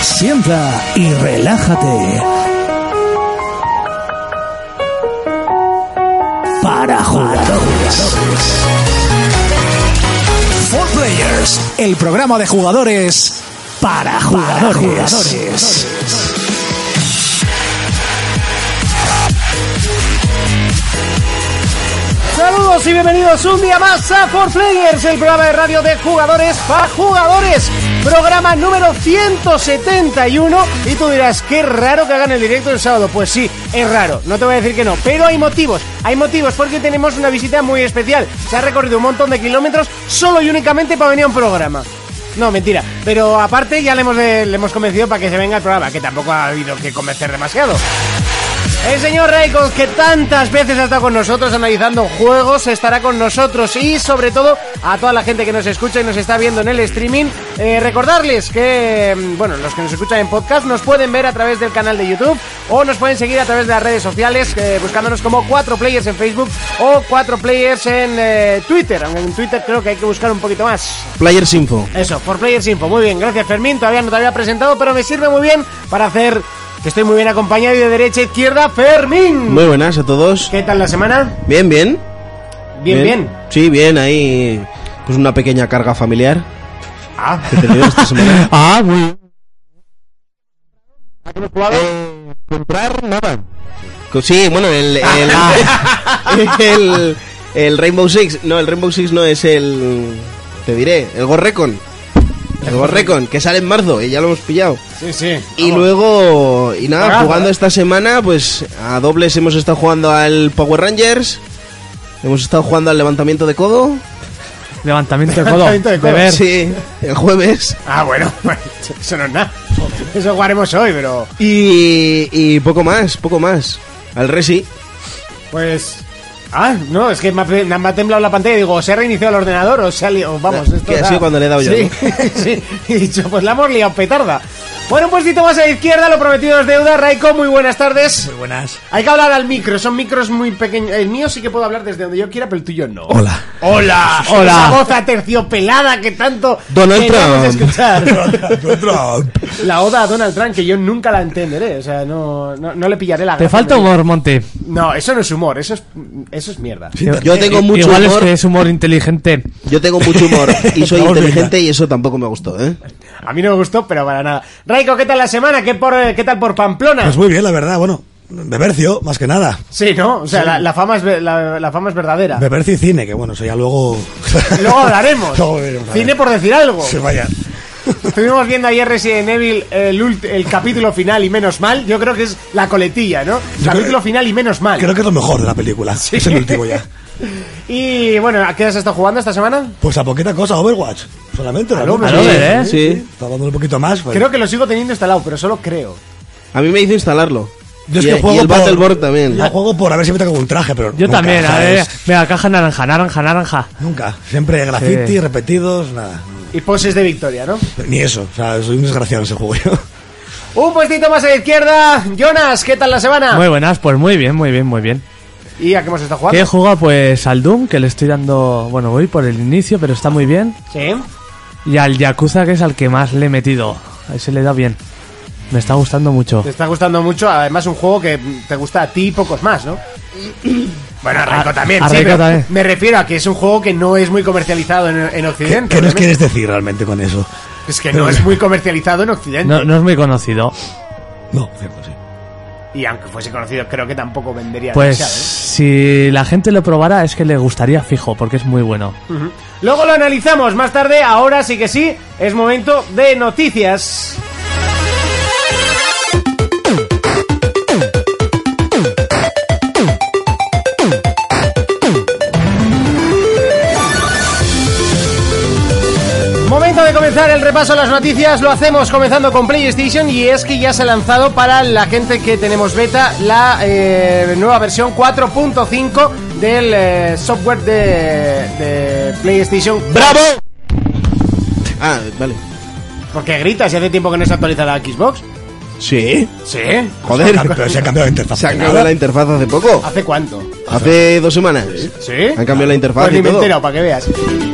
Sienta y relájate. Para jugadores. Four Players, el programa de jugadores para jugadores. Saludos y bienvenidos un día más a For Players, el programa de radio de jugadores para jugadores. Programa número 171 y tú dirás, qué raro que hagan el directo el sábado. Pues sí, es raro, no te voy a decir que no, pero hay motivos, hay motivos porque tenemos una visita muy especial. Se ha recorrido un montón de kilómetros solo y únicamente para venir a un programa. No, mentira. Pero aparte ya le hemos, eh, le hemos convencido para que se venga el programa, que tampoco ha habido que convencer demasiado. El señor Raikon, que tantas veces ha estado con nosotros analizando juegos, estará con nosotros y sobre todo a toda la gente que nos escucha y nos está viendo en el streaming. eh, recordarles que, mm, bueno, los que nos escuchan en podcast nos pueden ver a través del canal de YouTube o nos pueden seguir a través de las redes sociales eh, buscándonos como 4Players en Facebook o 4Players en eh, Twitter. Aunque en Twitter creo que hay que buscar un poquito más. Players Info. Eso, por Players Info. Muy bien, gracias Fermín. Todavía no te había presentado, pero me sirve muy bien para hacer que estoy muy bien acompañado y de derecha a izquierda, Fermín. Muy buenas a todos. ¿Qué tal la semana? Bien, bien. Bien, bien. Sí, bien, ahí. Pues una pequeña carga familiar. Ah, que he tenido esta semana. Ah, muy bien. Eh, comprar nada. Co- Sí, bueno, el. El, el, el Rainbow Six. No, el Rainbow Six no es el. Te diré, el Ghost Recon. El Ghost Recon, que sale en marzo y ya lo hemos pillado. sí, sí. Y luego, y nada, Cagada, jugando ¿eh? esta semana, pues a dobles hemos estado jugando al Power Rangers, hemos estado jugando al levantamiento de codo, Levantamiento de codo. Levantamiento de codo. Beber. sí, el jueves, Ah, bueno, eso no es nada. Eso jugaremos hoy, pero. y, y poco más, poco más. Al Resi, Pues. Ah, no, es que me ha, pe- me ha temblado la pantalla y digo, ¿se ha reiniciado el ordenador o se ha liado? Vamos, Eh, esto que ha da- sido cuando le he dado yo, Sí, sí. Y he dicho, pues la hemos liado petarda. Bueno, un puestito más a la izquierda, lo prometido es deuda. Raiko, muy buenas tardes. Muy buenas. Hay que hablar al micro, son micros muy pequeños. El mío sí que puedo hablar desde donde yo quiera, pero el tuyo no. Hola. Hola. Hola. Esa voz aterciopelada que tanto Donald queremos Trump. escuchar. La oda a Donald Trump, que yo nunca la entenderé. O sea, no, no, Ah, no le pillaré la Te gracia, falta me- humor, Monte. No, eso no es humor, eso es, eso es mierda. yo tengo mucho Igual humor, es que es humor inteligente. yo tengo mucho humor y soy inteligente y eso tampoco me gustó, ¿eh? A mí no me gustó, pero para nada. Raiko, ¿qué tal la semana? ¿Qué, por, eh, qué tal por Pamplona? Pues muy bien, la verdad, bueno, Bebercio, más que nada. Sí, ¿no? O sea, la, la fama es, ve- la, la fama es verdadera. Bebercio y cine, que bueno, eso ya luego... Luego hablaremos. Luego veremos, a Cine ver. por decir algo. Se vaya. Estuvimos viendo ayer Resident Evil el, ult- el capítulo final y menos mal. Yo creo que es la coletilla, ¿no? Capítulo final y menos mal. Creo que es lo mejor de la película. Es el último ya. Y bueno, ¿a qué has estado jugando esta semana? Pues a poquita cosa, Overwatch. Solamente. Al realmente. Al Over, Sí, ¿eh? sí, sí. Está dando un poquito más. pues. bueno. Creo que lo sigo teniendo instalado, pero solo creo. A mí me hizo instalarlo. Yo es y, que y juego el por- Battleborn también. Yo juego por a ver si me tengo un traje, pero Yo nunca, también, a ¿sabes? ver. Venga, caja naranja, naranja, naranja. Nunca. Siempre graffiti, Sí. repetidos, nada. Y poses de victoria, ¿no? Ni eso. O sea, soy un desgraciado en ese juego yo. Un puestito más a la izquierda. Jonas, ¿qué tal la semana? Muy buenas, pues muy bien, muy bien, muy bien. ¿Y a qué hemos estado Que he jugando? jugado pues al Doom, que le estoy dando. Bueno, voy por el inicio, pero está muy bien. Sí. Y al Yakuza, que es al que más le he metido. A ese le da bien. Me está gustando mucho. Te está gustando mucho. Además, un juego que mm, te gusta a ti y pocos más, ¿no? Bueno, a Raiko también, a sí, Raiko pero también. me refiero a que es un juego que no es muy comercializado en, en ¿Qué, Occidente. qué nos obviamente. quieres decir realmente con eso? Es que no es muy comercializado en Occidente. No, no es muy conocido. No, cierto, sí. Y aunque fuese conocido, creo que tampoco vendería Pues demasiado, ¿eh? si la gente lo probara es que le gustaría fijo, porque es muy bueno. ¿eh? Ujú. Luego lo analizamos más tarde, ahora sí que sí, es momento de noticias. Momento de comenzar el repaso a las noticias, lo hacemos comenzando con PlayStation y es que ya se ha lanzado para la gente que tenemos beta la eh, nueva versión 4.5 del eh, software de, de PlayStation. ¡Bravo! Ah, vale. Porque gritas y hace tiempo que no se actualiza la Xbox. Sí. ¿Sí? Joder. Pero se ha cambiado de interfaz. Se han cambiado la interfaz hace poco. ¿Hace cuánto? Hace dos semanas. ¿Sí? Han cambiado la interfaz Pues ni y me he todo. enterado, para que veas.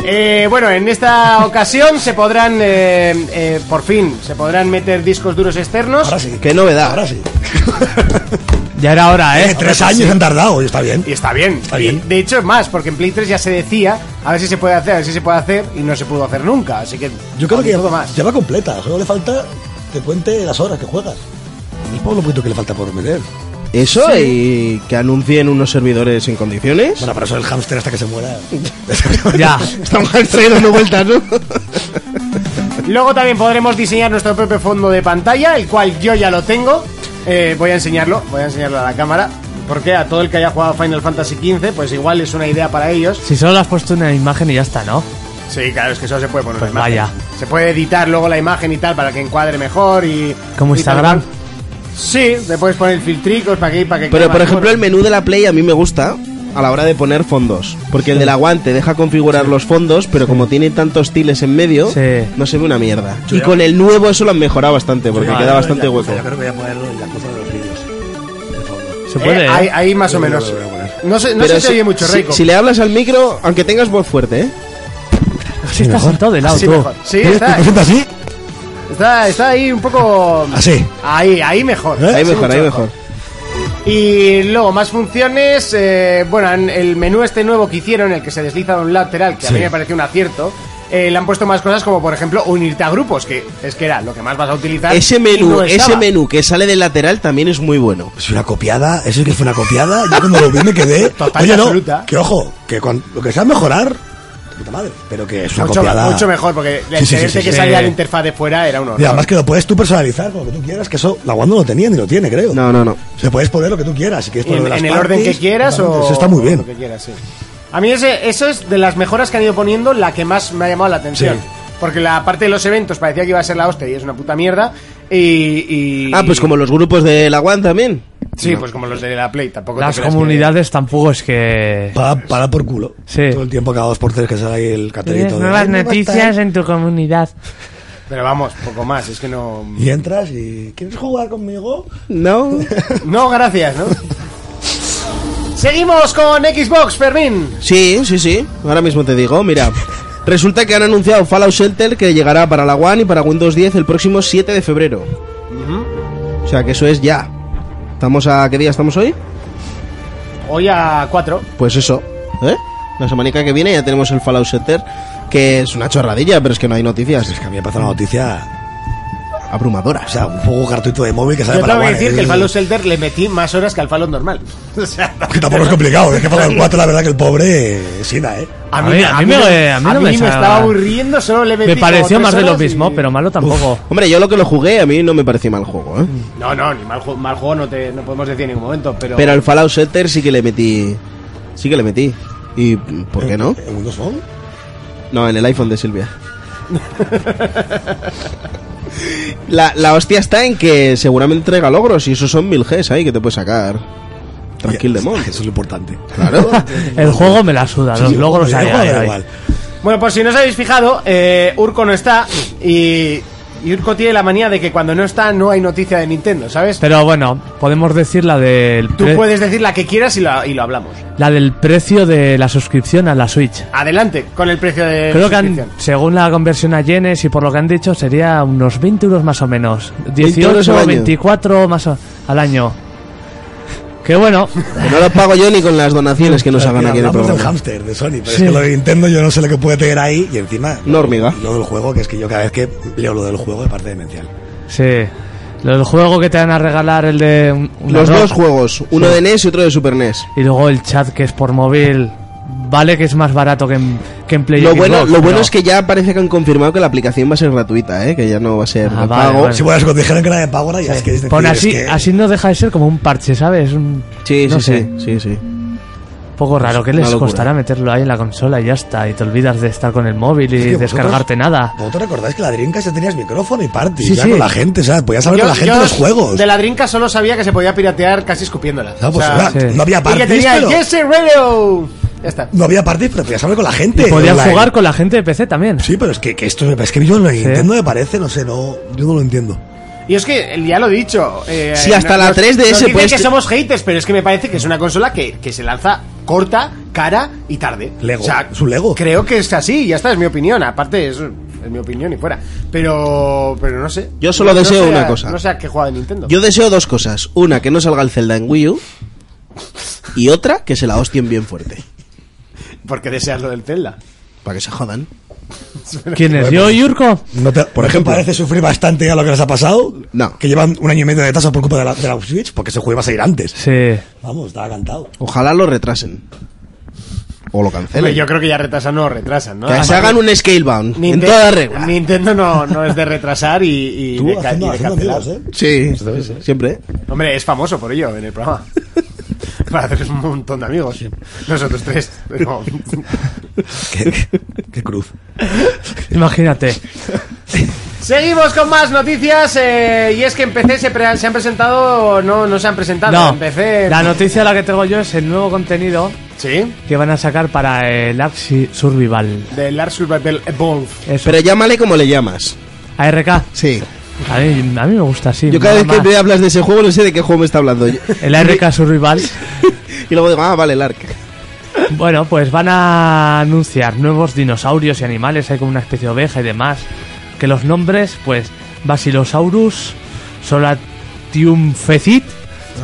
Eh, bueno, en esta ocasión se podrán, eh, eh, por fin, se podrán meter discos duros externos. Ahora sí. Qué novedad. Ahora sí. Ya era hora, Eh, ¿eh? tres años han tardado y está bien. Y está bien. Está bien. Y, De hecho, es más, porque en Play 3 ya se decía, a ver si se puede hacer, a ver si se puede hacer, y no se pudo hacer nunca. Así que. Yo creo que ya, todo más. ya va completa. Solo le falta que cuente las horas que juegas. Y por lo poquito que le falta por meter. Eso y que anuncien unos servidores en condiciones. Bueno, para eso el hámster hasta que se muera. Ya. Estamos al tren dando vueltas, ¿no? Luego también podremos diseñar nuestro propio fondo de pantalla, el cual yo ya lo tengo. Eh, voy a enseñarlo, voy a enseñarlo a la cámara. Porque a todo el que haya jugado Final Fantasy XV, pues igual es una idea para ellos. Si solo le has puesto una imagen y ya está, ¿no? Sí, claro, es que eso se puede poner Pues una imagen. vaya. Se puede editar luego la imagen y tal para que encuadre mejor y. Como y tal Instagram. y cual. Sí, le puedes poner filtricos para que para que. Pero quede por más ejemplo el bueno. menú de la Play a mí me gusta a la hora de poner fondos, porque el del aguante deja configurar los fondos, pero como tiene tantos tiles en medio, Sí. no se ve una mierda. y con el nuevo eso lo han mejorado bastante, porque ya- queda bastante hueco. Yo creo que voy a poner la cosa de los vídeos. Se Eh, puede. ¿eh? ahí, ahí más Yo o creo menos. que lo voy a poner. No sé, no Pero sé si si- oye mucho, si- Reiko. Si, le hablas al micro, aunque tengas voz fuerte, ¿eh? Sí, está sentado de lado, Así tú. mejor. Sí, ¿Quieres que está, te sienta este así? Ah, está, está ahí un poco. Así. Ahí, ahí mejor. ¿Eh? Ahí Sí, mejor, mucho ahí mejor. Y luego más funciones. eh, bueno, en el menú este nuevo que hicieron, el que se desliza de un lateral, que a Sí. mí me pareció un acierto. eh, le han puesto más cosas como, por ejemplo, unirte a grupos, que es que era lo que más vas a utilizar. Ese y menú, no ese estaba. menú que sale del lateral también es muy bueno. Es una copiada, eso que fue una copiada. Yo cuando lo vi me quedé. Total y Oye, absoluta. no, que ojo, que cuan- lo que sea mejorar, de puta madre, pero que es una Mucho, copiada. mucho mejor, porque el Sí, sí, sí, tenerte sí, que sí. salía la interfaz de fuera era uno. Y además que lo puedes tú personalizar con lo que tú quieras, que eso la Wanda no lo tenía ni lo tiene, creo. No, no, no. Se puedes poner lo que tú quieras, si quieres poner en, lo de en el las orden que parties, quieras o Eso está muy lo que bien. quieras, sí. A mí ese, eso es de las mejoras que han ido poniendo la que más me ha llamado la atención. Sí. Porque la parte de los eventos parecía que iba a ser la hostia y es una puta mierda. Y, y- Ah, pues como los grupos del aguante también. Sí, pues como los de la Play, tampoco te Las creas que- comunidades tampoco es que... Para, para por culo. Sí. Todo el tiempo cada dos por tres que sale ahí el caterito. de, "Ay, no va a estar". en tu comunidad. Pero vamos, poco más, es que no... Y entras y. ¿Quieres jugar conmigo? No. No, gracias, ¿no? Seguimos con Xbox, Fermín. Sí, sí, sí. Ahora mismo te digo, mira. Resulta que han anunciado Fallout Shelter que llegará para la One y para Windows 10 el próximo 7 de febrero. O sea que eso es ya. ¿Estamos a qué día estamos hoy? Hoy a 4. Ah, Pues eso, ¿eh? La semanica que viene ya tenemos el Fallout Shelter, que es una chorradilla, pero es que no hay noticias Es que a mí me pasa una noticia. O abrumadoras. sea, un juego gratuito de móvil que sale Yo para tengo que guay. decir Es- que el Fallout Shelter le metí más horas que al Fallout normal. O sea, Que tampoco es complicado, es que Fallout 4 la verdad que el pobre eh, sí da, ¿eh. A mí- a mí me- a mí no me me sabe. estaba aburriendo, solo le metí Me como pareció tres más de lo horas y- mismo, pero malo tampoco. Hombre, yo lo que lo jugué a mí no me pareció mal juego, ¿eh? No, no, ni mal, ju- mal juego no, te, no podemos decir en ningún momento, pero... Pero al Fallout Shelter sí que le metí... Sí que le metí. ¿Y por qué no? ¿En Windows Phone? No, en el iPhone de Silvia. la, la hostia está en que seguramente entrega logros y esos son mil Gs ahí que te puedes sacar. Tranquil Ya, de Eso es lo importante. Claro. El juego me la suda, los logros Sí, ahí, el juego ahí, da ahí. igual. Bueno, pues si no os habéis fijado, eh, Urco no está y... y Urco tiene la manía de que cuando no está no hay noticia de Nintendo, ¿sabes? Pero bueno, podemos decir la del, Tú Eh. pre- puedes decir la que quieras y, la- y lo hablamos. la del precio de la suscripción a la Switch. Adelante con el precio de Creo que han- Eh, suscripción. según la conversión a yenes y por lo que han dicho, sería unos 20 euros más o menos. euros al 18 año. o 24 más o- al año. Que bueno, Que no lo pago yo ni con las donaciones que nos hagan Mira, aquí en el hablamos del programa. hámster de Sony, pero es Sí. que lo de Nintendo yo no sé lo que puede tener ahí y encima. Una hormiga. Lo del juego, que es que yo cada vez que leo lo del juego me parece demencial. sí. Lo del juego que te van a regalar, el de. un- una Los ro- dos juegos, uno Sí. de NES y otro de Super E NES. Y luego el chat que es por móvil. Vale que es más barato que en, que en Play y Lo bueno, Xbox, lo bueno pero- es que ya parece que han confirmado que la aplicación va a ser gratuita, ¿eh? que ya no va a ser Ah, de vale, pago. vale. Si bueno, cuando dijeron que era de pago, ahora ya es que es decir, Pon es así, que- así no deja de ser como un parche, ¿sabes? Un, Sí, no sí, sé, sí, sí, sí. Un poco raro. ¿Qué Una les locura. costará meterlo ahí en la consola y ya está? Y te olvidas de estar con el móvil y es que descargarte vosotros- nada. Vosotros recordáis que la Dreamcast ya tenías micrófono y party. Sí, ya sí. con la gente, o sea, podías hablar Yo- con la gente yo de los juegos. De la drinca solo sabía que se podía piratear casi escupiéndola. No, pues O sea, nada, sí. no había y que parties, tenía pero. Yes Radio. Ya está. No había parties, pero podías hablar con la Eh, gente. Podías online. jugar con la gente de PC también. Sí, pero es que, que esto me parece que yo lo de Nintendo me parece, no sé, no. Yo no lo entiendo. Y es que ya lo he dicho. eh, Sí, hasta la nos- 3DS nos dicen puedes- que somos haters, pero es que me parece que es una consola que, que se lanza corta, cara y tarde. Lego, es un Lego. Creo que es así, ya está, es mi opinión. Aparte, es, es mi opinión y fuera. Pero, pero no sé. Yo solo No- no deseo sé una a- cosa. No sé a qué juega de Nintendo. Yo deseo dos cosas. Una, que no salga el Zelda en Wii U. Y otra, que se la hostien bien fuerte. Porque deseas lo del Zelda. Para que se jodan. ¿Quién es? ¿Yo, Yurko? No te- por ejemplo, parece sufrir bastante a lo que les ha pasado. No. Que llevan un año y medio de tasa por culpa de la, de la Switch, porque ese juego iba a salir antes. Sí. Vamos, estaba cantado. Ojalá lo retrasen. O lo cancelen. Hombre, Pues yo creo que ya retrasan o retrasan, ¿no? Que se hagan un scalebound. En Ninte- toda regla. Nintendo no, no es de retrasar y, y Tú de, ca- y haciendo, de haciendo cancelar. amigos, ¿eh? Sí, siempre. ¿eh? Hombre, es famoso por ello en el programa. Para hacer un montón de amigos. Nosotros tres. pero- Qué, qué cruz. Imagínate. Seguimos con más noticias. eh, y es que en PC se, pre- se han presentado. No, no se han presentado. No. En PC. La noticia la que tengo yo es el nuevo contenido Sí. que van a sacar para el Ark Sur- Survival. Del Lars Survival Evolve. Eso. Pero llámale como le llamas. ARK. Sí. A mí, a mí me gusta así. Yo cada mola vez que más. me hablas de ese juego no sé de qué juego me está hablando. Yo- El ARK Survival. Y luego digo, ah, vale, el Ark. Bueno, pues van a anunciar nuevos dinosaurios y animales, hay como una especie de oveja y demás. Que los nombres, pues, Basilosaurus, Solatium fecit,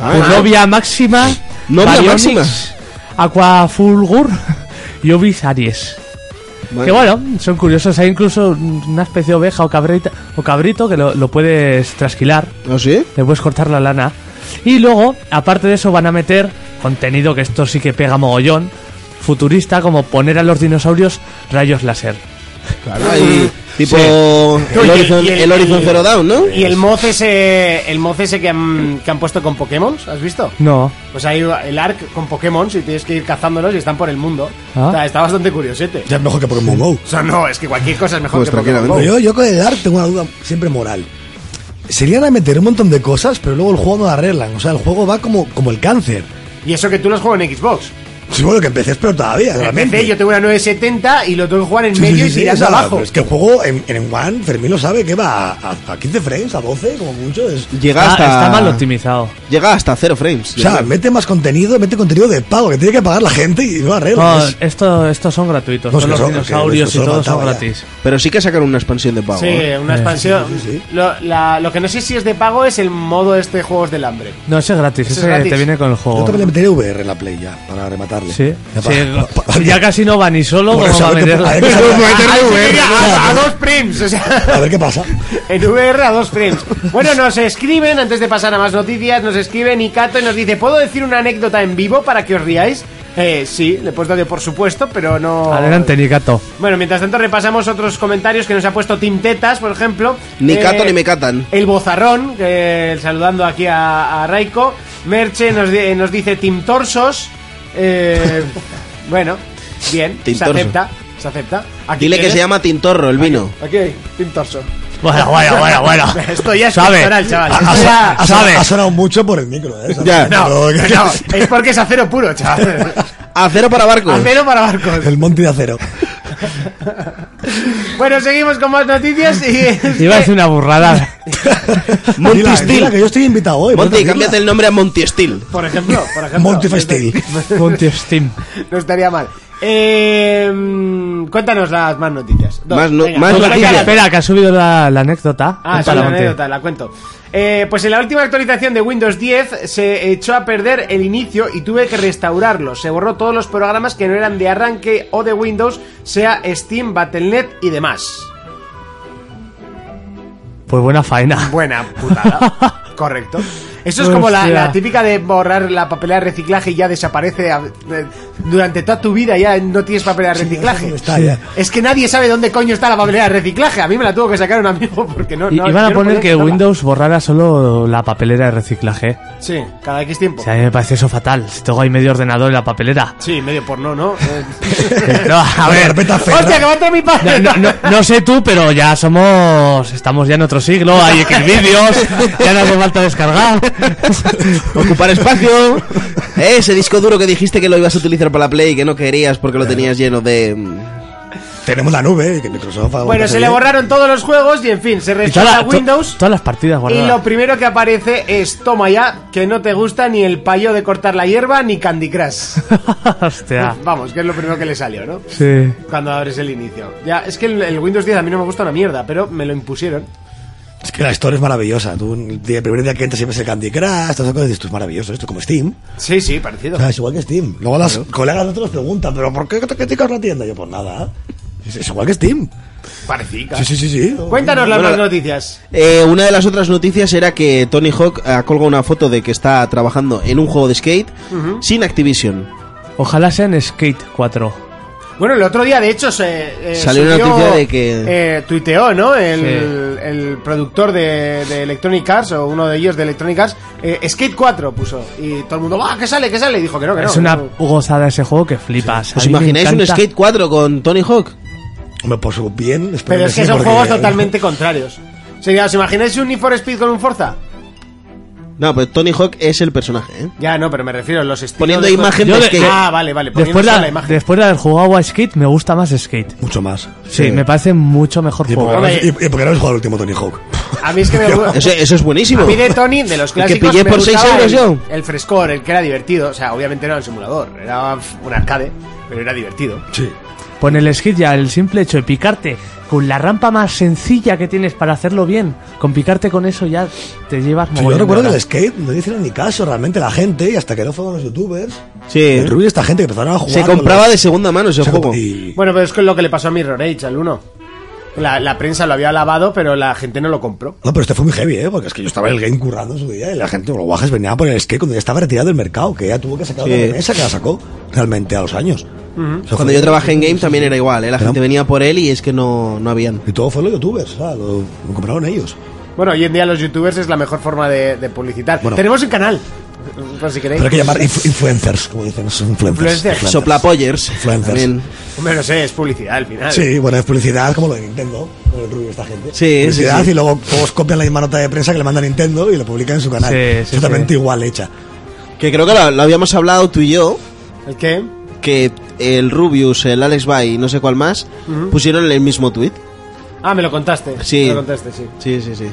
Ah. Curlovia maxima, Novia pues, Baryonyx, máxima. Aquafulgur y Ovis aries. Bueno, Que bueno, son curiosos, hay incluso una especie de oveja o, cabrita, o cabrito que lo, lo puedes trasquilar, ¿No ¿Ah, sí? le puedes cortar la lana. Y luego, aparte de eso, van a meter contenido que esto sí que pega mogollón, futurista, como poner a los dinosaurios rayos láser. Ahí, tipo el, Ah. Oye, Horizon, y el- el Horizon Zero Dawn, ¿no? Y el mod ese. El mod ese que han, que han puesto con Pokémon. ¿Has visto? No. Pues hay el arc con Pokémon y tienes que ir cazándolos y están por el mundo. Ah. O sea, está bastante curiosete. Ya es mejor que Pokémon Go. O sea, no, es que cualquier cosa es mejor Pues que Pokémon tranquilamente. Pero Go. yo, Oh. yo con el Dark tengo una duda siempre moral. Serían a meter un montón de cosas, pero luego el juego no lo arreglan. O sea, el juego va como, como el cáncer. Y eso que tú los juegas en Xbox. Sí, bueno, que empecé, pero todavía. En realmente. PC yo tengo una 970 y lo tengo que jugar en Sí, medio sí, y sí, tirando o sea, abajo. pero Es que el juego en, en One, Fermín lo sabe, que va a, a- a 15 frames, a 12, como mucho. es- Llega Ah, hasta... está mal optimizado. Llega hasta cero frames. o sea, mete más contenido, mete contenido de pago, que tiene que pagar la gente y no arregla. No, es- esto, estos son gratuitos, No, todos es que los son- dinosaurios es que y todos esto son son gratis. Pero sí que sacaron una expansión de pago. Sí, ¿eh? una expansión. Lo, la- lo que no sé si es de pago es el modo este de juegos del hambre. No, ese es gratis, Ese es ese gratis. te viene con el Yo juego. también le meteré VR en la Play ya, para rematarle. Sí, Ya sí, para- pa- pa- ya casi no va ni solo Por como eso, va a a ver qué- meterla. a ver qué Ah, sale. Ah, ¿eh? a, dos frames, o sea, A ver qué pasa. en VR a dos frames. Bueno, nos escriben, antes de pasar a más noticias, nos escriben Ikato y nos dice, ¿puedo decir una anécdota en vivo para que os riáis? Eh, sí, le he puesto de por supuesto, pero no... Adelante, Nikato. Bueno, mientras tanto repasamos otros comentarios que nos ha puesto Tim Tetas, por ejemplo. Eh, Ni cato ni me catan. El Bozarrón, eh, saludando aquí a, a Raiko. Merche nos, di- eh, nos dice Tim Torsos. Eh, bueno, bien, Team se Torso. acepta. Se acepta. Aquí Dile que tienes. se llama Tintorro, el vino. Aquí hay, Tim Torso. Bueno, bueno, bueno, bueno. Esto ya es Sabe. personal, chaval. Ha, Esto ya- ha- ha- ¿Sabe? ha sonado mucho por el micro, ¿eh? Ya. No, Pero- no, es porque es acero puro, chaval. Pues. Acero para barco. Acero para barcos. El monte de acero. Bueno, seguimos con más noticias y... es Iba a que- decir una burrada. Monty Dila, Steel. dila, que yo estoy invitado hoy. Monty, puedes cámbiate decirla. el nombre a Monty Steel. Por ejemplo, por ejemplo. Monty Festil. Monty Steam. No estaría mal. Eh, mm, cuéntanos las más noticias. Dos, Más no- más pues noticias. venga, Espera, que ha subido la, la anécdota. Ah, sí, Cuéntala, la Monty. anécdota, la cuento. Eh, pues en la última actualización de Windows 10 se echó a perder el inicio y tuve que restaurarlo. Se borró todos los programas que no eran de arranque o de Windows, sea Steam, Battle.net y demás. Pues buena faena. Buena putada. Correcto. Eso es Hostia. como la, la típica de borrar la papelera de reciclaje y ya desaparece a- de- durante toda tu vida, ya no tienes papelera de Sí, reciclaje. ya está, ya. Es que nadie sabe dónde coño está la papelera de reciclaje. A mí me la tuvo que sacar un amigo porque no. Y, no- iban yo a no poner podía que quitarla. Windows borrara solo la papelera de reciclaje. Sí, cada X tiempo. O sea, a mí me parece eso fatal. Si tengo ahí medio ordenador y la papelera. Sí, medio porno, ¿no? Eh, No, a La ver. carpeta Ferra. ¡Hostia, que mate mi No, padre! no, no, no sé tú, pero ya somos. Estamos ya en otro siglo. Hay X vídeos. Ya no hace falta descargar. Ocupar espacio. Eh, Ese disco duro que dijiste que lo ibas a utilizar para la Play y que no querías porque lo tenías lleno de... mm, tenemos la nube, que Microsoft... ha- Bueno, se le borraron todos los juegos y en fin, se Y toda restaura la- to- Windows. Todas las partidas Y guardadas. lo primero que aparece es Toma ya, que no te gusta ni el payo de cortar la hierba ni Candy Crush. Hostia. Vamos, que es lo primero que le salió, ¿no? Sí. Cuando abres el inicio. Ya, es que el, el Windows 10 a mí no me gusta una mierda, pero me lo impusieron. Es que la historia es maravillosa. Tú, el día- el primer día que entras siempre es el Candy Crush, todas esas cosas, y dices, esto es maravilloso, esto es como Steam. Sí, sí, parecido. O sea, es igual que Steam. Luego las colegas de otros preguntan, ¿pero por qué te criticas la tienda? Y Yo, pues nada. Es, es igual que Steam. Parecica. Sí, sí, sí, sí. Cuéntanos las Bueno, más la- noticias. Eh, una de las otras noticias era que Tony Hawk ha colgado una foto de que está trabajando en un juego de skate sin Activision. Ojalá sean Skate 4. Bueno, el otro día, de hecho, se. eh, Salió una noticia de que- eh, tuiteó, ¿no? El, el productor de, de Electronic Arts, o uno de ellos de Electronic Arts, eh, Skate 4 puso. Y todo el mundo, ¡ah, que sale, que sale! Y dijo que no, que no. es una No. gozada ese juego que flipas. ¿Os A mí me imagináis un encanta. Skate 4 con Tony Hawk? Hombre, pues bien. espero Pero es que sí, son porque- juegos totalmente contrarios. Sería, ¿os imagináis un Need for Speed con un Forza? No, pero Tony Hawk es el personaje, ¿eh? Ya, no, pero me refiero a los estilos. Poniendo de- imagen de Yo de- skate. Ah, vale, vale. Después poniéndose de, la imagen. después de haber jugado a Skate, me gusta más Skate. Mucho más. Sí, me parece mucho mejor Y juego. porque, no, Hombre. y, y porque no has jugado al último Tony Hawk. A mí es que me gusta. Eso, eso es buenísimo. Pide Tony de los que clásicos. pillé me por seis gustaba euros el, yo. El frescor, el que era divertido. O sea, obviamente no era un simulador, era un arcade, pero era divertido. Sí. Pon el skate ya, el simple hecho de picarte con la rampa más sencilla que tienes para hacerlo bien. Con picarte con eso ya te llevas Sí, mogollón yo de recuerdo que horas. el skate no le hicieron ni caso realmente la gente y hasta que no fueron los youtubers. Sí. El Rubius, esta gente que empezaron a jugar. Se con compraba los- de segunda mano ese se comp- juego. y- Bueno, pero es que lo que le pasó a Mirror Age al 1. La, la prensa lo había alabado, pero la gente no lo compró. No, pero este fue muy heavy, ¿eh? Porque es que yo estaba en el game currando en su día y la gente, los guajes, venía a poner el skate cuando ya estaba retirado del mercado, que ya tuvo que sacar Sí. la mesa que la sacó realmente a los años. Eso fue- Cuando yo trabajé en Game también era igual, ¿eh? La Pero- gente venía por él y es que no, no habían. Y todo fue los youtubers, o sea, lo, lo compraron ellos. Bueno, hoy en día los youtubers es la mejor forma de, de publicitar. Bueno. Tenemos un canal, por si queréis. Pero hay que llamar inf- influencers, como dicen, esos influencers. Influencers. influencers. Soplapoyers. Influencers. también. Hombre, no sé, es publicidad al final. Sí, bueno, es publicidad como lo de Nintendo, con el Rubius, esta gente. Sí, sí, publicidad, sí. y luego todos copian la misma nota de prensa que le manda Nintendo y lo publican en su canal. Sí, sí, Exactamente sí. igual hecha. Que creo que lo, lo habíamos hablado tú y yo, ¿El qué? que el Rubius, el Alex Bay y no sé cuál más, pusieron el mismo tweet. Ah, me lo contaste. Sí. Me lo contaste, sí. Sí, sí, sí.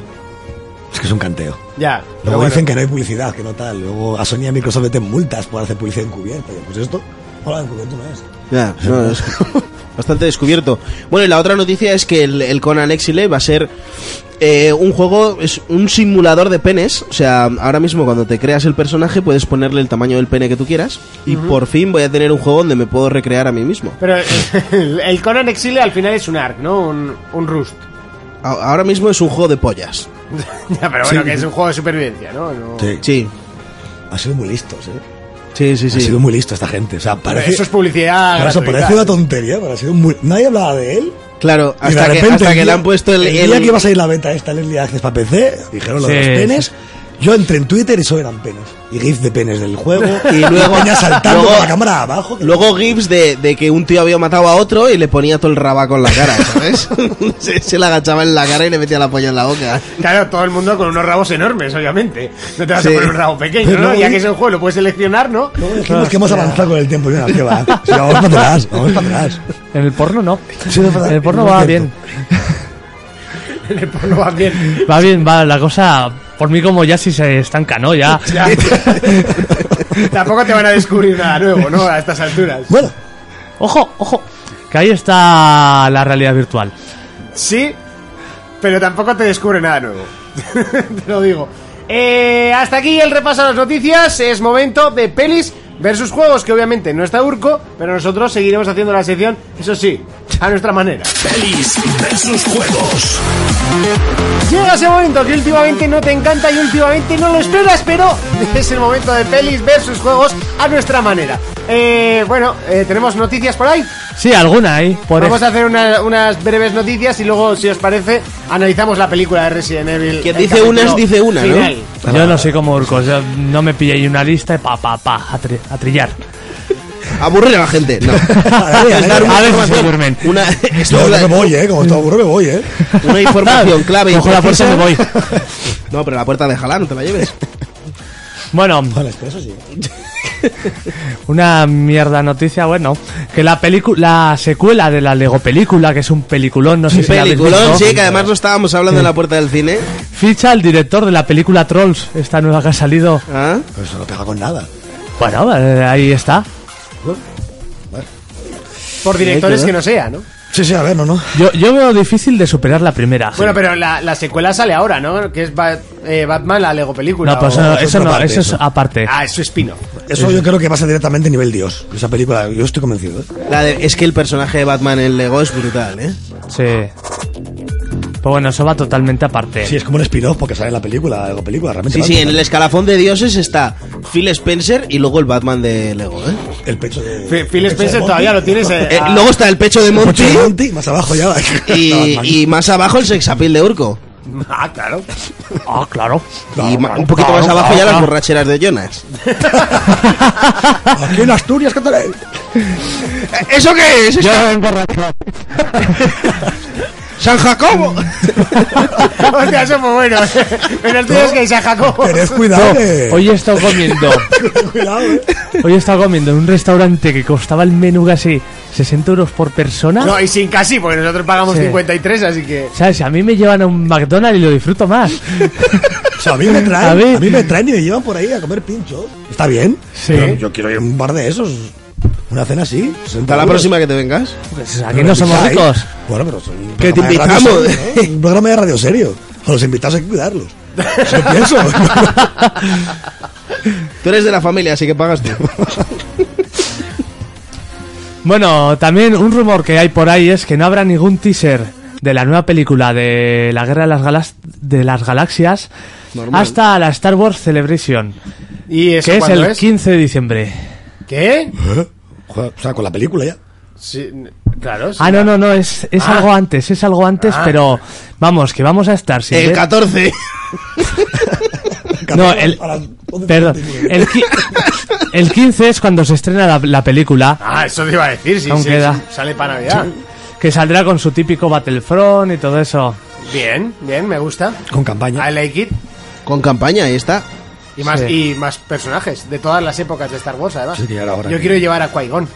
Es que es un canteo. Ya. Luego pero bueno. dicen que no hay publicidad, que no tal. Luego a Sony y a Microsoft meten multas por hacer publicidad encubierta. Y yo, Pues esto, hola, encubierto no es. Ya, no, es bastante descubierto. Bueno, y la otra noticia es que el, el Conan Exile va a ser eh, un juego, es un simulador de penes. O sea, ahora mismo cuando te creas el personaje puedes ponerle el tamaño del pene que tú quieras. Y por fin voy a tener un juego donde me puedo recrear a mí mismo. Pero el, el Conan Exile al final es un ARC, ¿no? Un, un Rust. A- ahora mismo es un juego de pollas. Ya, pero bueno, Sí. que es un juego de supervivencia, ¿no? No- Sí, Han sido muy listos, ¿eh? sí, sí, Han sí. sido muy listos esta gente. O sea, parece. Eso es publicidad. Por eso gratuita. parece una tontería, pero ha sido muy. Nadie hablaba de él. Claro, y de hasta que, repente hasta el que le día- han puesto el... El día el- que iba a salir la beta esta, el Early Access para PC, dijeron lo de los Sí, penes. Yo entré en Twitter y solo eran penes. Y GIF de penes del juego. Y luego- Peña saltando luego- con la cámara abajo. que- Luego GIFs de, de que un tío había matado a otro y le ponía todo el rabaco en la cara, ¿sabes? se, se la agachaba en la cara y le metía la polla en la boca. Claro, todo el mundo con unos rabos enormes, obviamente. No te vas Sí. a poner un rabo pequeño, Pero ¿no? no, Ya y- que es un juego, lo puedes seleccionar, ¿no? Luego Dijimos Ah, que hemos avanzado con el tiempo y una prueba. Si vamos para atrás, vamos para atrás. En el porno no. Sí, es verdad. en el porno Es va cierto. bien. En el porno va bien. Va bien, va la cosa. Por mí, como ya si se estanca, ¿no? Ya. Ya. Tampoco te van a descubrir nada nuevo, ¿no? A estas alturas. Bueno, Ojo, ojo. Que ahí está la realidad virtual. Sí, pero tampoco te descubre nada nuevo. te lo digo. Eh, hasta aquí el repaso de las noticias. Es momento de pelis versus juegos, que obviamente no está Urco, pero nosotros seguiremos haciendo la sección, eso sí, a nuestra manera. Pelis versus juegos. Llega ese momento que últimamente no te encanta y últimamente no lo esperas, pero es el momento de pelis versus juegos a nuestra manera. Eh, bueno, eh, tenemos noticias por ahí. Sí, alguna ahí. Por Vamos ej- a hacer una- unas breves noticias y luego, si os parece, analizamos la película de Resident Evil. Quien el dice unas, capítulo dice una, ¿no? final. Yo no soy como Urcos. yo no me pillé ahí una lista y pa, pa, pa. A, tri- a trillar. Aburrir a la gente, no. Es dar una A veces se información- duermen. Una, esto yo es la- me voy, ¿eh? Como estoy aburrido, me voy, ¿eh? una información clave. Cojo la puerta y imprecisa. me voy. No, pero la puerta de Jalá, no te la lleves. Bueno, Bueno, es que pues eso sí. Una mierda noticia, bueno, que la película, la secuela de la Lego película, que es un peliculón, no sé si la habéis Peliculón, visto, sí, que además lo estábamos hablando en la puerta del cine. ficha al director de la película Trolls, esta nueva que ha salido. ¿Ah? Pero eso no pega con nada. Bueno, eh, ahí está. Por directores que no sea, ¿no? Sí, sí, a ver, no, no. Yo, yo veo difícil de superar la primera. Bueno, pero la, la secuela sale ahora, ¿no? Que es Bat- eh, Batman, la Lego película. no, eh. pues o- eso, es eso otra no, parte, eso es eso. aparte. Ah, es su espino. Eso yo creo que pasa directamente a nivel Dios. Esa película, yo estoy convencido. ¿eh? La de- es que el personaje de Batman en Lego es brutal, ¿eh? Sí. Pues bueno, eso va totalmente aparte. Sí, es como un spin-off porque sale en la película, la película realmente. Sí, va sí, a en el escalafón de dioses está Phil Spencer y luego el Batman de Lego, ¿eh? El pecho de. Fe- el pecho Phil de Spencer Monty. todavía lo tienes. eh, Eh, ah, luego está el pecho de El pecho Monty Ah, de Monty, más abajo ya. y, Batman. y más abajo el sexapil de Urco. Ah, claro. Ah, claro. y Claro, ma- un poquito claro, más abajo claro, ya las claro. borracheras de Jonas. Aquí en Asturias, ¿qué tal? ¿Eso qué es? ¡San Jacobo! Hostia, eso fue bueno. Pero el tuyo es que se Jacobo. Tened cuidado. eh. Hoy he estado comiendo. cuidado. eh. Hoy he estado comiendo en un restaurante que costaba el menú casi 60 euros por persona. No, y sin casi, porque nosotros pagamos Sí. 53, así que. ¿Sabes? A mí me llevan a un McDonald's y lo disfruto más. O sea, a mí me traen, A a, ver. mí me traen y me llevan por ahí a comer pinchos. ¿Está bien? Sí. Pero Yo quiero ir a un bar de esos. Una cena así. 60 Para la euros. próxima que te vengas. Pues aquí no somos Ay, ricos. Bueno, pero son un Que te programa de radio invitamos, serio, ¿no? Un programa de radio serio. A los invitados hay que cuidarlos. Eso pienso. Tú eres de la familia, así que pagas tú. Bueno, también un rumor que hay por ahí es que no habrá ningún teaser de la nueva película de la Guerra de las, Galas- de las Galaxias Normal. hasta la Star Wars Celebration, ¿Y eso que es cuándo el es? 15 de diciembre. ¿Qué? ¿Eh? Joder, o sea, con la película ya. Sí, n- claro. sí. Ah, no, no, no, es, es Ah. algo antes, es algo antes, pero vamos, que vamos a estar sin El ver- 14. No, el- A las 11:59. Perdón, el, qui- el 15 es cuando se estrena la, la película, Ah, eso te iba a decir. Sí, Aún sí, queda. sí, Sale para Navidad. que saldrá con su típico Battlefront y todo eso. Bien, bien, me gusta. Con Ah, campaña. I like it. Con campaña, ahí está. Y más, Sí. y más personajes de todas las épocas de Star Wars, además. Sí, que ya era hora Yo que- quiero llevar a Qui-Gon.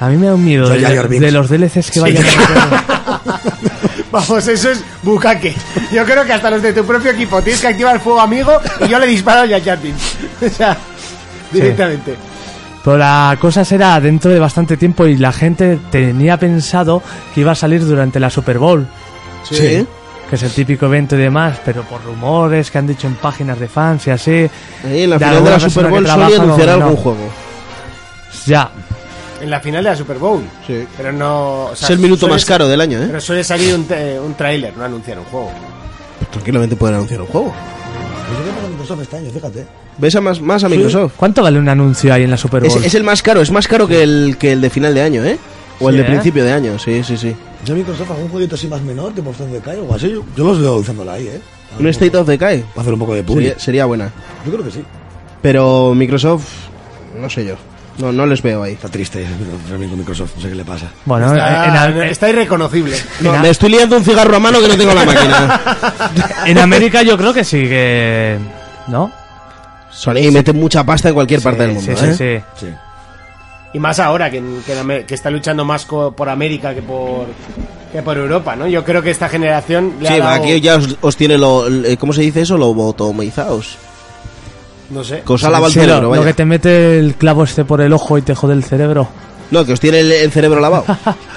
A mí me da un miedo Soy de, Javier Binks. de los DLCs que vayan a Vamos, eso es bucaque. Yo creo que hasta los de tu propio equipo tienes que activar el fuego amigo y yo le disparo al Yachatin. O sea, directamente. Pero la cosa será dentro de bastante tiempo y la gente tenía pensado que iba a salir durante la Super Bowl, Sí. ¿eh? que es el típico evento y demás, pero por rumores que han dicho en páginas de fans y así. Ahí en la final De de la alguna persona Super que Bowl trabaja, solía anunciar no, algún no. juego. Ya, En la final de la Super Bowl. Sí. Pero no. o sea, es el minuto suele más ser- caro del año, ¿eh? Pero suele salir un, te- un tráiler, no anunciar un juego. Tranquilamente pueden anunciar un juego. Pues yo creo que con Microsoft este año, fíjate. ¿Ves a más, más a Microsoft? ¿cuánto vale un anuncio ahí en la Super Es, Bowl? es el más caro, es más caro que el, que el de final de año, ¿eh? O el Sí, de ¿eh? principio de año, sí, sí, sí. Yo Microsoft algún jueguito así más menor, tipo opción de Kai o algo así. Yo, yo los veo usándolo ahí, ¿eh? Un State of Decay Va a hacer un poco de publi. sería, sería buena. Yo creo que sí. Pero Microsoft, no sé yo. No, no les veo ahí. Está triste el amigo Microsoft, no sé qué le pasa. Bueno, en, eh, Está, a- está irreconocible. No, me estoy liando un cigarro a mano que no tengo la máquina. en América yo creo que sí, que... ¿No? Sony mete mucha pasta en cualquier parte del Sí, mundo, sí, ¿eh? sí. Sí. Y más ahora, que, que en Amer- que está luchando más co- por América que por, que por Europa, ¿no? Yo creo que esta generación. Le Sí, ha dado, aquí ya os, os tiene lo... el- ¿Cómo se dice eso? Lobotomizados. No sé. Cosa lava el Sí, lo- cerebro, lo, vaya. que te mete el clavo este por el ojo y te jode el cerebro. No, que os tiene el, el cerebro lavado.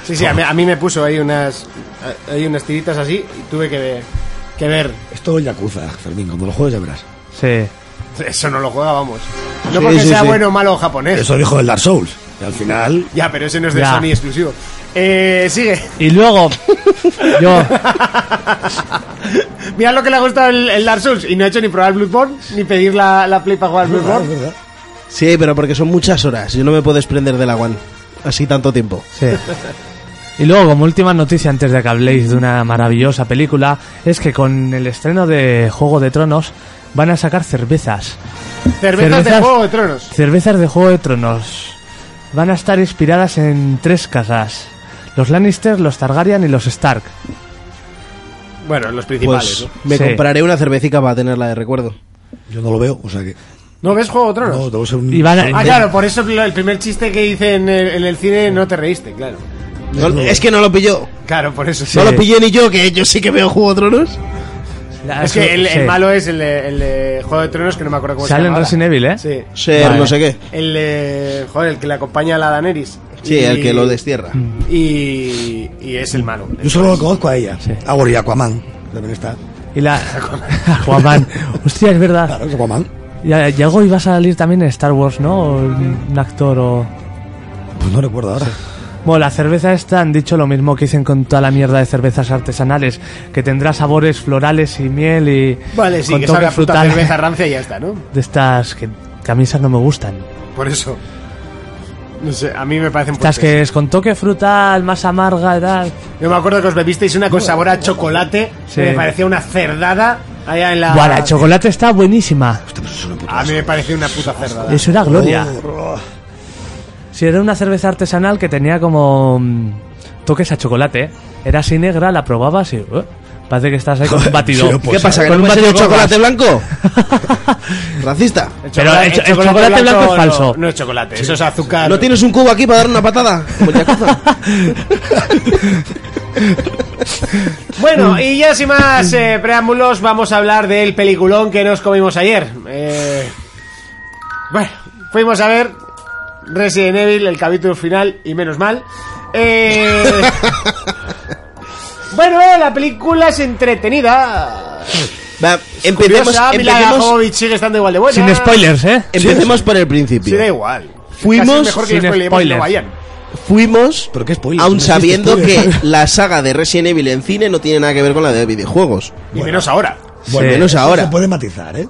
Sí, sí, a mí, a mí me puso ahí unas, ahí unas tiritas así y tuve que ver, que ver. Esto es Yakuza, Fermín, cuando lo juegues ya verás. Sí. Eso no lo juega, vamos. No Sí, porque sí, sea sí. bueno o malo japonés. Eso dijo el Dark Souls. Y al final. Ya, pero ese no es de Ya. Sony exclusivo. Eh, sigue. Y luego, yo, Mira lo que le ha gustado el, el Dark Souls y no ha hecho ni probar Bloodborne ni pedir la, la play para jugar Es verdad, es Bloodborne. verdad. Sí, pero porque son muchas horas. Yo no me puedo desprender de la One. Así tanto tiempo. Sí. Y luego, como última noticia antes de que habléis de una maravillosa película, es que con el estreno de Juego de Tronos van a sacar cervezas. Cervezas, de Cervezas. Juego de Tronos. Cervezas de Juego de Tronos. Van a estar inspiradas en tres casas. Los Lannister, los Targaryen y los Stark. Bueno, los principales. Pues ¿no? me Sí. compraré una cervecita para tenerla de recuerdo. Yo no lo veo, o sea que. ¿No ves Juego de Tronos? No, debo ser un. Y van a- Ah, claro, por eso lo- el primer chiste que hice en el, en el cine no te reíste, claro. No- es que no lo pilló. Claro, por eso sí. No lo pillé ni yo, que yo sí que veo Juego de Tronos. La- Es que el, el Ah, sí. malo es el, de- el de Juego de Tronos, que no me acuerdo cómo Sale se en llama. ahora. Resident Evil, ¿eh? Sí. Ser Vale. no sé qué. El, eh, joder, el que le acompaña a la Daenerys. Sí, Y- el que lo destierra. Mm. Y, y es el malo. Yo solo lo conozco a ella. Sí. Ah, bueno, y Aquaman. También está. Y la. Aquaman. Hostia, es verdad. Claro, es Aquaman. Y a- y algo iba a salir también en Star Wars, ¿no? O un actor o. Pues no recuerdo ahora. Bueno, la cerveza esta han dicho lo mismo que dicen con toda la mierda de cervezas artesanales, que tendrá sabores florales y miel y. Vale, sí, con que toque sabe a puta frutal cerveza rancia y ya está, ¿no? De estas que, que a mí esas no me gustan. Por eso. No sé, a mí me parecen Estas puentes. que es con toque frutal, más amarga y tal. Yo me acuerdo que os bebisteis una con sabor a chocolate. Sí. que Me parecía una cerdada allá en la. Buah, la chocolate está buenísima. A mí me parecía una puta cerdada. Eso era gloria. Oh, oh. Si era una cerveza artesanal que tenía como mm, toques a chocolate. Era así negra, la probabas y. eh, parece que estás ahí con un batido. sí, lo puedo. Pues, ¿Qué pasa? ¿Que con no un me has batido hecho de copas. chocolate blanco? ¿Racista? Pero el, cho- el chocolate blanco, es falso. No, no es chocolate, eso es azúcar. ¿No tienes un cubo aquí para dar una patada? Como el Yakuza. Bueno, y ya sin más eh, preámbulos, vamos a hablar del peliculón que nos comimos ayer. Eh, bueno, fuimos a ver Resident Evil, el capítulo final, y menos mal. Eh, bueno, eh, la película es entretenida. Va, empecemos, Curiosa, Mila empecemos, Jovovich sigue estando igual de buena. Sin spoilers, ¿eh? empecemos por el Sí, principio. da igual. Fuimos Casi es mejor que los sin spoilemos y no spoilers. vayan. Fuimos, Pero qué spoiler, aun no existe sabiendo que spoiler. la saga de Resident Evil en cine no tiene nada que ver con la de videojuegos. Y menos ahora. Bueno, Sí. menos eso ahora. Se puede matizar, ¿eh?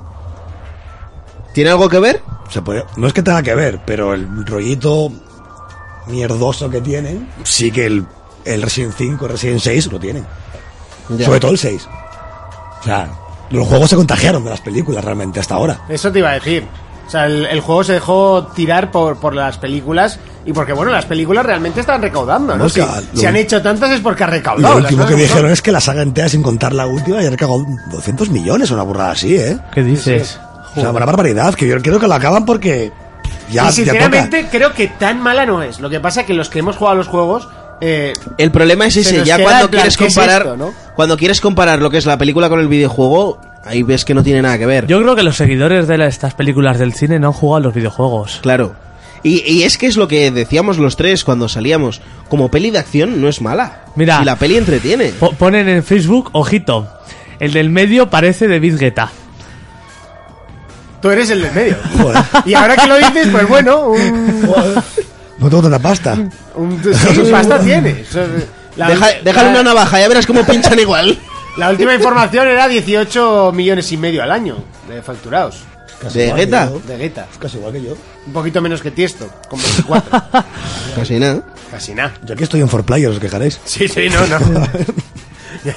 ¿Tiene algo que ver? Se puede, no es que tenga que ver, pero el rollito mierdoso que tienen, sí que el, el Resident 5, Resident 6 lo tienen. Ya. Sobre todo el 6. O sea, los juegos se contagiaron de las películas realmente hasta ahora. Eso te iba a decir. O sea, el, el juego se dejó tirar por, por las películas y porque, bueno, las películas realmente están recaudando, ¿no? Vamos, Si, que a- si lo- han hecho tantas es porque ha Y recaudado. lo las último que cosas como dijeron son. es que la saga entera, sin contar la última, ya ha recargado 200 millones, una burrada así, ¿eh? ¿Qué dices? O sea, una barbaridad, que yo creo que lo acaban porque ya, y ya sinceramente toca. creo que tan mala no es. Lo que pasa es que los que hemos jugado a los juegos... eh, El problema es Se ese, nos ya queda cuando en plan, quieres ¿qué es comparar, esto, no? cuando quieres comparar lo que es la película con el videojuego, ahí ves que no tiene nada que ver. Yo creo que los seguidores de la- estas películas del cine no han jugado a los videojuegos. Claro. Y, y es que es lo que decíamos los tres cuando salíamos. Como peli de acción no es mala. Mira. Y la peli entretiene. Po- ponen en Facebook, ojito, el del medio parece de Guetta. tú eres el del medio. Joder. y ahora que lo dices, pues bueno, un... No tengo tanta pasta. un sí, pasta tienes. O sea, la- Deja- déjale una navaja, ya verás cómo pinchan igual. La última información era 18 millones y medio al año de facturados Casi ¿De igual Guetta? que yo. de Guetta. Casi igual que yo. Un poquito menos que Tiesto, con 24. Casi nada. Casi nada. Yo aquí estoy en 4Player, os quejaréis. Sí, sí, no, no. Ya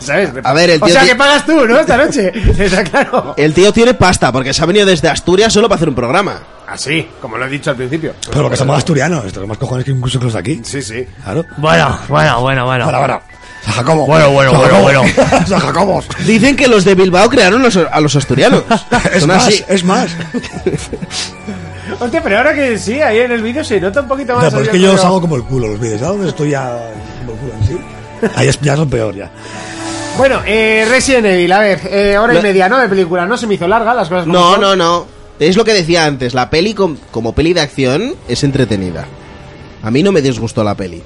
¿Sabes? A ver, el O tío sea, ti- que pagas tú, ¿no? Esta noche. Está claro. El tío tiene pasta porque se ha venido desde Asturias solo para hacer un programa. Así, como lo he dicho al principio. Pero porque somos asturianos, tenemos más cojones que incluso que los de aquí. Sí, sí. Claro. Bueno, bueno, bueno, bueno. Ahora, ahora. San Jacobo. Bueno, bueno, San bueno, Jacobo. bueno. San Jacobo. Dicen que los de Bilbao crearon los- a los asturianos. Es Son más, así. es más. Hostia, pero ahora que sí, ahí en el vídeo se nota un poquito más. No, pero es Oye, que yo pero- os hago como el culo los vídeos. ¿Sabes dónde estoy ya como el culo en sí? Ahí es, ya es lo peor, ya. Bueno, eh, Resident Evil, a ver, eh, hora y Lo- media, ¿no? De película, ¿no? Se me hizo larga las cosas. como No, son. no, no. Es lo que decía antes. La peli, com- como peli de acción, es entretenida. A mí no me disgustó la peli.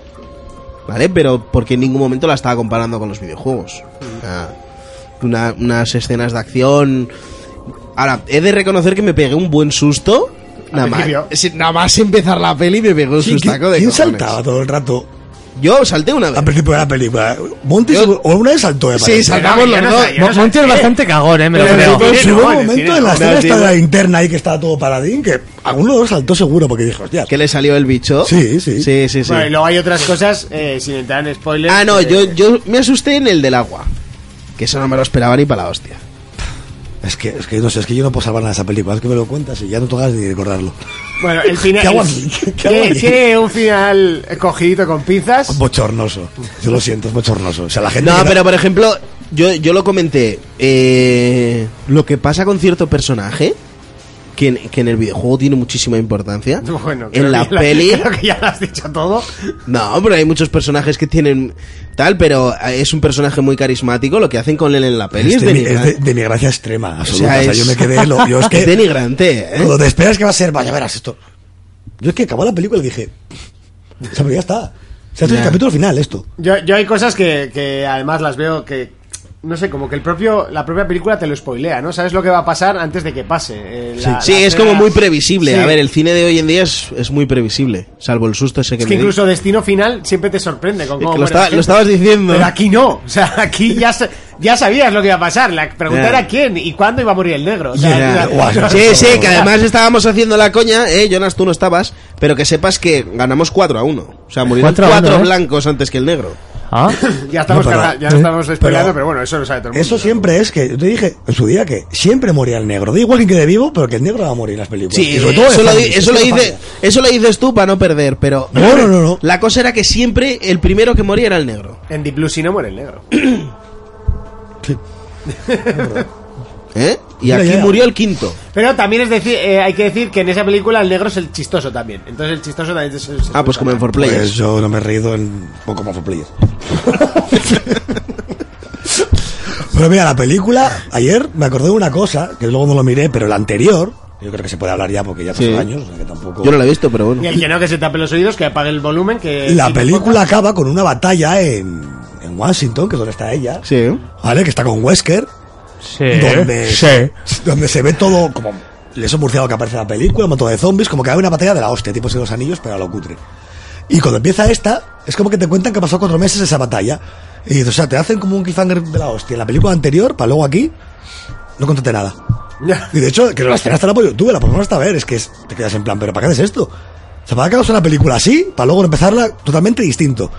¿Vale? Pero porque en ningún momento la estaba comparando con los videojuegos. Ah, una- unas escenas de acción. Ahora, he de reconocer que me pegué un buen susto. Nada más, principio. sí, nada más empezar la peli me pegó un ¿Quién, sustaco de quién cojones. saltaba todo el rato Yo salté una vez. al principio de la película? Montes Yo- o una vez saltó, me Sí, parece. saltamos Pero los ya no dos. está, ya Mo- Monty es bastante cagón, eh, me lo Pero- pero- creo. Pero Sí, si hubo no, un vale, momento sí, en no, la escena no, esta sí, de la no. interna ahí que estaba todo paradín, que alguno de los saltó seguro porque dijo, hostia. Que le salió el bicho. Sí, sí. Sí, sí, sí. Bueno, y luego hay otras cosas, eh, sin entrar en spoilers. Ah, no, eh, yo, yo me asusté en el del agua. Que eso no me lo esperaba ni para la hostia. Es que, es que no sé, es que yo no puedo salvar nada de esa película. Es que me lo cuentas y ya no tocas ni recordarlo. Bueno, el final. ¿Qué hago aquí? ¿Qué hago Tiene- aquí? Tiene un final cogidito con pinzas. Bochornoso. Yo lo siento, es bochornoso. O sea, la gente. No, que pero por ejemplo, yo, yo lo comenté. eh, lo que pasa con cierto personaje, que en, que en el videojuego tiene muchísima importancia. Bueno, creo en la que ya peli. creo que ya lo has dicho todo. No, pero hay muchos personajes que tienen tal, pero es un personaje muy carismático. Lo que hacen con él en la peli Es, es, de, mi- denigrar- es de- denigrancia extrema, o absoluta. sea, O sea, yo me quedé. Lo, yo es que. es denigrante, ¿eh? Cuando te esperas que va a ser, vaya, verás esto. Yo es que acabó la película y dije, o sea, pero ya está. O sea, esto es el capítulo final, esto. Yo, yo hay cosas que, que además las veo que. No sé, como que el propio, la propia película te lo spoilea, ¿no? Sabes lo que va a pasar antes de que pase. eh, la- Sí, la es escena- como muy previsible. Sí. A ver, el cine de hoy en día es, es muy previsible, salvo el susto ese que Es que me di. incluso Destino Final siempre te sorprende con Es cómo que lo, muere estaba- la gente. lo estabas diciendo. Pero aquí no, o sea, aquí ya, sa- ya sabías lo que iba a pasar. La pregunta Ya. era quién y cuándo iba a morir el negro. O sea, Ya. tú la- Sí, sí, que además estábamos haciendo la coña, eh, Jonas, tú no estabas, pero que sepas que ganamos 4 a 1. O sea, murieron 4 a 4 1, ¿eh? blancos antes que el negro. ¿Ah? ya estamos, No, pero- carga- ya estamos spoileando, pero- pero bueno, eso lo sabe todo el mundo. Eso siempre es que yo te dije en su día que siempre moría el negro. Da igual que quede vivo, pero que el negro va a morir en las películas. Sí, Y sobre todo en eso, lo, Family, di- es eso que lo no dice, falla. eso lo dices tú para no perder, pero... No, no, no, no. La cosa era que siempre el primero que moría era el negro. En Deep Blue si no muere el negro. ¿Eh? Y Mira, aquí ya. murió el quinto. Pero también es decir, eh, hay que decir que en esa película el negro es el chistoso también. Entonces el chistoso también es el Ah, pues como en For Pues Players. yo no me he reído en poco más for player. pero mira, la película, ayer me acordé de una cosa, que luego no lo miré, pero la anterior, yo creo que se puede hablar ya porque ya pasó Sí. años, o sea que tampoco. Yo no lo he visto, pero bueno. Y el que no, que se tape los oídos, que apague el volumen, que... La y- película acaba con una batalla en, en Washington, que es donde está ella. Sí. ¿Vale? Que está con Wesker. Sí. Donde, donde se ve todo como. Les he murciado que aparece en la película, un montón de zombies, como que hay una batalla de la hostia, tipo si los anillos, pero a lo cutre. Y cuando empieza esta, es como que te cuentan que pasó cuatro meses esa batalla. Y dices, o sea, te hacen como un cliffhanger de la hostia. En la película anterior, para luego aquí, no contate nada. Y de hecho, que la escena hasta la poli- tú, la podemos hasta ver, es que es- te quedas en plan, pero ¿para qué haces esto? O sea, ¿para qué hagas una película así? Para luego empezarla totalmente distinto.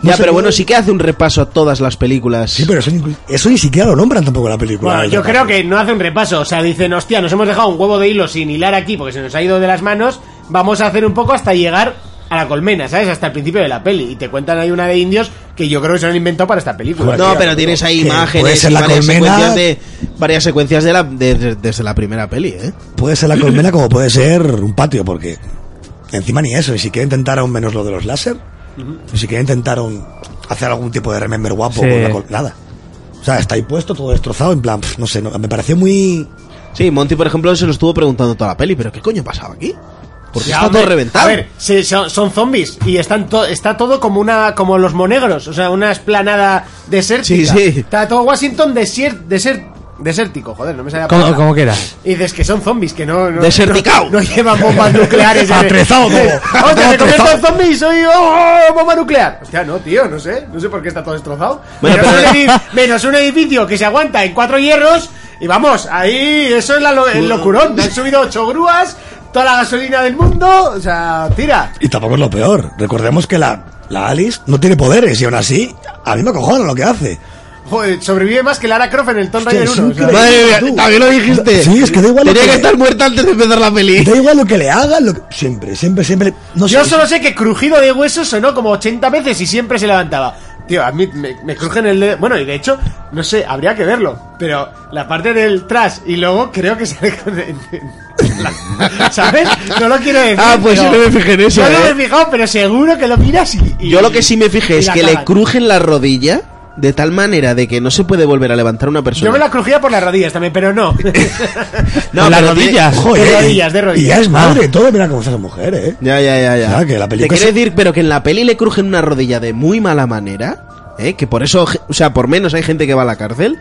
No ya, sé pero bueno, cómo- sí que hace un repaso a todas las películas. Sí, pero eso, ni- eso ni siquiera lo nombran tampoco en la película. Bueno, la yo verdad. creo que no hace un repaso. O sea, dicen, hostia, nos hemos dejado un huevo de hilo sin hilar aquí porque se nos ha ido de las manos. Vamos a hacer un poco hasta llegar a la colmena, ¿sabes? Hasta el principio de la peli. Y te cuentan ahí una de indios que yo creo que se han inventado para esta película. No, pero tienes ahí que puede imágenes ser y la varias colmena. secuencias de varias secuencias de la de- de- desde la primera peli, ¿eh? Puede ser la colmena como puede ser un patio, porque encima ni eso, ni siquiera intentaron menos lo de los láser, ni siquiera intentaron hacer algún tipo de remember guapo Sí. con la col- nada. O sea, está ahí puesto, todo destrozado, en plan, pf, no sé, no- me pareció muy... Sí, Monty por ejemplo se lo estuvo preguntando toda la peli, pero ¿qué coño pasaba aquí? Porque Ya, está hombre, todo reventado. A ver, sí, son, son zombies y están to- está todo como una como los monegros, o sea, una esplanada desértica. Sí, sí. Está todo Washington desier- deser- desértico, joder, no me sale la ¿Cómo, palabra. cómo queda? Y dices que son zombies, que no... no Deserticao. No, no llevan bombas nucleares. Atrezado todo. ¡Hostia, me Atrezado. convierto en zombie! ¡Soy oh, oh, bomba nuclear! Hostia, no, tío, no sé. No sé por qué está todo destrozado. Bueno, menos, pero- un edi- menos un edificio que se aguanta en cuatro hierros y vamos, ahí, eso es la lo- el locurón. Han subido ocho grúas, toda la gasolina del mundo, o sea, tira. Y tampoco es lo peor, recordemos que la, la Alice no tiene poderes y aún así, a mí me acojona lo que hace. Joder, sobrevive más que Lara Croft en el Tomb Hostia, Raider es 1. o sea. increíble. Madre mía, Tú. también lo dijiste. Sí, es que da igual lo Tenía que, que- estar muerta antes de empezar la peli. Da igual lo que le hagan, lo que- siempre, siempre, siempre... No Yo sé, solo sé que crujido de huesos sonó como 80 veces y siempre se levantaba. Tío, a mí me, me crujen el dedo. Bueno, y de hecho, no sé, habría que verlo. Pero la parte del tras y luego creo que sale con. en- en la- ¿Sabes? No lo quiero decir. Ah, pues pero- yo no me fijé en eso, Yo no eh. me he fijado, pero seguro que lo miras y. y- Yo lo que sí me fijé y es la que le cagan. crujen la rodilla de tal manera de que no se puede volver a levantar una persona. Yo me la crujía por las rodillas también, pero no. No, Con las pero tiene- rodillas. joder, de rodillas, de y- rodillas. Ah. Y ya es madre, todo mira cómo está esa mujer, eh. Ya, ya, ya, ya. Ah, que la peli- Te que quiero se- decir, pero que en la peli le crujen una rodilla de muy mala manera, ¿eh? que por eso, o sea, por menos hay gente que va a la cárcel,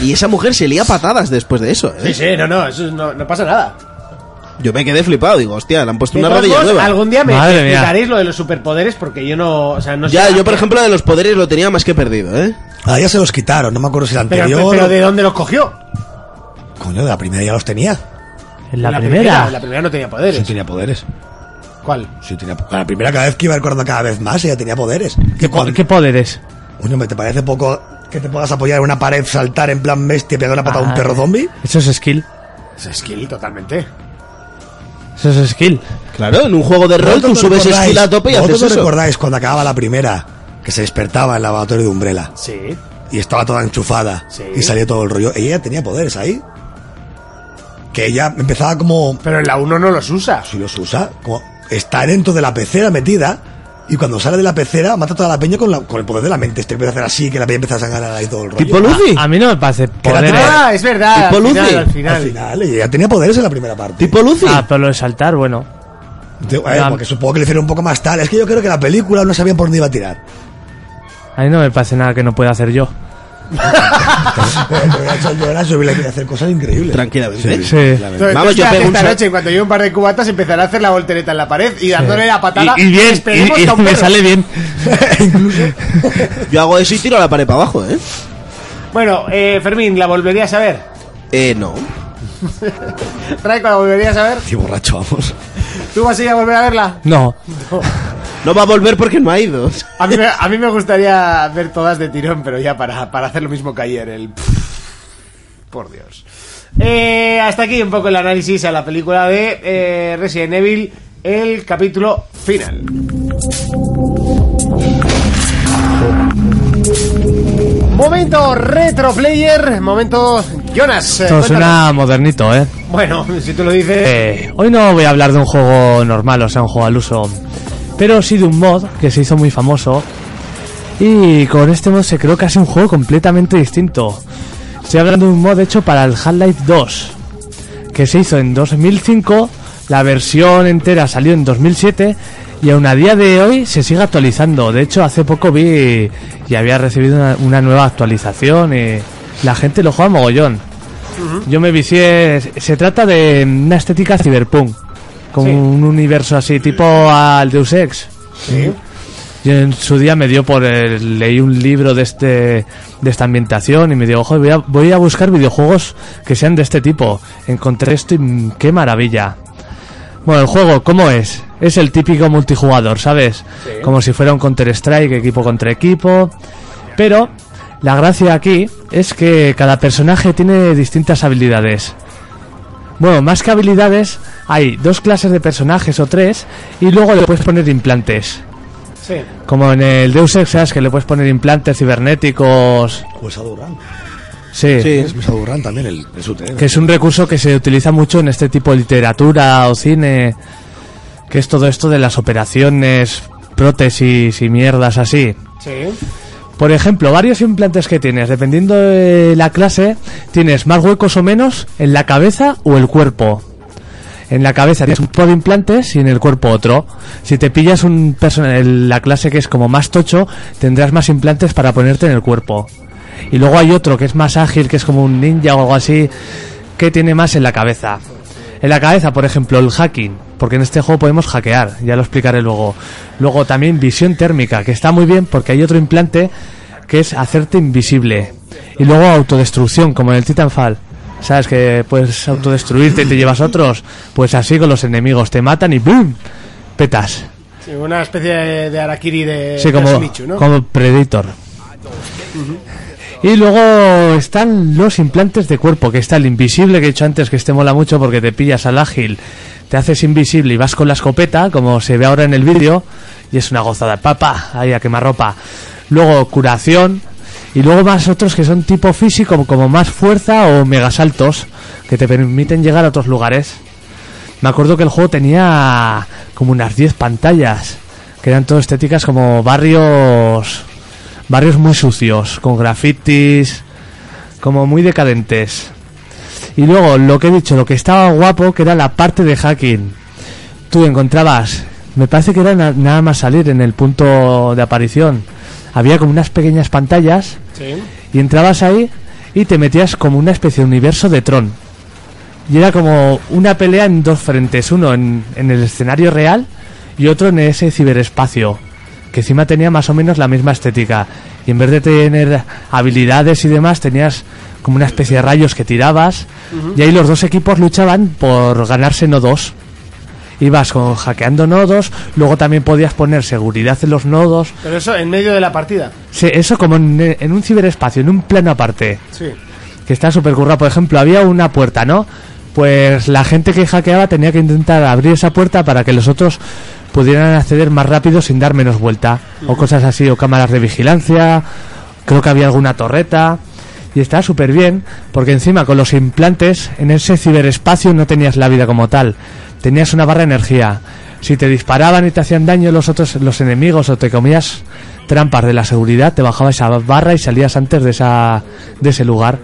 y esa mujer se lía patadas después de eso, Sí, ¿eh? sí, no, no, eso no, no pasa nada. Yo me quedé flipado, digo, hostia, le han puesto De una todos rodilla modos, nueva. Algún día me Madre mía. explicaréis lo de los superpoderes porque yo no. O sea, no Ya, sé- yo por ejemplo de los poderes lo tenía más que perdido, ¿eh? Ah, ya se los quitaron, no me acuerdo si la Pero, anterior pero o- ¿de dónde los cogió? Coño, de la primera ya los tenía. ¿En la, primera? La primera no tenía poderes. tenía poderes. ¿Cuál? Sí tenía, la primera cada vez que iba recordando cada vez más ella tenía poderes. ¿Qué, po- qué poderes? Coño, ¿me te parece poco que te puedas apoyar en una pared, saltar en plan bestia, pegar una patada Ah, a un perro zombie? Eso es skill. Es skill totalmente. Eso es skill. Claro, en un juego de rol tú ¿Vosotros subes recordáis- skill a tope y haces ¿Vosotros eso. recordáis cuando acababa la primera que se despertaba en el lavatorio de Umbrella Sí. y estaba toda enchufada Sí. y salió todo el rollo? Ella tenía poderes ahí. que ella empezaba como Pero en la 1 no los usa. si los usa, como está dentro de la pecera metida y cuando sale de la pecera mata a toda la peña con, la- con el poder de la mente. Este empieza a hacer así, que la peña empieza a sangrar ahí todo el rollo. ¿Tipo Lucy? A mí no me parece era poder. eh, tres. Ah, es verdad. Tipo Al Lucy. final, al final. Al final, y ella tenía poderes en la primera parte. ¿Tipo Lucy? Ah, pero lo de saltar, bueno. De- eh, la- porque supongo que le hicieron un poco más tal. Es que yo creo que la película no sabían por dónde iba a tirar. A mí no me parece nada que no pueda hacer yo. Lo eh, hubiera hecho yo era subirle y hacer cosas increíbles. Tranquilamente. Sí. Entonces, Vamos, tú yo espérate pego un esta sal- noche, cuando lleve un par de cubatas, empezará a hacer la voltereta en la pared y dándole la patada. Y, y bien, esperemos y, y que a un me perro. sale bien. Yo hago eso y tiro la pared para abajo, ¿eh? Bueno, eh, Fermín, ¿la volverías a ver? Eh, no. Raico, ¿la volverías a ver? Qué borracho vamos. ¿Tú vas a ir a volver a verla? No. No va a volver porque no ha ido. A mí, me- a mí me gustaría ver todas de tirón, pero ya para, para hacer lo mismo que ayer, el... Por Dios. Eh, hasta aquí un poco el análisis a la película de eh, Resident Evil, el capítulo final. Momento retro player, momento Jonas. eh, Esto cuéntanos. suena modernito, ¿eh? Bueno, si tú lo dices... Eh, Hoy no voy a hablar de un juego normal, o sea, un juego al uso. Pero sí de un mod que se hizo muy famoso. Y con este mod se creó casi un juego completamente distinto. Estoy hablando de un mod hecho para el Half-Life 2. Que se hizo en 2005. La versión entera salió en 2007. Y aún a día de hoy se sigue actualizando. De hecho, hace poco vi y había recibido una, una nueva actualización. Y la gente lo juega mogollón. Yo me vicié. Se trata de una estética cyberpunk. Con Sí. un universo así, tipo al Deus Ex. Yo en su día me dio por. el- leí un libro de este de esta ambientación y me digo, "Joder, voy a, voy a buscar videojuegos que sean de este tipo. Encontré esto y mm, qué maravilla. Bueno, el juego, ¿cómo es? Es el típico multijugador, ¿sabes? Como si fuera un Counter-Strike, equipo contra equipo. Pero la gracia aquí es que cada personaje tiene distintas habilidades. Bueno, más que habilidades, hay dos clases de personajes o tres, y luego le puedes poner implantes. Sí. Como en el Deus Ex, ¿sabes? Que le puedes poner implantes cibernéticos. Pues a Durán. Sí. Es pues a Durán también el, el su tema. Que es un recurso que se utiliza mucho en este tipo de literatura o cine. Que es todo esto de las operaciones, prótesis y mierdas así. Sí. Por ejemplo, varios implantes que tienes, dependiendo de la clase, tienes más huecos o menos en la cabeza o el cuerpo. En la cabeza tienes un tipo de implantes y en el cuerpo otro. Si te pillas un persona- el- la clase que es como más tocho, tendrás más implantes para ponerte en el cuerpo. Y luego hay otro que es más ágil, que es como un ninja o algo así, que tiene más en la cabeza. En la cabeza, por ejemplo, el hacking, porque en este juego podemos hackear, ya lo explicaré luego. Luego también visión térmica, que está muy bien porque hay otro implante que es hacerte invisible. Y luego autodestrucción, como en el Titanfall. ¿Sabes que puedes autodestruirte y te llevas otros? Pues así con los enemigos, te matan y ¡boom! Petas. Sí, una especie de, de Arakiri de, Sí, de como, Shinichu, eh, ¿no? como Predator. Y luego están los implantes de cuerpo, que está el invisible que he hecho antes, que este mola mucho porque te pillas al ágil, te haces invisible y vas con la escopeta, como se ve ahora en el vídeo, y es una gozada. Papá, ahí a quemarropa. Luego curación, y luego más otros que son tipo físico, como más fuerza o megasaltos, que te permiten llegar a otros lugares. Me acuerdo que el juego tenía como unas 10 pantallas, que eran todo estéticas como barrios barrios muy sucios, con grafitis, como muy decadentes. Y luego, lo que he dicho, lo que estaba guapo, que era la parte de hacking. Tú encontrabas, me parece que era na- nada más salir en el punto de aparición. Había como unas pequeñas pantallas Sí. y entrabas ahí y te metías como una especie de universo de Tron. Y era como una pelea en dos frentes, uno en, en el escenario real y otro en ese ciberespacio, que encima tenía más o menos la misma estética. Y en vez de tener habilidades y demás, tenías como una especie de rayos que tirabas y ahí los dos equipos luchaban por ganarse nodos. Ibas con, hackeando nodos, luego también podías poner seguridad en los nodos. Pero eso en medio de la partida. Sí, eso como en- en un ciberespacio, en un plano aparte Sí. que está súper currado. Por ejemplo, había una puerta, ¿no? Pues la gente que hackeaba tenía que intentar abrir esa puerta para que los otros pudieran acceder más rápido sin dar menos vuelta. O cosas así, o cámaras de vigilancia, creo que había alguna torreta. y está súper bien, porque encima con los implantes en ese ciberespacio no tenías la vida como tal, tenías una barra de energía. Si te disparaban y te hacían daño los otros, los enemigos o te comías trampas de la seguridad, te bajabas esa barra y salías antes de esa de ese lugar.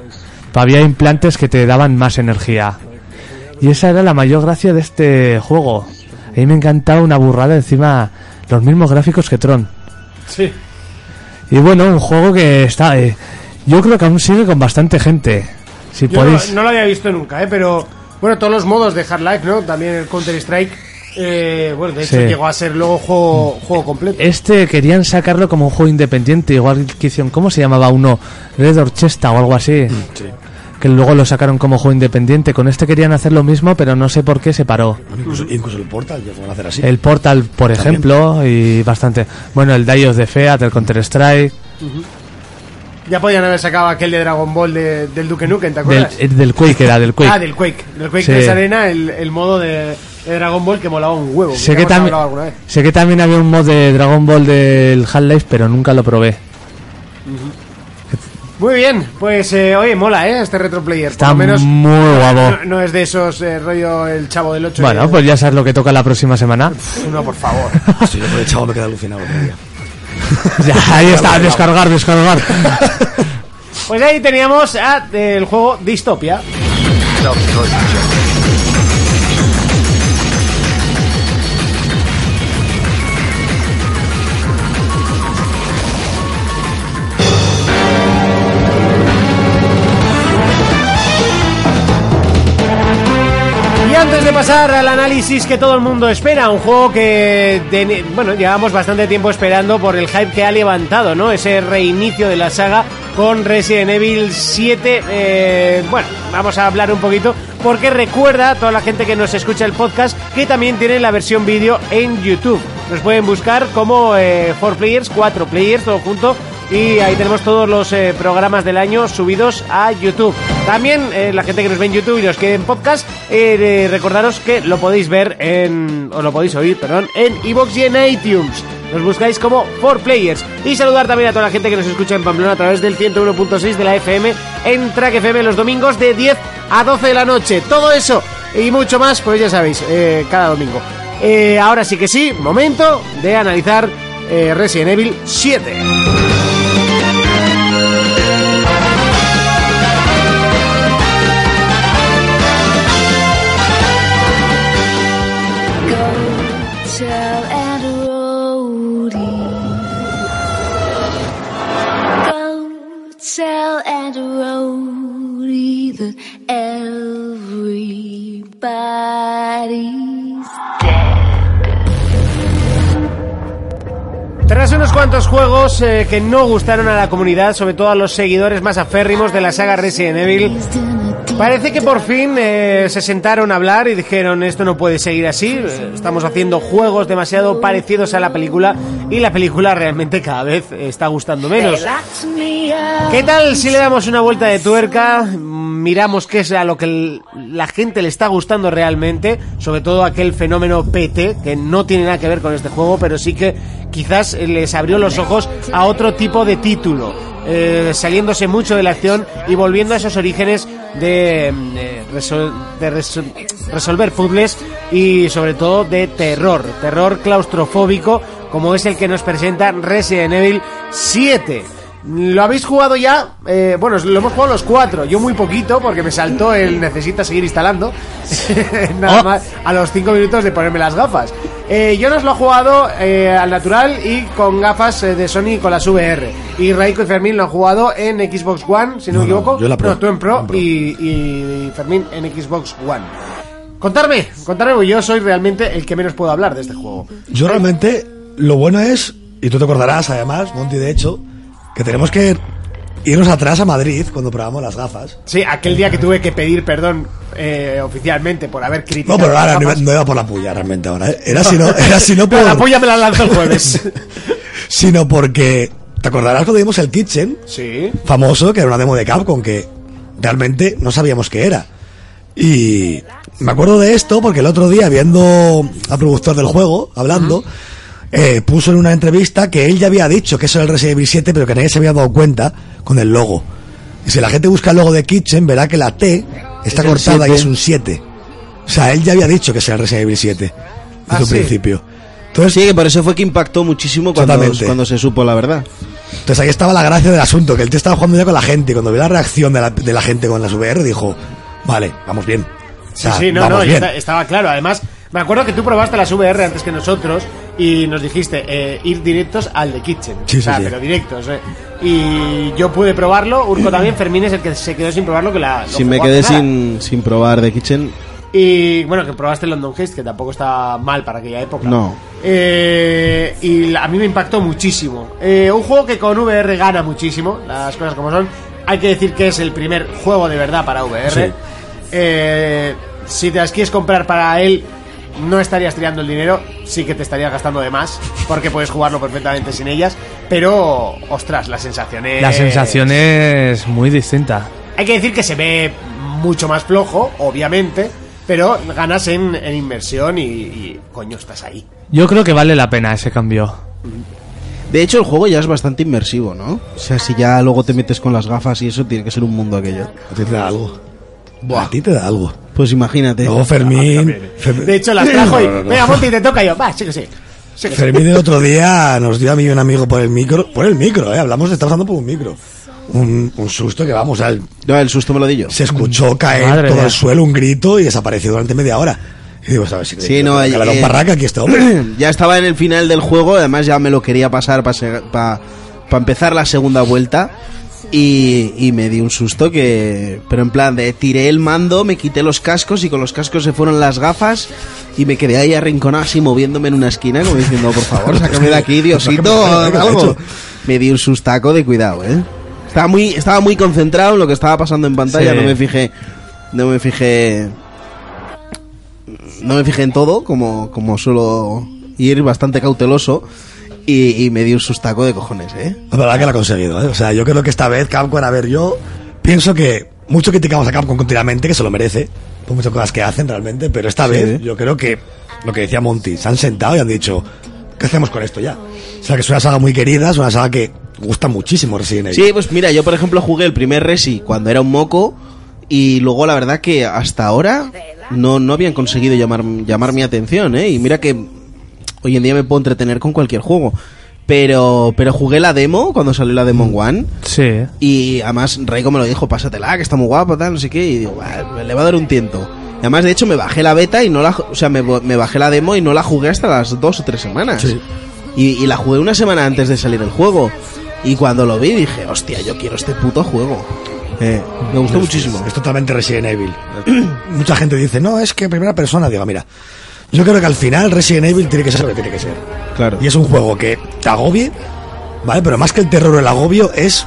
Pero había implantes que te daban más energía. Y esa era la mayor gracia de este juego. A mí me encantaba una burrada encima los mismos gráficos que Tron. Sí. Y bueno, un juego que está. eh, yo creo que aún sigue con bastante gente. Si Yo podéis. no, no lo había visto nunca, ¿eh? pero bueno, todos los modos de Hard Life, ¿no? También el Counter Strike. eh, bueno, de hecho Sí. llegó a ser luego juego, juego completo. Este querían sacarlo como un juego independiente, igual que hicieron. ¿Cómo se llamaba uno? Red Orchestra o algo así. Que luego lo sacaron como juego independiente. Con este querían hacer lo mismo, pero no sé por qué se paró. Incluso, incluso el Portal ya lo van a hacer así. El Portal, por ejemplo, y bastante. Bueno, el Dios de Feat, el Counter Strike, Ya podían haber sacado aquel de Dragon Ball de- del Duke Nukem, ¿te del, acuerdas? eh, del Quake era, del Quake. Ah, del Quake. Del Quake Sí. 3 Arena, el, el modo de, de Dragon Ball que molaba un huevo. sé, ya que hemos también, hablado alguna vez. sé que también había un mod de Dragon Ball del Half-Life, pero nunca lo probé. Muy bien, pues eh, oye, mola, ¿eh? Este retroplayer. Está Por lo menos muy guapo. no, no es de esos eh, rollo el chavo del 8. Bueno, pues ya sabes lo que toca la próxima semana. No, por favor. Si yo por el chavo me quedé alucinado. otro día. Ya, ahí está, descargar, descargar. Pues ahí teníamos a, eh, el juego Distopia. Y antes de pasar al análisis que todo el mundo espera, un juego que teni- bueno, llevamos bastante tiempo esperando por el hype que ha levantado, ¿no? Ese reinicio de la saga con Resident Evil 7. eh, bueno, vamos a hablar un poquito porque recuerda a toda la gente que nos escucha el podcast que también tiene la versión vídeo en YouTube. Nos pueden buscar como eh, 4players, 4players, todo junto y ahí tenemos todos los eh, programas del año subidos a YouTube. También eh, la gente que nos ve en YouTube y los que en podcast, eh, eh, recordaros que lo podéis ver en, o lo podéis oír, perdón, en iBox y en iTunes. Nos buscáis como 4Players. Y saludar también a toda la gente que nos escucha en Pamplona a través del 101.6 de la FM en Track FM los domingos de 10 a 12 de la noche. Todo eso y mucho más, pues ya sabéis, eh, cada domingo. Eh, ahora sí que sí, momento de analizar eh, Resident Evil 7. Shell and Roddy. Go tell and Roddy that everybody's Tras unos cuantos juegos eh, que no gustaron a la comunidad, sobre todo a los seguidores más aférrimos de la saga Resident Evil, parece que por fin eh, se sentaron a hablar y dijeron esto no puede seguir así, eh, estamos haciendo juegos demasiado parecidos a la película y la película realmente cada vez está gustando menos. locked me up. ¿Qué tal si le damos una vuelta de tuerca? Miramos qué es a lo que el- la gente le está gustando realmente, sobre todo aquel fenómeno PT, que no tiene nada que ver con este juego, pero sí que quizás les abrió los ojos a otro tipo de título, eh, saliéndose mucho de la acción y volviendo a esos orígenes de, mm, eh, resol- de resol- resolver puzzles y sobre todo de terror, terror claustrofóbico como es el que nos presenta Resident Evil 7. Lo habéis jugado ya, eh, bueno, lo hemos jugado los cuatro, yo muy poquito porque me saltó el necesita seguir instalando, nada Oh. más a los cinco minutos de ponerme las gafas. Eh, yo nos lo he jugado eh, al natural y con gafas eh, de Sony y con las VR. Y Raiko y Fermín lo han jugado en Xbox One, si No, no, me no, equivoco. yo en la Pro. No, tú en Pro, En Pro. Y, y Fermín en Xbox One. Contarme, contarme, porque yo soy realmente el que menos puedo hablar de este juego. Yo realmente, lo bueno es, y tú te acordarás además, Monty, de hecho, que tenemos que irnos atrás a Madrid cuando probamos las gafas. Sí, aquel día que tuve que pedir perdón eh, oficialmente por haber criticado. No, pero ahora las no iba, gafas. no iba por la puya realmente ahora. ¿eh? Era si no, era si no No, por- la polla me la lanzó el jueves. sino porque te acordarás cuando vimos el Kitchen sí. famoso, que era una demo de Capcom que realmente no sabíamos qué era. Y me acuerdo de esto porque el otro día, viendo al productor del juego hablando, eh, puso en una entrevista que él ya había dicho que eso era el Resident Evil 7, pero que nadie se había dado cuenta con el logo. Y si la gente busca el logo de Kitchen, verá que la T está Es el cortada y siete. es un 7. O sea, él ya había dicho que sea el Resident Evil 7 desde Ah, un sí. principio. Entonces, Sí, que por eso fue que impactó muchísimo cuando, Exactamente. cuando se supo la verdad. entonces ahí estaba la gracia del asunto, que él te estaba jugando ya con la gente. Y cuando vio la reacción de la, de la gente con las VR, dijo, vale, vamos bien. O sea, sí, no, vamos no, ya bien. está- estaba claro. Además, me acuerdo que tú probaste las VR antes que nosotros y nos dijiste eh, ir directos al de Kitchen. Sí, o sea, sí, sí. pero directos. eh. Y yo pude probarlo, Urco también, Fermín es el que se quedó sin probarlo. que la, no Si me jugó a quedé nada. sin, sin probar The Kitchen, Y bueno, que probaste London Heist, que tampoco está mal para aquella época. No. Eh, y la- a mí me impactó muchísimo. Eh, un juego que con VR gana muchísimo, las cosas como son. Hay que decir que es el primer juego de verdad para VR. Sí. Eh, si te las quieres comprar para él, no estarías tirando el dinero, sí que te estarías gastando de más, porque puedes jugarlo perfectamente sin ellas. Pero, ostras, las sensaciones. La sensación es muy distinta. Hay que decir que se ve mucho más flojo, obviamente, pero ganas en, en inversión y, y, coño, estás ahí. Yo creo que vale la pena ese cambio. De hecho, el juego ya es bastante inmersivo, ¿no? O sea, si ya luego te metes con las gafas y eso, tiene que ser un mundo aquello. A ti te da algo. A ti te da algo. Pues imagínate. Luego Fermín. Fer- De hecho, las trajo y. No, no, no. Venga, Monty, te toca Y yo. Va, sí que sí. Sí que sí. Fermín el otro día nos dio a mí y un amigo por el micro. Por el micro, ¿eh? Hablamos, estamos hablando por un micro. Un, un susto que vamos, al No, el susto me lo di yo. se escuchó caer Madre todo mía. el suelo, un grito y desapareció durante media hora. Y digo, ¿sabes? Si Sí, no, hay. eh, un barraca aquí este hombre. Ya estaba en el final del juego, además ya me lo quería pasar para empezar la segunda vuelta. Y, y me di un susto que... Pero en plan, de tiré el mando, me quité los cascos y con los cascos se fueron las gafas y me quedé ahí arrinconado así moviéndome en una esquina como diciendo, por favor, sácame de aquí, Diosito, Sácame, sácame, algo. macho. Me di un sustaco de cuidado, ¿eh? Estaba muy, estaba muy concentrado en lo que estaba pasando en pantalla, Sí. no me fijé... No me fijé no me fijé en todo, como, como suelo ir bastante cauteloso, y, y me dio un sustaco de cojones, ¿eh? La verdad que lo ha conseguido, ¿eh? O sea, yo creo que esta vez Capcom, a ver, yo pienso que mucho criticamos a Capcom continuamente, que se lo merece, por muchas cosas que hacen realmente, pero esta vez yo creo que lo que decía Monty, se han sentado y han dicho, ¿qué hacemos con esto ya? O sea, que es una saga muy querida, es una saga que gusta muchísimo Resident Evil. Sí, pues mira, yo por ejemplo jugué el primer Resi cuando era un moco, y luego la verdad que hasta ahora no, no habían conseguido llamar, llamar mi atención, ¿eh? Y mira que hoy en día me puedo entretener con cualquier juego. Pero, pero jugué la demo cuando salió la demo en One. Sí. Y además Reiko me lo dijo, pásatela, que está muy guapa, tal, no sé qué. Y digo, "Bah, le va a dar un tiento. Y además, de hecho, me bajé la beta y no la... ju- O sea, me, bo- me bajé la demo y no la jugué hasta las dos o tres semanas. Y, y la jugué una semana antes de salir el juego. Y cuando lo vi dije, hostia, yo quiero este puto juego. Eh, me gustó muchísimo. Es totalmente Resident Evil. Mucha gente dice, no, es que primera persona. Digo, mira, yo creo que al final Resident Evil tiene que ser lo que tiene que ser. Claro. Y es un juego que te agobie, ¿vale? Pero más que el terror o el agobio es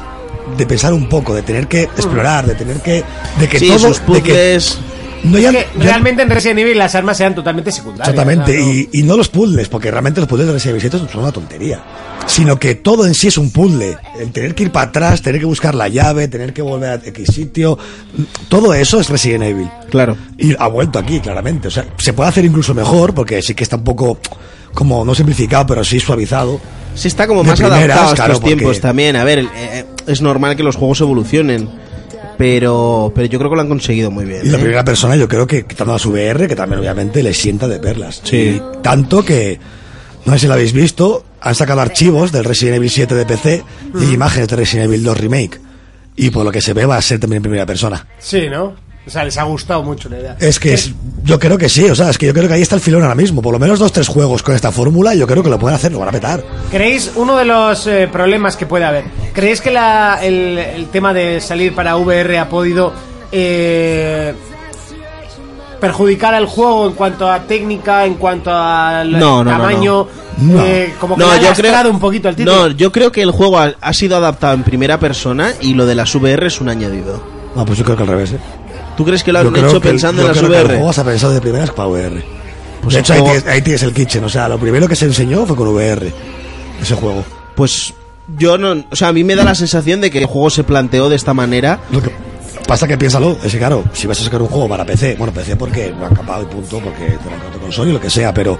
de pensar un poco, de tener que explorar, de tener que... De que sí, todo... sus de que- puzzles... no, ya, Que ya- realmente en Resident Evil las armas sean totalmente secundarias. Exactamente, o sea, no- y, y no los puzzles, porque realmente los puzzles de Resident Evil 7 son una tontería. Sino que todo en sí es un puzzle. El tener que ir para atrás, tener que buscar la llave, tener que volver a X sitio. Todo eso es Resident Evil. Claro. Y ha vuelto aquí, claramente. O sea, se puede hacer incluso mejor, porque sí que está un poco, como no simplificado, pero sí suavizado. Sí, está como De más primeras, adaptado a estos claro, porque- tiempos también. A ver, eh, eh, es normal que los juegos evolucionen. Pero, pero yo creo que lo han conseguido muy bien. Y la ¿eh? primera persona, yo creo que quitando a su VR, que también obviamente le sienta de perlas. Sí. Y tanto que, no sé si lo habéis visto, han sacado archivos del Resident Evil 7 de PC y imágenes de Resident Evil 2 Remake. Y por lo que se ve, va a ser también en primera persona. Sí, ¿no? O sea, les ha gustado mucho la idea. Es que es- yo creo que sí, o sea, es que yo creo que ahí está el filón ahora mismo. Por lo menos dos, tres juegos con esta fórmula, yo creo que lo pueden hacer, lo van a petar. ¿Creéis uno de los eh, problemas que puede haber? ¿Creéis que la- el, el tema de salir para VR ha podido eh, perjudicar al juego en cuanto a técnica, en cuanto al No, no, no, tamaño? no. eh, como que le ha lastrado un poquito al título. No, yo creo que el juego ha, ha sido adaptado en primera persona y lo de las VR es un añadido. Ah, pues yo creo que al revés, ¿eh? ¿Tú crees que lo Yo han creo hecho que- pensando yo en las creo que VR? el juego se ha pensado de primeras para VR. Pues de el hecho, ahí juego- tienes- ahí tienes el kitchen, o sea, lo primero que se enseñó fue con VR, ese juego. Pues yo no, o sea, a mí me da la sensación de que el juego se planteó de esta manera. Lo que pasa que piénsalo, es que claro, si vas a sacar un juego para PC, bueno, PC porque lo han capado y punto, porque te lo han capado con Sony, lo que sea, pero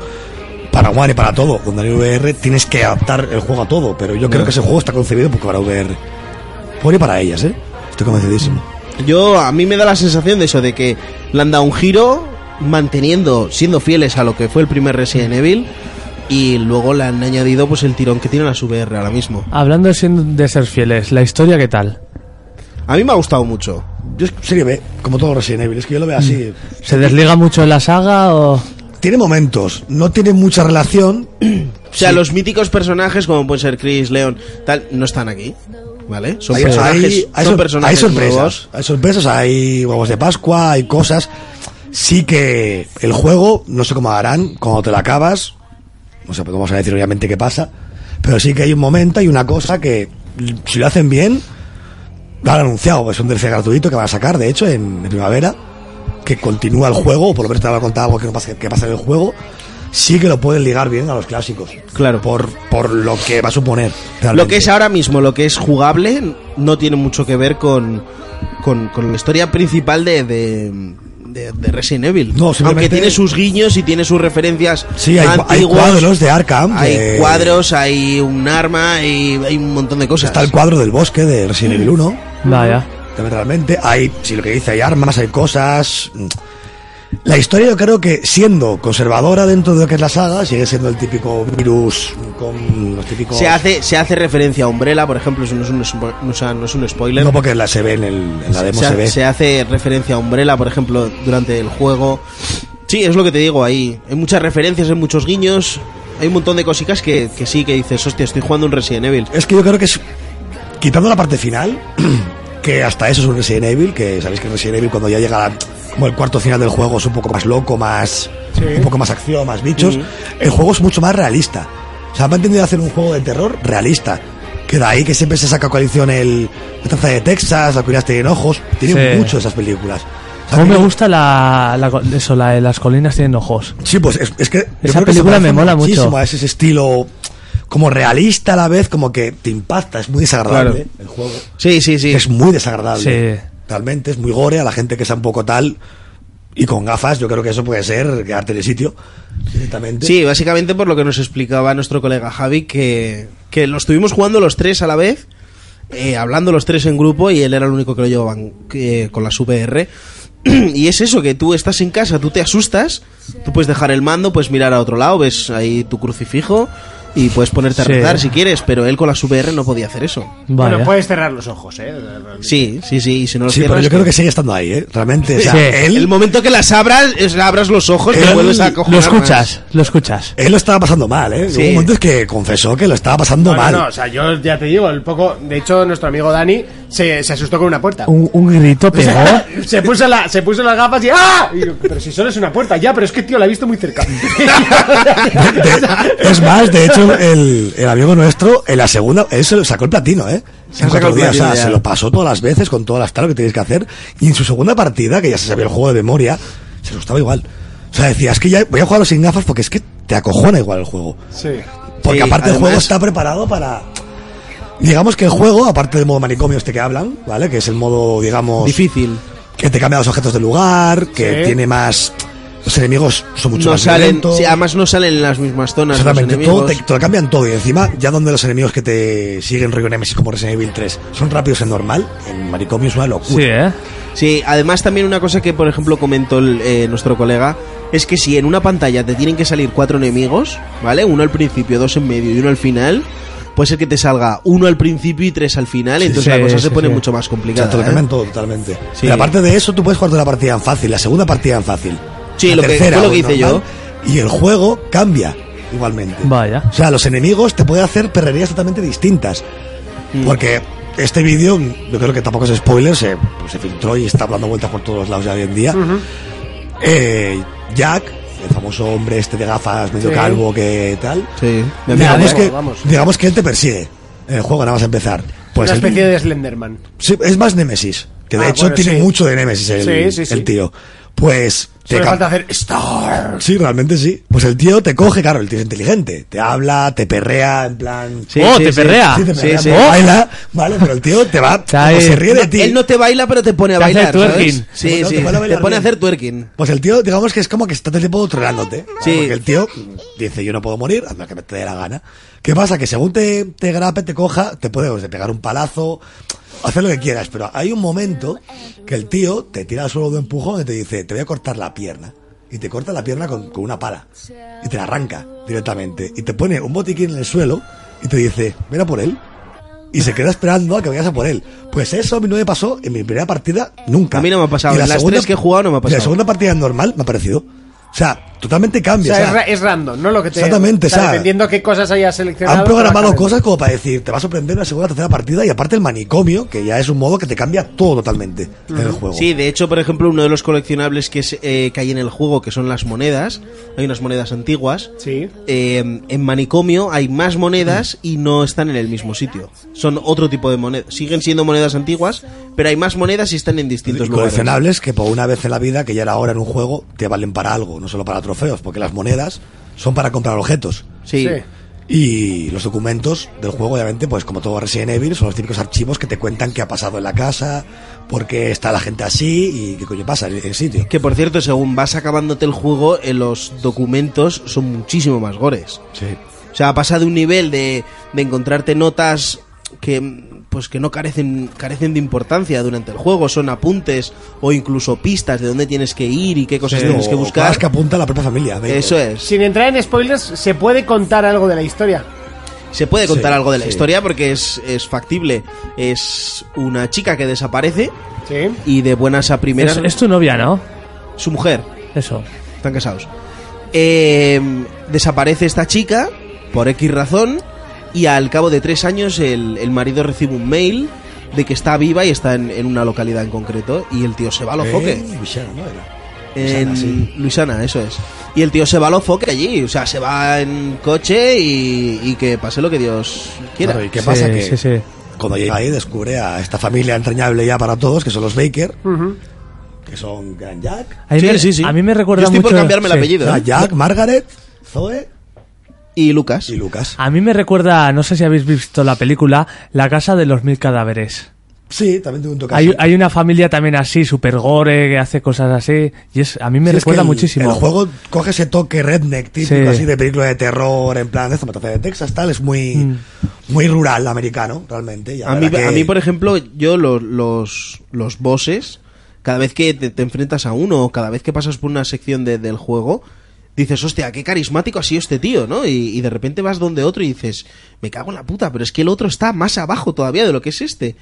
para One y para todo, donde hay VR tienes que pues, adaptar el juego a todo, pero yo creo que ese juego está concebido porque para VR. Por y para ellas, ¿eh? Estoy convencidísimo. Yo, a mí me da la sensación de eso, de que le han dado un giro manteniendo, siendo fieles a lo que fue el primer Resident Evil y luego le han añadido pues el tirón que tienen las VR ahora mismo. Hablando de, siendo- de ser fieles, ¿la historia qué tal? A mí me ha gustado mucho. Yo es- sí que ve, como todo Resident Evil, es que yo lo veo así. ¿Se desliga mucho de la saga o...? Tiene momentos, no tiene mucha relación. O sea, los míticos personajes como pueden ser Chris, Leon, tal, no están aquí, ¿vale? Son Hay, personajes, hay- hay son sor- personajes hay sorpresas. nuevos. Hay sorpresas, hay huevos de Pascua, hay cosas. Sí que el juego, no sé cómo harán, cuando te lo acabas, no sé, podemos decir obviamente qué pasa, pero sí que hay un momento, hay una cosa que, si lo hacen bien, lo han anunciado, pues es un DLC gratuito que van a sacar, de hecho, en, en primavera, que continúa el juego, o por lo menos te van a contar algo que, no pasa, que pasa en el juego, sí que lo pueden ligar bien a los clásicos. Claro. Por, por lo que va a suponer. Lo realmente. que es ahora mismo, lo que es jugable, no tiene mucho que ver con, con, con la historia principal de, de, de- de Resident Evil. No, simplemente- Aunque tiene sus guiños y tiene sus referencias Sí, hay, hay antiguas. cuadros de Arkham. Hay de- cuadros, hay un arma, hay, hay un montón de cosas. Está el cuadro del bosque de Resident Evil 1. Vaya. También realmente hay, si lo que dice, hay armas, hay cosas. La historia yo creo que siendo conservadora dentro de lo que es la saga, sigue siendo el típico virus con los típicos... se hace, se hace referencia a Umbrella, por ejemplo, eso no es un, spo- no, o sea, no es un spoiler. No porque la se ve en, el- en la demo se, se ha- ve. se hace referencia a Umbrella, por ejemplo, durante el juego. Sí, es lo que te digo ahí. Hay muchas referencias, hay muchos guiños. Hay un montón de cositas que, que sí, que dices, hostia, estoy jugando un Resident Evil. Es que yo creo que es. Quitando la parte final, que hasta eso es un Resident Evil, que sabéis que Resident Evil cuando ya llega la- como el cuarto final del juego es un poco más loco, más. un poco más acción, más bichos. El juego es mucho más realista. O sea, han entendido hacer un juego de terror realista. Que de ahí que siempre se saca a coalición el La Traza de Texas, La Cuidad tiene ojos. Tienen Sí. mucho esas películas. O sea, ¿Cómo que- me gusta la, la co- eso, la de las colinas tienen ojos? Sí, pues es, es que. yo Esa creo que película se parece me mola muchísimo mucho. A ese ese estilo como realista a la vez, como que te impacta, es muy desagradable Claro. el juego. Sí, sí, sí. Es muy desagradable. Sí. Realmente es muy gore a la gente que sea un poco tal y con gafas. Yo creo que eso puede ser quedarte en el sitio directamente. Sí, básicamente por lo que nos explicaba nuestro colega Javi, que, que lo estuvimos jugando los tres a la vez, eh, hablando los tres en grupo, y él era el único que lo llevaban eh, con la VR. Y es eso, que tú estás en casa, tú te asustas, tú puedes dejar el mando, puedes mirar a otro lado, ves ahí tu crucifijo y puedes ponerte a Sí. rezar si quieres, pero él con la VR no podía hacer eso. Vaya. Bueno, puedes cerrar los ojos, ¿eh? Sí, sí, sí, y si no lo Sí, pero cierras, yo creo que sigue estando ahí, ¿eh? Realmente. o sea, Sí. él, El momento que las abras, es- abras los ojos, te Él- vuelves a lo cojonar escuchas, lo escuchas. él lo estaba pasando mal, ¿eh? Sí. Hubo momentos que confesó que lo estaba pasando No, no, mal. no, o sea, yo ya te digo, el poco. De hecho, nuestro amigo Dani se, se asustó con una puerta. Un, un grito O pegó. sea, se, puso la, se puso las gafas y ¡ah! Y yo, pero si solo es una puerta, ya, pero es que tío la he visto muy cerca. De- es más, de hecho, el, el amigo nuestro, en la segunda, él se lo sacó el platino, ¿eh? Se En ha sacado cuatro el días, o sea, platino ya. se lo pasó todas las veces con todas las talas que tenéis que hacer. Y en su segunda partida, que ya se sabía el juego de memoria, se lo estaba igual. O sea, decía, es que ya voy a jugarlo sin gafas porque es que te acojona igual el juego. sí. Porque Sí, aparte el además- juego está preparado para. Digamos que el juego, aparte del modo manicomio este que hablan, ¿vale? Que es el modo, digamos. Difícil. Que te cambia los objetos del lugar, que Sí. tiene más. Los enemigos son mucho no más salen, violentos. sí, además no salen en las mismas zonas. los Exactamente, todo enemigos. te, te lo cambian todo y encima ya donde los enemigos que te siguen rollo Nemesis como Resident Evil 3 son rápidos en normal, en manicomio es una Sí, locura. ¿eh? Sí, además también una cosa que, por ejemplo, comentó el, eh, nuestro colega, es que si en una pantalla te tienen que salir cuatro enemigos, ¿vale? Uno al principio, dos en medio y uno al final, puede ser que te salga uno al principio y tres al final, entonces sí, la cosa sí, se pone sí. mucho más O sea, complicada. te lo ¿eh? cambian todo totalmente. Sí. Pero aparte de eso, tú puedes jugar toda la partida en fácil, la segunda partida en fácil. Sí, la lo que- tercera fue lo o que en hice yo. Y el juego cambia igualmente. Vaya. O sea, los enemigos te pueden hacer perrerías totalmente distintas. Mm. Porque este vídeo, yo creo que tampoco es spoiler, se, pues, se filtró y está dando vueltas por todos lados ya hoy en día. Eh, Jack, el famoso hombre este de gafas medio Sí. calvo que tal, Sí, mi amigo digamos, Vamos, que, vamos. digamos que él te persigue en el juego, nada más empezar. Pues una él- especie de Slenderman. sí, es más Nemesis, que de Ah, hecho bueno, tiene sí. mucho de Nemesis el, Sí, sí, sí. el tío. Pues Solo ca- falta hacer Star. Sí, realmente sí. Pues el tío te coge, claro, el tío es inteligente. Te habla, te perrea, en plan. Sí, ¡Oh, sí, te sí. perrea! Oh, Sí, te sí, perrea, sí. te baila, vale, pero el tío te va, sea, como eh, se ríe de ti. Él no te baila, pero te pone a Te hace bailar. twerking. ¿sabes? Sí, Bueno, te sí, pone a te bailar pone a bien. hacer twerking. Pues el tío, digamos que es como que está todo el tiempo troleándote. Sí. Porque el tío dice, yo no puedo morir, anda que me te dé la gana. ¿Qué pasa? Que según te, te grape, te coja, te puede pues, de pegar un palazo, hacer lo que quieras, pero hay un momento que el tío te tira al suelo de un empujón y te dice, te voy a cortar la pierna. Y te corta la pierna con, con una pala. Y te la arranca directamente. Y te pone un botiquín en el suelo y te dice, ven a por él. Y se queda esperando a que vayas a por él. Pues eso a mí no me pasó en mi primera partida nunca. A mí no me ha pasado. Y En las tres que he jugado no me ha y pasado. La segunda partida normal me ha parecido. O sea, totalmente cambia. O sea, o sea, es, ra- es random, ¿no? Lo que te, Exactamente, o sea, o sea, dependiendo qué cosas hayas seleccionado. Han te va programado cambiando. cosas como para decir, te va a sorprender la segunda o tercera partida y aparte el manicomio, que ya es un modo que te cambia todo totalmente en el juego. Sí, de hecho, por ejemplo, uno de los coleccionables que, es, eh, que hay en el juego, que son las monedas, hay unas monedas antiguas. Sí. Eh, en manicomio hay más monedas y no están en el mismo sitio. Son otro tipo de monedas. Siguen siendo monedas antiguas, pero hay más monedas y están en Y distintos lugares. coleccionables que por una vez en la vida, que ya era hora en un juego, te valen para algo, no solo para trofeos, porque las monedas son para comprar objetos. Sí. Sí. Y los documentos del juego, obviamente, pues como todo Resident Evil, son los típicos archivos que te cuentan qué ha pasado en la casa, por qué está la gente así y qué coño pasa en el sitio. Que por cierto, según vas acabándote el juego, eh, los documentos son muchísimo más gores. Sí. O sea, pasa de un nivel de, de encontrarte notas que pues que no carecen carecen de importancia durante el juego, son apuntes o incluso pistas de dónde tienes que ir y qué cosas tienes que buscar. eh, que apunta a la propia familia. venga. Eso es. Sin entrar en spoilers, se puede contar algo de la historia. Se puede contar Sí, algo de la sí. historia porque es, es factible. Es una chica que desaparece Sí. y de buenas a primeras Es, es tu novia, ¿no? su mujer Eso. están casados. Eh, desaparece esta chica por X razón y al cabo de tres años el, el marido recibe un mail de que está viva y está en, en una localidad en concreto y el tío se va a los foques. Eh, Luciana, ¿no era? En Luciana, sí. Luisana, eso es. Y el tío se va a los foques allí, o sea, se va en coche y, y que pase lo que Dios quiera. Claro, ¿y qué pasa? Sí, que sí, sí. cuando llega ahí descubre a esta familia entrañable ya para todos, que son los Baker, que son Grand Jack, A mí, Sí, me, sí, sí. a mí me recuerda Yo estoy mucho. por cambiarme el sí. apellido. Grand Jack, Margaret, Zoe Y Lucas. y Lucas. A mí me recuerda, no sé si habéis visto la película, La casa de los mil cadáveres. Sí, también tuve un toque Hay, así. hay una familia también así, super gore, que hace cosas así. Y es, a mí me Sí, es que recuerda el- muchísimo. El juego coge ese toque redneck típico Sí. así de película de terror, en plan de esta matanza de Texas, tal, es muy, Mm. muy rural americano, realmente. y la A mí, verdad a que- mí, por ejemplo, yo los, los, los bosses, cada vez que te, te enfrentas a uno o cada vez que pasas por una sección de- del juego, dices, hostia, qué carismático ha sido este tío, ¿no? Y, y de repente vas donde otro y dices, me cago en la puta, pero es que el otro está más abajo todavía de lo que es este.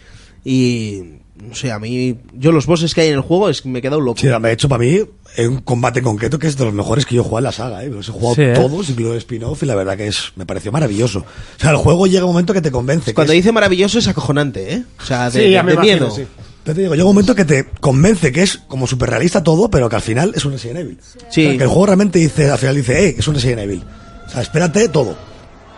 Y, no sé, a mí, yo los bosses que hay en el juego es que me he quedado loco. Sí, de hecho, para mí, es un combate concreto que es de los mejores que yo he jugado en la saga. ¿eh? Los he jugado Sí, ¿eh? todos, incluido el spin-off, y la verdad que es, me pareció maravilloso. O sea, el juego llega un momento que te convence. que Cuando es- dice maravilloso es acojonante, ¿eh? O sea, de, Sí, ya de- me de imagino, miedo. sí. Ya te digo, llega un momento que te convence que es como super realista todo, pero que al final es un Resident Evil. Sí. O sea, que el juego realmente dice, al final dice, eh, es un Resident Evil. O sea, espérate todo.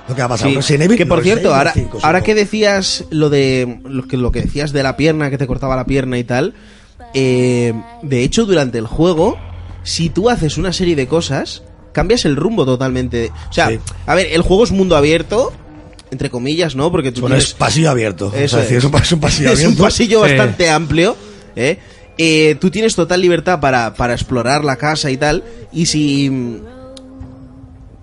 Lo que va a pasar. Sí, un Resident Evil, que por un cierto, Resident Evil ahora, 5, ahora supongo. que decías lo de lo que, lo que decías de la pierna, que te cortaba la pierna y tal, eh, de hecho durante el juego, si tú haces una serie de cosas, cambias el rumbo totalmente. O sea, Sí. a ver, el juego es mundo abierto, entre comillas, ¿no? Porque tú Bueno, es tienes- pasillo abierto. Eso Eso es, decir, es. es un, es un pasillo es abierto. un pasillo Sí. bastante amplio, ¿eh? Eh, tú tienes total libertad para, para explorar la casa y tal, y si mm,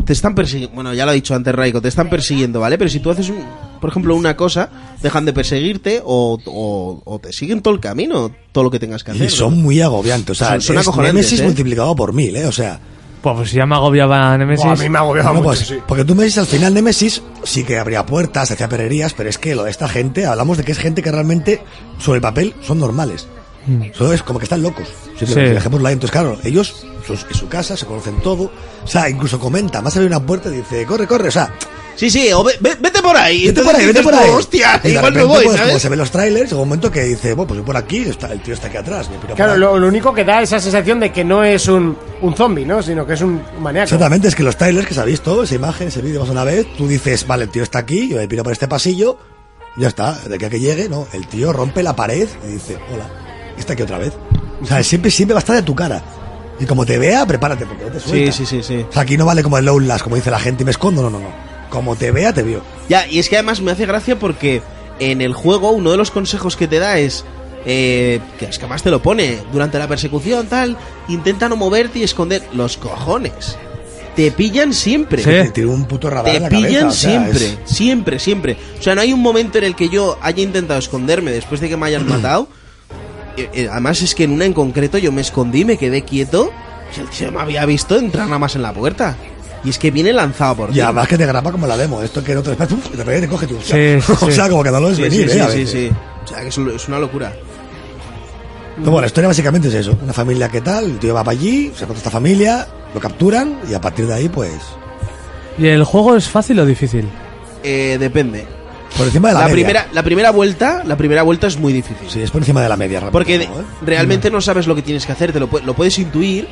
te están persiguiendo, bueno, ya lo ha dicho antes Raiko, te están persiguiendo, ¿vale? Pero si tú haces, un- por ejemplo, una cosa, dejan de perseguirte o, o- o te siguen todo el camino, todo lo que tengas que hacer. Y son muy agobiantes. O sea, Son- son es acojonantes, Nemesis ¿eh? multiplicado por mil, ¿eh? O sea, Pues, pues ya me agobiaba Nemesis. Buah, a mí me agobiaba Bueno, mucho, pues, sí. Porque tú me dices al final Nemesis sí que abría puertas, hacía pererías, pero es que lo de esta gente, hablamos de que es gente que realmente, sobre el papel, son normales. Solo es como que están locos. Si Sí. Dejémoslo ahí. Entonces, claro, ellos, sus- en su casa, se conocen todo. O sea, incluso comenta, más abre una puerta y dice, corre, corre. O sea, Sí, sí, o ve- ve- vete por ahí. vete por ahí, vete Entonces por dices, ahí. "Oh, Hostia, Y de igual me repente, voy, pues, ¿sabes? como se ven los trailers, llega un momento que dice, bueno, pues voy por aquí, está, el tío está aquí atrás. me piro Claro, para- lo, lo único que da esa sensación de que no es un, un zombie, ¿no? Sino que es un maníaco. Exactamente, es que los trailers que se ha visto, esa imagen, ese vídeo más de una vez, tú dices, vale, el tío está aquí, yo me piro por este pasillo, ya está, de que a que llegue, no, el tío rompe la pared y dice, hola, y está aquí otra vez. O sea, siempre, siempre va a estar de tu cara. Y como te vea, prepárate, porque no te suelta. Sí, sí, sí, sí. O sea, aquí no vale como el Lowlands, como dice la gente, y me escondo, no, no, no. Como te vea, te vio. Ya, y es que además me hace gracia porque en el juego uno de los consejos que te da es. eh, que es que además te lo pone. Durante la persecución, tal, intenta no moverte y esconder los cojones. te pillan siempre. Sí. Te tiene un puto radar Te en la cabeza. pillan o sea, siempre, es- siempre, siempre. O sea, no hay un momento en el que yo haya intentado esconderme después de que me hayan matado. Eh, eh, Además es que en una en concreto yo me escondí, me quedé quieto. y el que se me había visto entrar nada más en la puerta. Y es que viene lanzado por ti. Y además que te graba como la demo. Esto que no te esperas, ¡pum! y de repente te coge tú. O sea, Sí, sí, sí. o sea, como que no lo ves Sí, venir, sí, ¿eh? A sí, veces. sí, sí. O sea, que es, es una locura. Pero Pues bueno, la historia básicamente es eso. Una familia que tal, el tío va para allí, se encuentra esta familia, lo capturan y a partir de ahí, pues... ¿Y el juego es fácil o difícil? Eh, depende. Por encima de la, La media. primera, la primera vuelta, la primera vuelta es muy difícil. Sí, es por encima de la media. realmente, Porque de- ¿no? ¿Eh? realmente no sabes lo que tienes que hacer, te lo, pu- lo puedes intuir,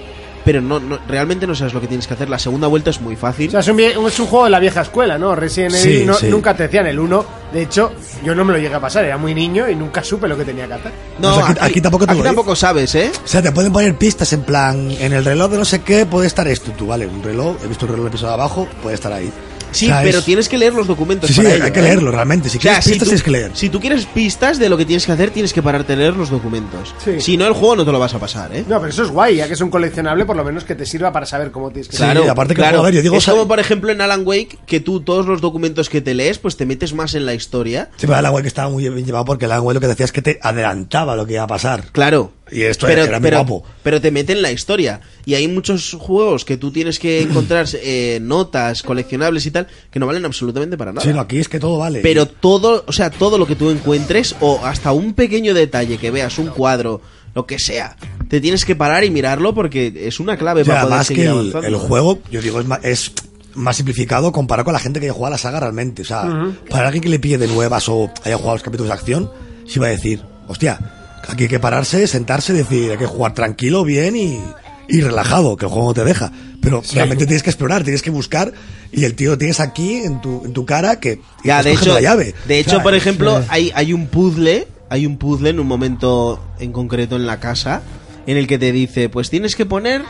pero no, no- realmente no sabes lo que tienes que hacer. La segunda vuelta es muy fácil. O sea, es un, vie- es un juego de la vieja escuela, ¿no? Resident Evil Sí, no- sí. nunca te decían el 1. De hecho, yo no me lo llegué a pasar, era muy niño y nunca supe lo que tenía que hacer. no, pues aquí- aquí tampoco te lo dice. sabes, ¿eh? O sea, te pueden poner pistas en plan, en el reloj de no sé qué puede estar esto. Tú, vale, un reloj, he visto un reloj en el piso de abajo, puede estar ahí. Sí, O sea, pero es- tienes que leer los documentos. Sí, sí, para hay ello, que ¿eh? leerlo realmente. Si O sea, quieres pistas, tú, tienes que leer. si tú quieres pistas de lo que tienes que hacer, tienes que pararte a leer los documentos. Sí. Si no, el juego no te lo vas a pasar, ¿eh? No, pero eso es guay, ya que es un coleccionable, por lo menos que te sirva para saber cómo tienes que Claro. y aparte que el juego, a ver, yo digo, es sabe- como por ejemplo en Alan Wake que tú todos los documentos que te lees pues te metes más en la historia. Sí, pero el agua que estaba muy bien llevado porque el agua lo que decía es que te adelantaba lo que iba a pasar. Claro. Y esto era muy guapo. pero te mete en la historia. Y hay muchos juegos que tú tienes que encontrar eh, notas, coleccionables y tal, que no valen absolutamente para nada. Sí, no, aquí es que todo vale. Pero todo, o sea, todo lo que tú encuentres, o hasta un pequeño detalle que veas, un cuadro, lo que sea, te tienes que parar y mirarlo porque es una clave O sea, para poder además seguir que el, avanzando. el juego, yo digo, es ma- es más, simplificado comparado con la gente que haya jugado a la saga realmente. O sea, para alguien que le pille de nuevas o haya jugado los capítulos de acción, sí va a decir, hostia, aquí hay que pararse, sentarse, decir, hay que jugar tranquilo, bien y, y relajado, que el juego no te deja. Pero realmente tienes que explorar, tienes que buscar y el tío lo tienes aquí en tu, en tu cara que y Ya, estás de cogiendo hecho, la llave. de O hecho, sea, por es- ejemplo, hay, hay un puzzle, hay un puzzle en un momento en concreto en la casa, en el que te dice, pues tienes que poner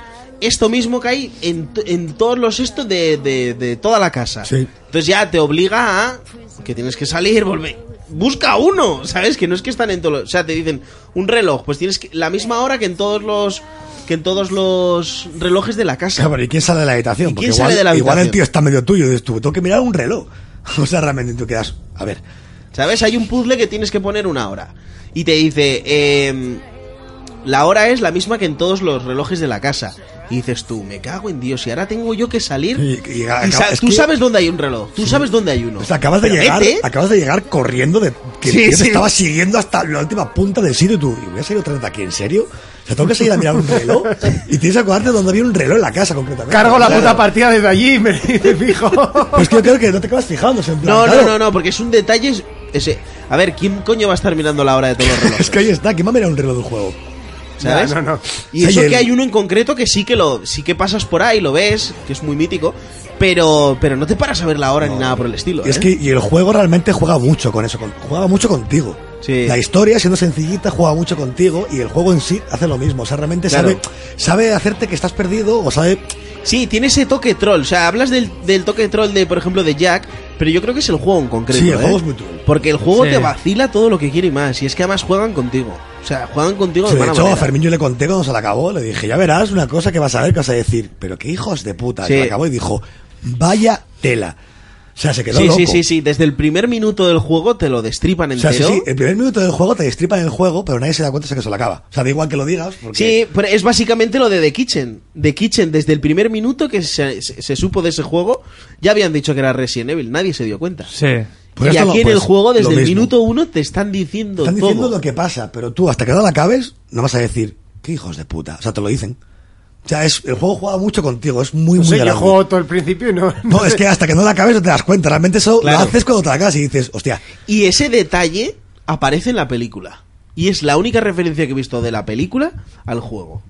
esto mismo que hay en, t- en todos los esto de, de- de toda la casa. Sí. Entonces ya te obliga a que tienes que salir, volver. Busca uno, ¿sabes? Que no es que están en todos los- O sea, te dicen, un reloj, pues tienes que, la misma hora que en todos los que en todos los relojes de la casa. Claro, ¿y quién sale de la habitación? ¿Y Porque quién igual, sale de la igual el habitación? tío está medio tuyo y dices tú, tengo que mirar un reloj. O sea, realmente tú quedas, a ver, ¿Sabes? Hay un puzzle que tienes que poner una hora. Y te dice, eh, la hora es la misma que en todos los relojes de la casa. Y dices tú, me cago en Dios, y ahora tengo yo que salir. Y- y acaba- Y sa- es tú que- sabes dónde hay un reloj, tú sabes dónde hay uno. O sea, Pues acabas de Pero este- llegar, vete. acabas de llegar corriendo de que Sí, el tío sí. te estaba siguiendo hasta la última punta del sitio y tú, y voy a salir otra vez de aquí, ¿en serio? O sea, tengo que seguir a mirar un reloj y tienes que acordarte de dónde había un reloj en la casa concretamente. Cargo la Claro. puta partida desde allí y me, y me fijo. Pues que yo creo que no te acabas fijando, en plan, No, no, claro, no, no, porque es un detalle. Ese. A ver, ¿quién coño va a estar mirando la hora de todos los relojes? Es que ahí está, ¿quién va a mirar un reloj del juego? ¿Sabes? No, no, no. Y Sí, eso el- que hay uno en concreto que sí que lo, sí que pasas por ahí, lo ves, que es muy mítico, pero, pero no te paras a ver la hora ni nada por el estilo. Y es ¿eh? que y el juego realmente juega mucho con eso, con- juega mucho contigo. Sí. La historia, siendo sencillita, juega mucho contigo y el juego en sí hace lo mismo. O sea, realmente Claro. sabe, sabe hacerte que estás perdido o sabe... Sí, tiene ese toque troll. O sea, hablas del, del toque troll de, por ejemplo, de Jack, pero yo creo que es el juego en concreto. Sí, el ¿eh? juego es muy troll. Porque el juego Sí. te vacila todo lo que quiere y más. Y es que además juegan contigo. O sea, juegan contigo Sí, de de mala hecho, a manera. Fermín yo le conté cuando se la acabó, le dije, ya verás una cosa que vas a ver, que vas a decir, pero qué hijos de puta. Sí. Y la acabó y dijo, vaya tela. O sea, se quedó Sí, loco. sí, sí, sí. Desde el primer minuto del juego te lo destripan O sea, entero. sí, sí, el primer minuto del juego te destripan el juego, pero nadie se da cuenta hasta que se lo acaba. O sea, da igual que lo digas. Porque... Sí, pero es básicamente lo de The Kitchen. The Kitchen, desde el primer minuto que se, se- se supo de ese juego, ya habían dicho que era Resident Evil. Nadie se dio cuenta. Sí. Pues y esto aquí lo- en el pues, juego, lo desde el mismo. minuto uno, te están diciendo Están todo. diciendo lo que pasa, pero tú hasta que no la acabes, no vas a decir, qué hijos de puta. O sea, te lo dicen. O sea, es, el juego juega mucho contigo, es muy, muy No sé, yo grande. juego todo el principio y no. No, es que hasta que no la acabes no te das cuenta. Realmente eso Claro. lo haces cuando te la acabas y dices, hostia, Y ese detalle aparece en la película. Y es la única referencia que he visto de la película al juego.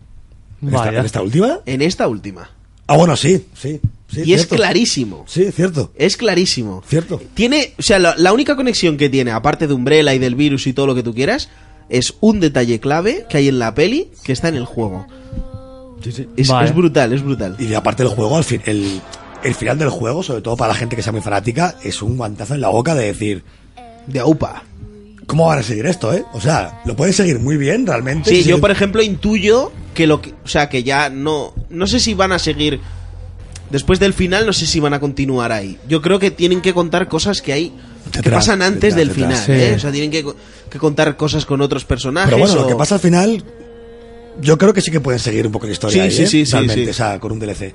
¿en esta, Vaya. en esta última? En esta última. Ah, bueno, sí, sí. sí y es cierto. clarísimo. Sí, cierto. Es clarísimo. Cierto. Tiene, o sea, la, la única conexión que tiene, aparte de Umbrella y del virus y todo lo que tú quieras, es un detalle clave que hay en la peli que está en el juego. Es, Vale. es brutal, es brutal. Y aparte del juego, al fin, el, el final del juego, sobre todo para la gente que sea muy fanática, es un guantazo en la boca de decir, De aupa. ¿cómo van a seguir esto, eh? O sea, lo pueden seguir muy bien, realmente. Sí, y yo seguir- por ejemplo intuyo que lo que, o sea, que ya no, no sé si van a seguir después del final no sé si van a continuar ahí. Yo creo que tienen que contar cosas que hay que Detrás, pasan detrás, antes del final. detrás. Sí. ¿eh? O sea, tienen que, co- que contar cosas con otros personajes. Pero bueno, o- lo que pasa al final, yo creo que sí que pueden seguir un poco la historia. Sí, ahí, sí, ¿eh? sí, sí, Realmente, sí. O sea, con un DLC.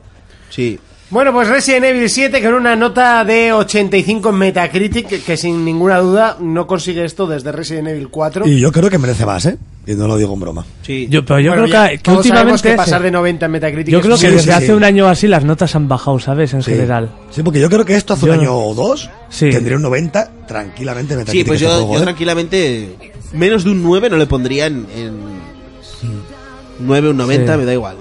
Sí. Bueno, pues Resident Evil 7 con una nota de 85 en Metacritic, que- que sin ninguna duda no consigue esto desde Resident Evil 4. Y yo creo que merece más, ¿eh? Y no lo digo en broma. Sí. Yo, pero yo Bueno, creo ya que, que todos sabemos últimamente. que se- pasar de 90 en Metacritic yo es creo un- que Sí, sí, desde hace sí. un año o así las notas han bajado, ¿sabes? En Sí. general. Sí, porque yo creo que esto hace Yo un no- año o dos Sí. tendría un 90 tranquilamente. en Sí, Metacritic pues este yo, juego, yo ¿eh? tranquilamente menos de un 9 no le pondría en, en 9 un 90, Sí. me da igual.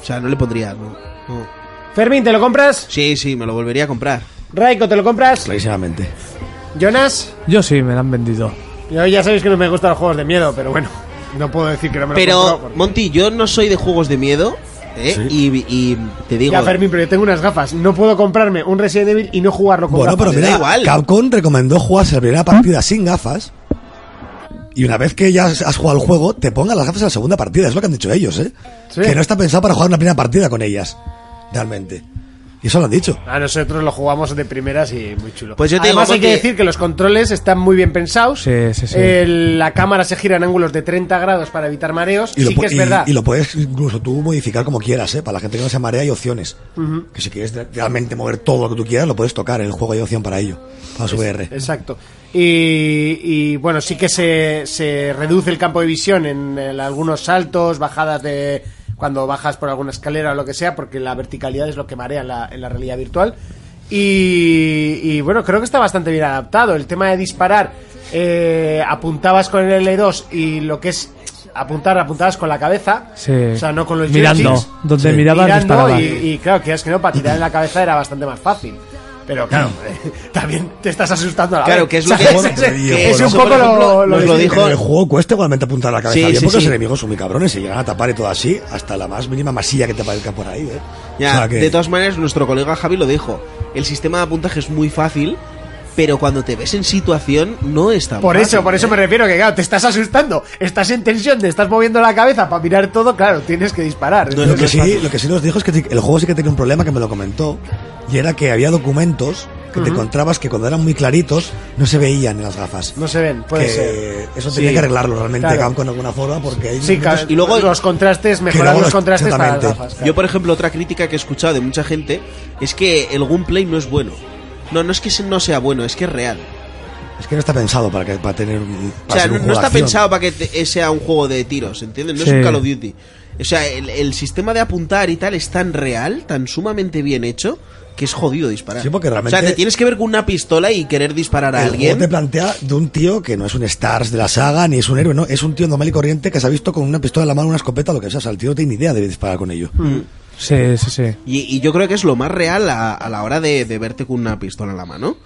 O sea, no le pondría, no. no. Fermín, ¿te lo compras? Sí, sí, me lo volvería a comprar. Raiko, ¿te lo compras? Clarísimamente. Jonas, Yo sí, me la han vendido. yo ya sabéis que no me gustan los juegos de miedo, pero bueno, no puedo decir que no me lo compro, Pero, porque- Monty, yo no soy de juegos de miedo. ¿eh? Y, y te digo, Ya, Fermín, pero yo tengo unas gafas. No puedo comprarme un Resident Evil y no jugarlo con Bueno, gafas. pero me da mira, igual. Capcom recomendó jugarse la primera partida sin gafas. Y una vez que ya has has jugado el juego, te pongan las gafas en la segunda partida. Es lo que han dicho ellos, ¿eh? Sí. Que no está pensado para jugar una primera partida con ellas. Realmente. Y eso lo han dicho. A nosotros lo jugamos de primeras y muy chulo. Pues yo te Además digo, hay que Monty- decir que los controles están muy bien pensados. Sí, sí, sí. El- la cámara se gira en ángulos de 30 grados para evitar mareos. Y lo, sí pu- que es y- verdad. y lo puedes incluso tú modificar como quieras, ¿eh? Para la gente que no se marea hay opciones. Que si quieres realmente mover todo lo que tú quieras, lo puedes tocar. En el juego hay opción para ello. Para su VR. Exacto. Y, y, bueno, sí que se, se reduce el campo de visión en, eh, algunos saltos, bajadas de cuando bajas por alguna escalera o lo que sea, porque la verticalidad es lo que marea en la, en la realidad virtual. Y, y, bueno, creo que está bastante bien adaptado. El tema de disparar, eh, apuntabas con el L2 y lo que es apuntar, apuntabas con la cabeza. Sí. O sea, no con los Mirando. joysticks. Donde mirabas, Mirando disparabas. y, y claro, quieras que no, para tirar en la cabeza era bastante más fácil. Pero Mm. claro, también te estás asustando a la Claro, vez. que es lo ¿sabes? que- Es- es- que es eso, un por poco lo, ejemplo, lo nos lo de- dijo- En el juego cuesta igualmente apuntar la cabeza Sí, bien, sí, porque los sí. enemigos son muy cabrones y llegan a tapar y todo así, hasta la más mínima masilla que te parezca por ahí, ¿eh? ya, O sea que- de todas maneras, nuestro colega Javi lo dijo. El sistema de apuntaje es muy fácil, pero cuando te ves en situación no es tan Por fácil, eso, por eso ¿eh? me refiero que claro, te estás asustando, estás en tensión, te estás moviendo la cabeza para mirar todo, claro, tienes que disparar. lo, que sí, lo que sí nos dijo es que el juego sí que tenía un problema que me lo comentó, y era que había documentos que te encontrabas que cuando eran muy claritos no se veían en las gafas. No se ven, puede Que ser. Eso tenía Sí. que arreglarlo realmente Claro. Capcom de alguna forma porque hay Sí, claro, momentos- y y luego luego- los contrastes, mejorar luego los los- contrastes para las exactamente. gafas. claro. Yo, por ejemplo, otra crítica que he escuchado de mucha gente es que el gameplay no es bueno. No, no es que se- no sea bueno, es que es real. es que no está pensado para que para tener un- O para sea, ser no, un no juego de está acción. pensado para que te- eh, sea un juego de tiros, ¿entiendes? No Sí. es un Call of Duty. O sea, el, el sistema de apuntar y tal es tan real, tan sumamente bien hecho, que es jodido disparar. Sí, porque realmente- O sea, te tienes que ver con una pistola y querer disparar a El alguien. juego te plantea de un tío que no es un Stars de la saga ni es un héroe, no, es un tío normal y corriente que se ha visto con una pistola en la mano, una escopeta, lo que sea. O sea, el tío no tiene ni idea de disparar con ello. Sí, sí, sí. Mm. Y, y yo creo que es lo más real a, a la hora de, de verte con una pistola en la mano.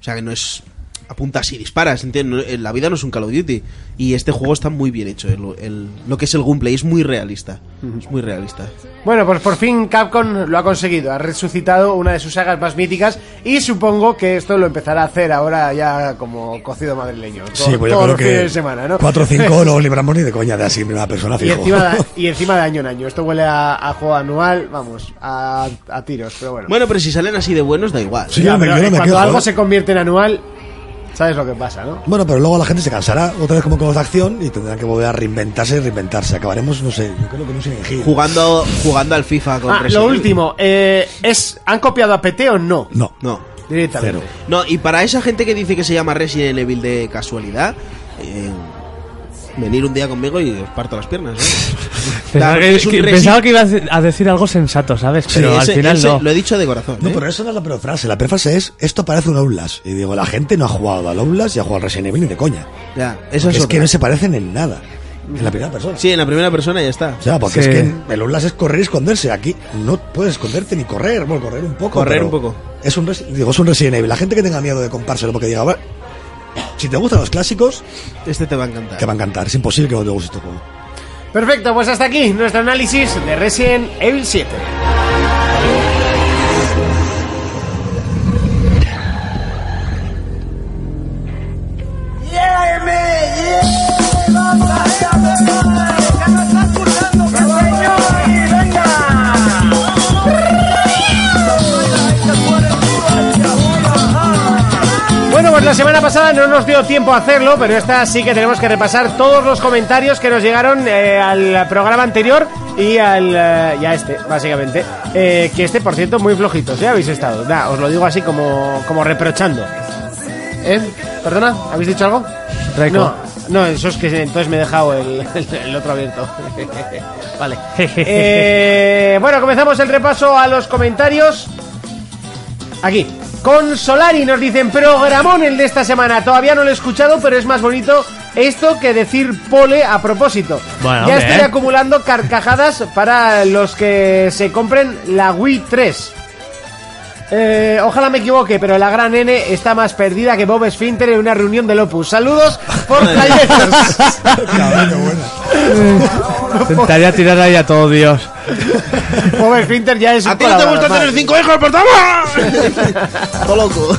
O sea, que no es apuntas y disparas, ¿entiendes? No- en La vida no es un Call of Duty. Y este juego está muy bien hecho. el- el- lo que es el gameplay es muy realista. Es muy realista. Bueno, pues por fin Capcom lo ha conseguido, ha resucitado una de sus sagas más míticas y supongo que esto lo empezará a hacer ahora ya como cocido madrileño. to- Sí, pues yo todos creo los fines que de semana, ¿no? 4 o 5 los libramos ni de coña de así, en primera persona, Y fijo. encima, de, y encima de año en año. Esto huele a, a juego anual, vamos, a, a tiros, pero bueno. Bueno, pero si salen así de buenos, da igual. Sí, yo Ya, no me- yo pero no me cuando quejo, algo ¿eh? se convierte en anual, sabes lo que pasa, ¿no? Bueno, pero luego la gente se cansará otra vez como con los de acción y tendrán que volver a reinventarse y reinventarse. Acabaremos, no sé, yo creo que no sé en Jugando, jugando al FIFA con Ah, lo Resident Evil. último, eh, es ¿han copiado a PT o no? No, No. Directamente. cero. No, y para esa gente que dice que se llama Resident Evil de casualidad, eh, venir un día conmigo y os parto las piernas. ¿eh? Pensaba, Claro, que, es un que- resi- pensaba que iba a de- a decir algo sensato, ¿sabes? Pero Sí, ese- al final ese no. Lo he dicho de corazón. No, ¿eh? pero eso no es la peor frase. La peor frase es, esto parece un Outlast. Y digo, la gente no ha jugado al Outlast y ha jugado al Resident Evil ni de coña. Ya, esa Es, es que otra. no se parecen en nada. En la primera persona. Sí, en la primera persona ya está. O sea, porque Sí. es que el Outlast es correr y esconderse. Aquí no puedes esconderte ni correr. Bueno, correr un poco. Correr pero un poco. Es un, res- digo, es un Resident Evil. La gente que tenga miedo de compárselo porque diga, "Bueno, si te gustan los clásicos, Este te va a encantar. te va a encantar. Es imposible que no te guste este juego. Perfecto, pues hasta aquí nuestro análisis de Resident Evil 7. ¡Venga! pues La semana pasada no nos dio tiempo a hacerlo, pero esta sí que tenemos que repasar todos los comentarios que nos llegaron eh, al programa anterior y al eh, y a este, básicamente. Eh, que este, por cierto, muy flojitos, ya habéis estado. Nah, os lo digo así como, como reprochando. ¿Eh? ¿Perdona? ¿Habéis dicho algo? Reco. No, no, eso es que entonces me he dejado el, el- el otro abierto. vale. Eh, bueno, comenzamos el repaso a los comentarios. Aquí. Con Solari nos dicen, programón el de esta semana. Todavía no lo he escuchado, pero es más bonito esto que decir pole a propósito. Bueno, ya hombre, estoy ¿eh? acumulando carcajadas para los que se compren la Wii 3. Eh, ojalá me equivoque, pero la gran N está más perdida que Bob Esfinter en una reunión del Opus. Saludos por playeros. Cabrón, qué buena. Intentaría tirar ahí a todo Dios. Bob Esfinter ya es un ¿A ti no te colaborador, gusta tener vale. cinco hijos, por favor? Todo loco.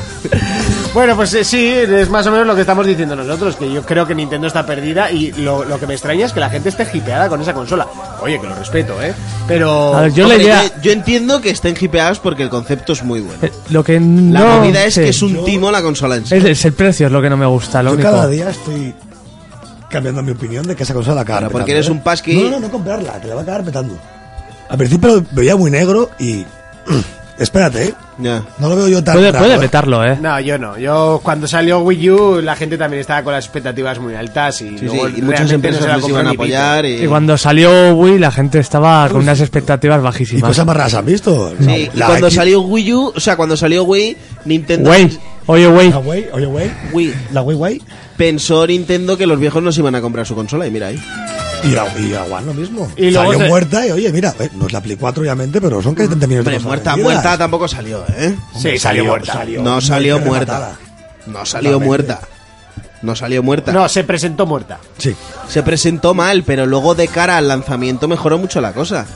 Bueno, pues eh, sí, es más o menos lo que estamos diciendo nosotros, que yo creo que Nintendo está perdida y lo, lo que me extraña es que la gente esté hipeada con esa consola. Oye, que lo respeto, ¿eh? Pero... A ver, yo le Hombre, diría. yo, yo entiendo que estén hipeados porque el concepto es muy bueno. eh, Lo que La no. movida es sí. que es un timo la consola en sí. Es, es el precio, es lo que no me gusta. Lo Yo único. cada día estoy cambiando mi opinión de que esa consola la acaba Ahora, porque petando, eres ¿eh? un pasqui. No, no, no comprarla, te la va a acabar petando. Al principio lo veía muy negro y. Espérate, ¿eh? Ya. No lo veo yo tan. Puede, raro, puede ¿eh? petarlo, eh. No, yo no. Yo cuando salió Wii U la gente también estaba con las expectativas muy altas y, Sí, sí, luego y realmente muchas no empresas se la les compró iban a ni pito. apoyar. eh. Y, Y cuando salió Wii, la gente estaba con unas expectativas Y bajísimas. cosas más raras han visto. Sí, y La- la cuando X- salió Wii U, o sea, cuando salió Wii, Nintendo. Wey, oye, wey. La Way, oye, Way. Wii. La Way, Way. Pensó Nintendo que los viejos nos iban a comprar su consola y mira ahí. Y la, y la One lo mismo. Y luego salió se- muerta y oye, mira, eh, no es la Play 4 obviamente, pero son casi 30 millones de Hombre, cosas muerta, vendidas. muerta tampoco salió, ¿eh? Sí, salió muerta. No salió muerta. rematada. No salió muerta. No salió muerta. No, se presentó muerta. Sí. Se presentó mal, pero luego de cara al lanzamiento mejoró mucho la cosa.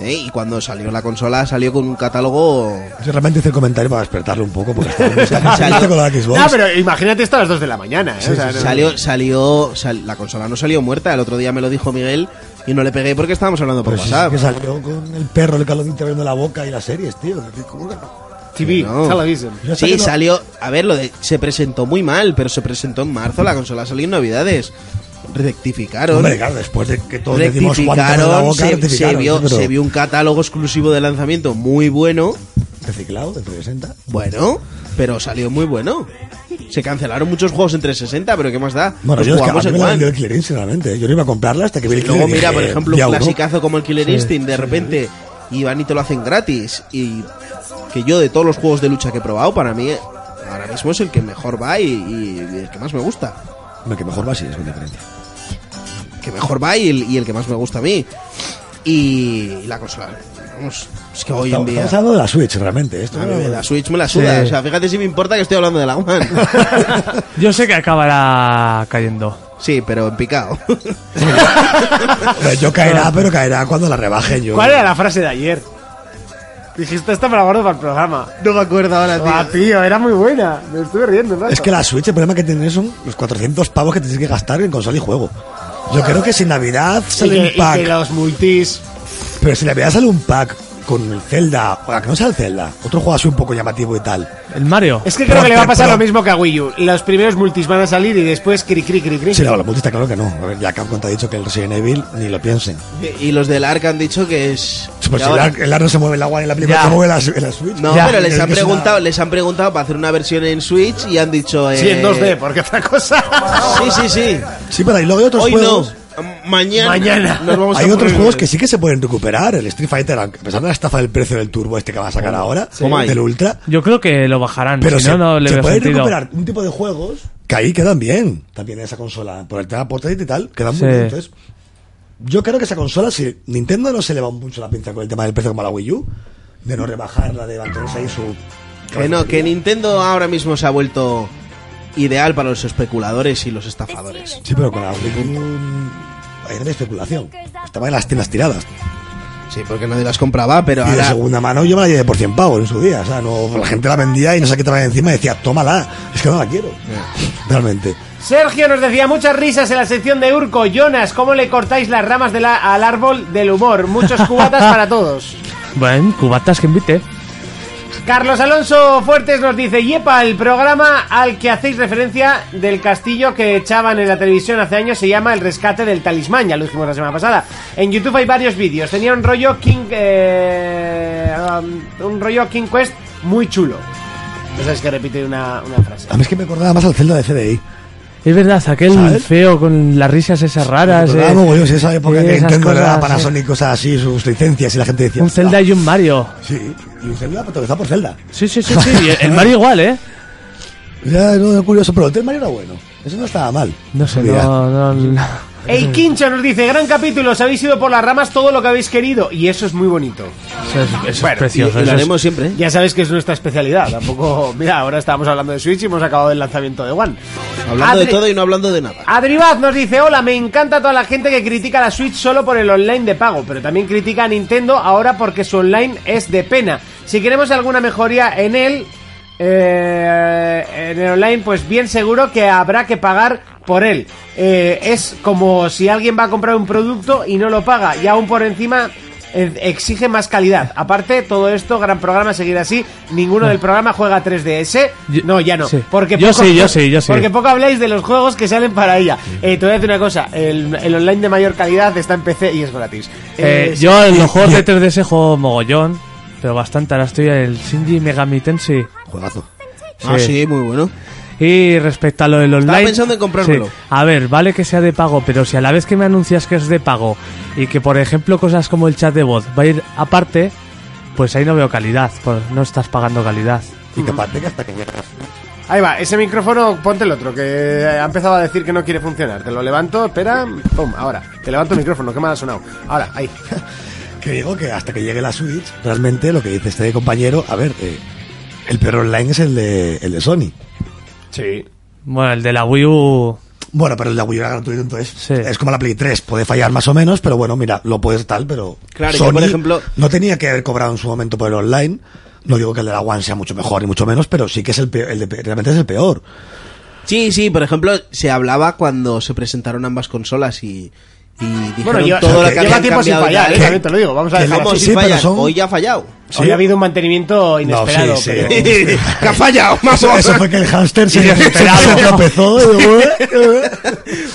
¿Eh? Y cuando salió la consola salió con un catálogo... Así realmente hice el comentario para despertarlo un poco porque está está Salió- triste con la Xbox. No, pero imagínate esto a las 2 de la mañana, ¿eh? O sea, no- Salió, salió, sal- la consola no salió muerta. El otro día me lo dijo Miguel y no le pegué porque estábamos hablando por Pero Pues sí, WhatsApp. que salió con el perro, el calor abriendo la boca y las series, tío. ¿Cómo que no? TV, No. television. Yo hasta Sí, que no- salió. A ver, lo de, se presentó muy mal, pero se presentó en marzo. La consola salió en Navidades. Rectificaron. Hombre, claro, después de que todos decimos Juan te abre la rectificaron. boca, Se, se rectificaron, vio, sí, pero se vio un catálogo exclusivo de lanzamiento muy bueno. Reciclado de 360. Bueno, pero salió muy bueno. Se cancelaron muchos juegos en 360, pero ¿qué más da? Bueno, Los yo es que a Pues jugamos mí en me la One. vendió el Killer Instinct, realmente. ¿eh? Yo no iba a comprarla hasta que vi el Y luego Killer mira, Instinct, por eh, ejemplo, ya un uno. clasicazo como el Killer Instinct, de repente, y van y te lo hacen gratis. Y que yo de todos los juegos de lucha que he probado, para mí, eh, ahora mismo es el que mejor va y, y- y el que más me gusta. Hombre, que mejor va así, es una diferencia. Que mejor va y el, y el que más me gusta a mí. Y, la consola, vamos, es que hoy en Estamos día... estamos hablando de la Switch, realmente. Esto a mí no- La Switch me la suda, o sea, fíjate si me importa que estoy hablando de la One. Yo sé que acabará cayendo. Sí, pero en picado. Hombre, Yo caerá, pero caerá cuando la rebajen. Yo. ¿Cuál era la frase de ayer? Dijiste esta para guardo para el programa. No me acuerdo ahora, Ah, tío, era muy buena. Me estuve riendo, ¿no? Es que la Switch, el problema que tiene son los 400 pavos que tienes que gastar en consola y juego. Yo creo que si Navidad y sale que, un y que pack, los multis. pero si Navidad sale un pack con el Zelda, o la que no sea el Zelda, otro juego así un poco llamativo y tal. El Mario. Es que creo que le va a pasar Pero- lo mismo que a Wii U. Los primeros multis van a salir y después cri cri cri cri. Si no, la multi está claro que no. A ver, ya Capcom te ha dicho que el Resident Evil ni lo piensen. Y los del ARC han dicho que es... Pues que si el ahora- ar- el ar no se mueve en la One y la película Ya. se mueve en la, en la Switch. No, Ya. pero les Es han que es una- preguntado, les han preguntado para hacer una versión en Switch y han dicho eh, Sí, en 2D, porque otra cosa. Sí, sí, sí. Sí, pero ahí luego hay otros Hoy juegos. no. M- Mañana. Mañana. nos vamos a Hay otros poner- juegos que sí que se pueden recuperar. El Street Fighter, a pesar de la estafa del precio del turbo este que va a Oh, sacar ahora, Toma ahí. del Ultra, Yo creo que lo bajarán. Pero Mm, si se, no, no le se veo puede sentido. recuperar un tipo de juegos que ahí quedan bien. También en esa consola. Por el tema portátil y tal, quedan Sí. muy bien. Entonces, yo creo que esa consola, si Nintendo no se le va mucho la pinza con el tema del precio como a la Wii U, de no rebajarla, de mantenerse ahí su. Que no, que Nintendo ahora mismo se ha vuelto ideal para los especuladores y los estafadores. Sí, pero con la Wii U. mm, Ahí era especulación. Estaba en las tiendas tiradas. Sí, porque nadie las compraba, pero Y de ahora... segunda mano yo me la llevé por 100 pavos en su día. O sea, no, Pues la gente la vendía y no sé qué traía encima y decía, tómala. Es que no la quiero. Realmente. Sergio nos decía muchas risas en la sección de Urco. Jonas, ¿cómo le cortáis las ramas de la- al árbol del humor? Muchos cubatas para todos. Bueno, cubatas que invite. Carlos Alonso Fuertes nos dice, Yepa, el programa al que hacéis referencia del castillo que echaban en la televisión hace años se llama El Rescate del Talismán, ya lo dijimos la semana pasada. En YouTube hay varios vídeos, tenía un rollo King... eh, um, un rollo King Quest muy chulo. No sabes que repite una, una frase. A mí es que me acordaba más al Zelda de CDI. Es verdad, aquel ¿Sabes? feo con las risas esas raras. Pero eh, nada, mogollón, si esa época eh, que esas Nintendo le daba cosas, Panasonic cosas así, sus licencias, y la gente eh. decía... Un Zelda "Ah, y un Mario. Sí, y un Zelda protagonizado por Zelda. Sí, sí, sí, sí. y el- el Mario igual, ¿eh? Ya, no, no, curioso, pero el del Mario era bueno. Eso no estaba mal. No sé, Mira. no, no, no. El Quincho nos dice, gran capítulo, os habéis ido por las ramas todo lo que habéis querido. Y eso es muy bonito. Eso es, eso es Y, y precioso. lo eso es- haremos siempre, ¿eh? Ya sabes que es nuestra especialidad. Tampoco. Mira, ahora estábamos hablando de Switch y hemos acabado el lanzamiento de One. Hablando de Adri- todo y no hablando de nada. Adribaz nos dice, hola, me encanta toda la gente que critica la Switch solo por el online de pago, pero también critica a Nintendo ahora porque su online es de pena. Si queremos alguna mejoría en él, eh, en el online, pues bien seguro que habrá que pagar por él. Eh, es como si alguien va a comprar un producto y no lo paga, y aún por encima eh, exige más calidad. Aparte, todo esto, gran programa, seguir así. Ninguno del programa juega 3DS. Yo- no, ya no. sí. Porque Yo poco- sí, yo sí, yo sí. Porque poco habláis de los juegos que salen para ella. Eh, te voy a decir una cosa, el, el online de mayor calidad está en PC y es gratis. Eh, Eh, yo en los juegos de 3DS juego mogollón, pero bastante. Ahora estoy en el Shinji Megami Tensei. Juegazo. Ah, sí, muy bueno. Y respecto a lo del online... pensando en comprármelo. sí. A ver, vale que sea de pago, pero si a la vez que me anuncias que es de pago y que, por ejemplo, cosas como el chat de voz va a ir aparte, pues ahí no veo calidad, pues no estás pagando calidad. Y que aparte que hasta que llegas. Ahí va, ese micrófono, ponte el otro, que ha empezado a decir que no quiere funcionar. Te lo levanto, espera, pum, ahora. Te levanto el micrófono, que mal ha sonado. Ahora, ahí. Que digo que hasta que llegue la Switch, realmente lo que dice este compañero, a ver, eh, el peor online es el de, el de Sony. Sí. Bueno, el de la Wii U... Bueno, pero el de la Wii era gratuito, entonces Sí. es como la Play 3, puede fallar más o menos, pero bueno, mira, lo puedes tal, pero Claro, y que, Sony por ejemplo- no tenía que haber cobrado en su momento por el online. No digo que el de la One sea mucho mejor ni mucho menos, pero sí que es el peor, el de- realmente es el peor. Sí, sí, por ejemplo, se hablaba cuando se presentaron ambas consolas y, y dijeron Bueno, lleva, todo lo que lleva habían tiempo sin cambiado ya, fallar, eh, ¿eh? también te lo digo. Vamos a que dejar vamos Como así. Sí, si pero falla, son- hoy ya ha fallado. Hoy ha habido un mantenimiento inesperado. sí, pero- sí. que ha fallado, Eso, eso fue que el hámster se, se tropezó. y-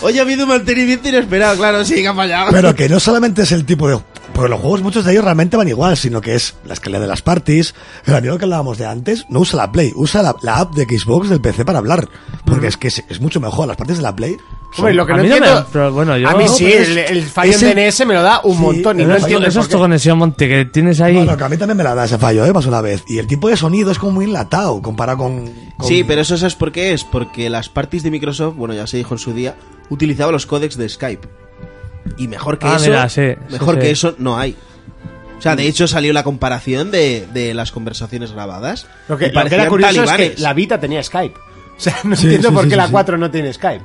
Hoy ha habido un mantenimiento inesperado, claro, sí, que ha fallado. Pero que no solamente es el tipo de... Porque los juegos, muchos de ellos realmente van igual, sino que es la escala de las parties. El amigo que hablábamos de antes no usa la Play, usa la, la app de Xbox del PC para hablar. Porque es que es, es mucho mejor. Las parties de la Play... son- Hombre, lo que A no mí no me- entiendo. pero bueno, yo- a mí No, sí, pero es- el, el fallo es en el- DNS me lo da un Sí, montón. Y pero no es- entiendo Eso por es qué. tu conexión, Monte, que tienes ahí... Bueno, que a mí también me la da ese fallo, ¿eh? Más una vez. Y el tipo de sonido es como muy enlatado comparado con... con- Sí, pero eso sabes por qué es, porque las parties de Microsoft, bueno, ya se dijo en su día, utilizaba los códecs de Skype. Y mejor que Ah, eso, mira, sí, mejor sí, que sí. eso no hay. O Mm. sea, de hecho salió la comparación de, de las conversaciones grabadas. Lo que, y lo que era parecían curioso es talibanes. que la Vita tenía Skype. O sea, no entiendo sí, por sí, qué la sí. 4 no tiene Skype.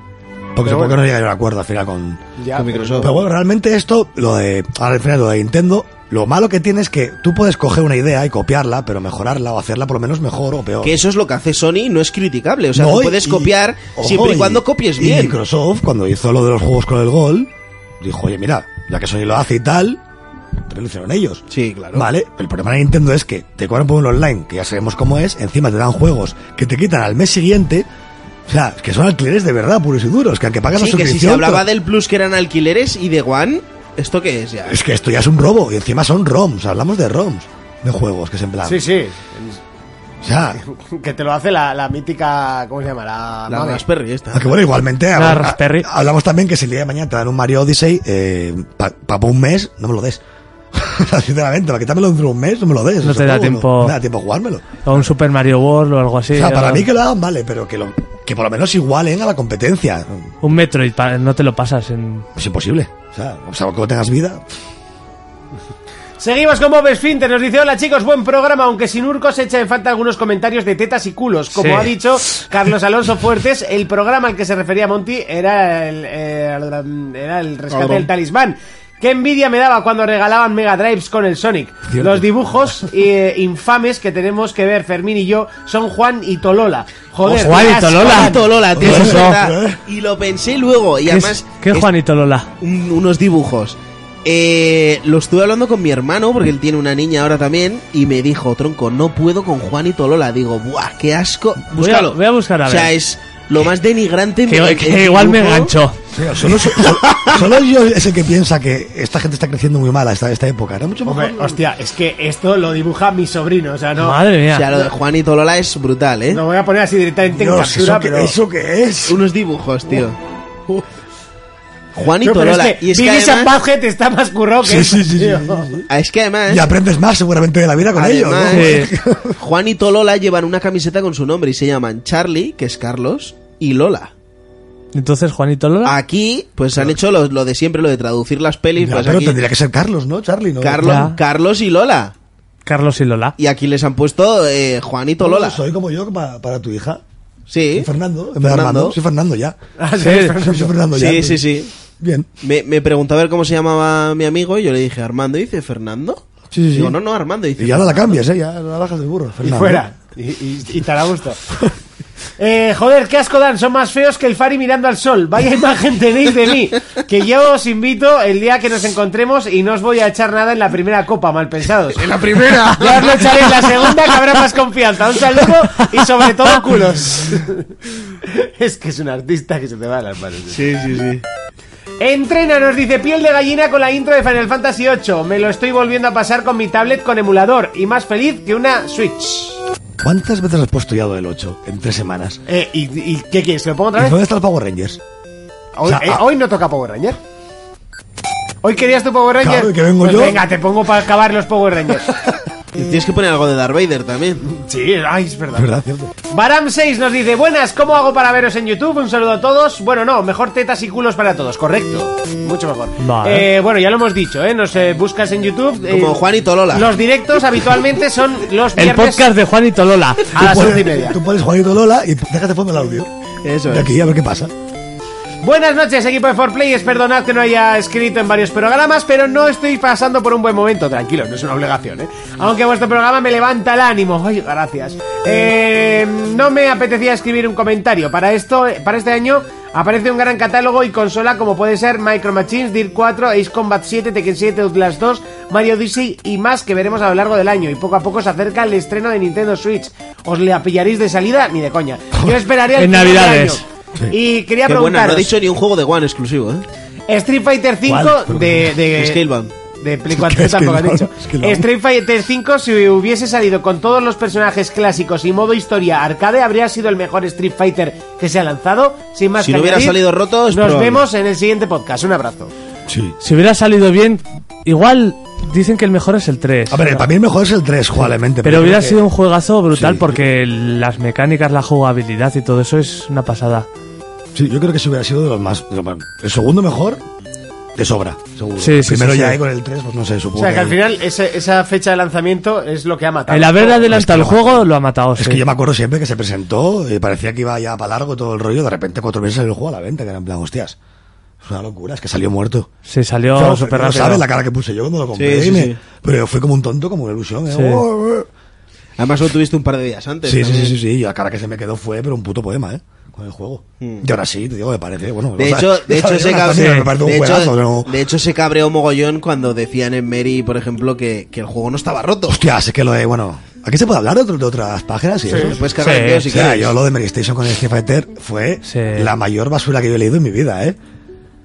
Porque pero supongo bueno. que no llega a un acuerdo al final con... Ya, Con Microsoft. Pero bueno, realmente esto, lo de, ahora al final lo de Nintendo, lo malo que tiene es que tú puedes coger una idea y copiarla, pero mejorarla o hacerla por lo menos mejor o peor. Que eso es lo que hace Sony, no es criticable. O sea, No, tú y- puedes y- copiar ojo, siempre y cuando copies bien. Y Microsoft, cuando hizo lo de los juegos con el gol, dijo, oye, mira, ya que Sony lo hace y tal, pero lo hicieron ellos. Sí, claro. Vale, el problema de Nintendo es que te cobran por un online, que ya sabemos cómo es, encima te dan juegos que te quitan al mes siguiente, o sea, que son alquileres de verdad, puros y duros, que aunque pagas la Sí, que si se suscripción... te- hablaba del Plus que eran alquileres y de One, ¿esto qué es ya? Es que esto ya es un robo, y encima son ROMs, hablamos de ROMs, de juegos, que es en plan... Sí, sí. O sea, Que te lo hace la, la mítica. ¿Cómo se llama? La. La mame. Raspberry esta. aunque bueno, igualmente Nada, habla- Raspberry. hablamos también que si el día de mañana te dan un Mario Odyssey, eh, para un mes, no me lo des. Sinceramente, para quitármelo dentro de un mes, no me lo des. No ese te da juego, tiempo. No, me da tiempo a jugármelo. O un Super Mario World o algo así. o sea, para o- mí que lo hagan, vale, pero que, lo, que por lo menos igualen a la competencia. Un Metroid, pa- no te lo pasas en... Pues Es imposible. O sea, o sea, que no tengas vida. Seguimos con Bob Esfínter. Nos dice: Hola chicos, buen programa. Aunque sin Urco se echa en falta algunos comentarios de tetas y culos. Como Sí. ha dicho Carlos Alonso Fuertes, el programa al que se refería Monty era el, eh, era el rescate del talismán. Qué envidia me daba cuando regalaban Mega Drives con el Sonic. Cierto. Los dibujos eh, infames que tenemos que ver Fermín y yo son Juan y Tolola. Joder, Pues Juan y qué asco. Tolola. Juanito Lola, tío, ¿Qué es es eso? verdad. Y lo pensé luego, y ¿Qué, además. es- qué es Juanito Lola? un- unos dibujos Eh, lo estuve hablando con mi hermano, porque él tiene una niña ahora también, y me dijo, tronco, no puedo con Juan y Tolola. Digo, ¡buah, qué asco! Voy a- Búscalo. voy a buscar, a O sea, ver. es lo más denigrante. en mi- Que, en que mi igual me grupo. enganchó. Tío, Solo, solo- solo yo es el que piensa que esta gente está creciendo muy mala esta, esta época. Era mucho mejor. Hombre, hostia, es que esto lo dibuja mi sobrino, o sea, no. Madre O sea, mía. lo de Juan y Tolola es brutal, ¿eh? Lo voy a poner así directamente en Dios, captura, ¿eso, que, pero. ¿eso qué es? Unos dibujos, tío. Juan y Tío, pero Tolola. es que y es que, Vivi además, Sapajet está más currado que Sí, esto, sí, sí, sí, tío. sí, sí, ah, es que además, Y aprendes más seguramente de la vida con ellos. ¿no? además, eh, Sí. Juan y Tolola llevan una camiseta con su nombre y se llaman Charlie, que es Carlos, y Lola. Entonces, Juanito Lola. Aquí, pues han hecho lo, lo de siempre, lo de traducir las pelis. Ya, pues pero aquí, tendría que ser Carlos, ¿no? Charlie, ¿no? Carlos, Ya. Carlos y Lola. Carlos y Lola. Y aquí les han puesto eh, Juan y Tolola. Soy como yo para, para tu hija. Sí. Soy Fernando. En vez de Armando. Soy Fernando ya. Ah, sí, Sí. Soy Fernando ya. Sí, sí, sí. Bien. Me, me preguntó a ver cómo se llamaba mi amigo y yo le dije, Armando, y dice Fernando. Sí, sí, sí. Digo, no, no, Armando. Dice, Y ahora la cambias, ¿eh? Ya la bajas del burro. Y Fernando. fuera. Y, y, y tan a gusto. Eh, joder, qué asco dan, son más feos que el Fari mirando al sol. Vaya imagen tenéis de mí. Que yo os invito el día que nos encontremos y no os voy a echar nada en la primera copa, mal pensados. En la primera. Ya os lo echaré en la segunda que habrá más confianza. Un saludo y sobre todo culos. Es que es un artista que se te va a las manos. Sí, sí, sí. Entrena, nos dice piel de gallina con la intro de Final Fantasy VIII. Me lo estoy volviendo a pasar con mi tablet con emulador y más feliz que una Switch. ¿Cuántas veces has puesto ya lo del 8 en tres semanas? Eh, ¿y, y qué quieres? ¿Te lo ¿Y pongo otra vez? dónde está el Power Rangers? Hoy, o sea, eh, ah. hoy no toca Power Ranger. Hoy querías tu Power Ranger. Claro, que vengo Pues yo. Venga, te pongo para acabar los Power Rangers. Tienes que poner algo de Darth Vader también. sí, ay, es verdad. Es verdad, cierto. Baram 6 nos dice, buenas, ¿cómo hago para veros en YouTube? Un saludo a todos. Bueno, no, mejor tetas y culos para todos, correcto. Mucho mejor. Vale. Eh, bueno, ya lo hemos dicho, ¿eh? Nos eh, buscas en YouTube. eh, Como Juan y Tolola. Los directos habitualmente son los El viernes podcast de Juanito Lola. a las Pones- once y media. Tú pones Juanito Lola y déjate poner el audio. Eso De es. aquí, a ver qué pasa. Buenas noches, equipo de 4Players. Perdonad que no haya escrito en varios programas, pero no estoy pasando por un buen momento. Tranquilo, no es una obligación, ¿eh? Aunque vuestro programa me levanta el ánimo. Ay, gracias. Eh, no me apetecía escribir un comentario. Para esto, para este año aparece un gran catálogo y consola como puede ser Micro Machines, Dirt 4, Ace Combat 7, Tekken 7, Outlast 2, Mario Odyssey y más que veremos a lo largo del año. Y poco a poco se acerca el estreno de Nintendo Switch. ¿Os le pillaréis de salida? Ni de coña. Yo esperaría el En final del Navidades. año. Y quería Qué buena, no preguntaros he dicho ni un juego de One exclusivo, ¿eh? Street Fighter 5 ¿Cuál? de, de Scalebound. De Play 4 ¿Qué tampoco han Scalebound? dicho. Scalebound. Street Fighter 5 si hubiese salido con todos los personajes clásicos y modo historia arcade habría sido el mejor Street Fighter que se ha lanzado. Sin más Si que no hubiera añadir, salido roto, es Nos probable. vemos en el siguiente podcast. Un abrazo. Sí. Si hubiera salido bien, igual dicen que el mejor es el 3. A ver, para mí el mejor es el 3, probablemente. Pero hubiera creo que- sido un juegazo brutal Sí. porque las mecánicas, la jugabilidad y todo eso es una pasada. Sí, yo creo que se hubiera sido de los más. de los más- El segundo mejor, de sobra, seguro. Sí, sí, Primero sí, ya sí. eh, con el 3, pues no sé, O supongo. sea que al final ese- esa fecha de lanzamiento es lo que ha matado. El haber adelantado el Es que lo ha juego lo ha matado. Es sí. que yo me acuerdo siempre que se presentó y parecía que iba ya para largo todo el rollo. De repente, cuatro meses salió el juego a la venta, que era en plan, hostias. Es una locura, es que salió muerto. Se salió Claro, súper no rápido. sabes la cara que puse yo cuando lo compré. Sí, sí, y me- sí. Pero fue como un tonto, como una ilusión. ¿eh? Sí. Oh, eh. Además lo tuviste un par de días antes. Sí, sí, también. sí, sí, sí. La cara que se me quedó fue, pero un puto poema, ¿eh? Con el juego. Y ahora sí, te digo, me parece. Bueno, Hmm. De o sea, hecho, de hecho, yo se la cabreó, familia me parece un de, hecho- juegazo, pero- de hecho, se cabreó mogollón cuando decían en Mary, por ejemplo, que, que el juego no estaba roto. Hostia, es que lo de, bueno, aquí se puede hablar de, otro- de otras páginas y eso. Te puedes cagar Sí, en Dios Pues, si o sea, quieres. yo lo de Mary Station con Street Fighter fue Sí. la mayor basura que yo he leído en mi vida, ¿eh?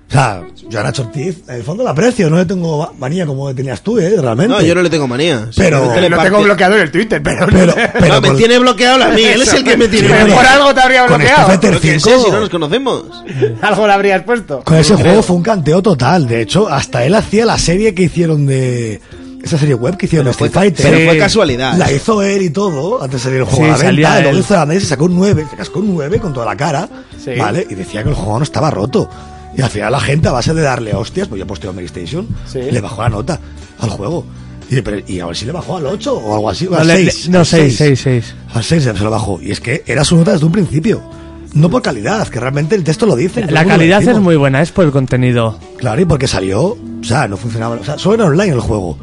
O sea, yo a Nacho Ortiz, en el fondo la aprecio, no le tengo manía como tenías tú, ¿eh? Realmente. No, yo no le tengo manía. Simplemente le no parte- bloqueado en el Twitter, Pero, pero No, me con- tiene bloqueado la mía. Él es el que me tiene Sí, pero bloqueado. por algo te habría con bloqueado. Street Yo qué Fighter sé, 5, si no nos conocemos. Algo le habrías puesto. con ese juego fue un canteo total. De hecho, hasta él hacía la serie que hicieron de... Esa serie web que hicieron de fue, Street Fighter. pero Sí. fue casualidad. La hizo él y todo, antes de salir el juego Sí, a la salía venta, él. luego hizo el análisis, sacó un 9, se cascó un 9 con toda la cara, Sí. ¿vale? Y decía que el juego no estaba roto. Y al final la gente, a base de darle hostias, pues yo posteo en PlayStation, Sí. le bajó la nota al juego. Y, pero- y a ver si le bajó al 8 o algo así, o No, al le- 6. no, al seis, seis, seis. Al 6 se lo bajó. Y es que era su nota desde un principio. No por calidad, que realmente el texto lo dice. todo La el mundo lo calidad es decimos. muy buena, es por el contenido. Claro, y porque salió, o sea, no funcionaba. O sea, solo era online el juego,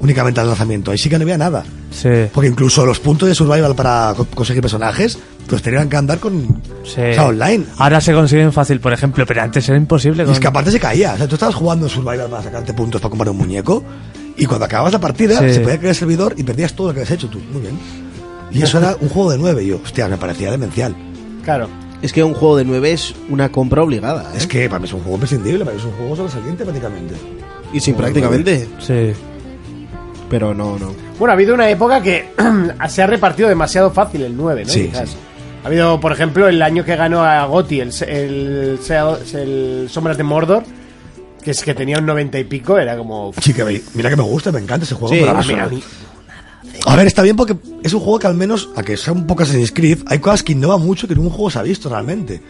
únicamente al lanzamiento. Ahí sí que no había nada. Sí. Porque incluso los puntos de survival para co- conseguir personajes Entonces tenían que andar con. Sí. Ah, o sea, online. Ahora se consiguen fácil, por ejemplo, pero antes era imposible. Y con- es que aparte se caía. O sea, tú estabas jugando en Survivor para sacarte puntos para comprar un muñeco. Y cuando acababas la partida, Sí. se podía crear el servidor y perdías todo lo que habías hecho tú. Muy bien. Y eso era un juego de nueve. Y yo, hostia, me parecía demencial. Claro. Es que un juego de 9 es una compra obligada. ¿eh? Es que para mí es un juego imprescindible, para mí es un juego sobresaliente prácticamente. Y sin prácticamente. Sí. Pero no, no. Bueno, ha habido una época que se ha repartido demasiado fácil el 9, ¿no? Sí, sí. Ha habido, por ejemplo, el año que ganó a Gotti el, el, el- el Sombras de Mordor, que es que tenía un 90 y pico, era como... uf, Sí, que me- mira que me gusta, me encanta ese juego. Sí, pero a ahora mí- a solo- mí- A ver, está bien porque es un juego que al menos, a que sea un poco Assassin's Creed, hay cosas que innova mucho que ningún juego se ha visto realmente.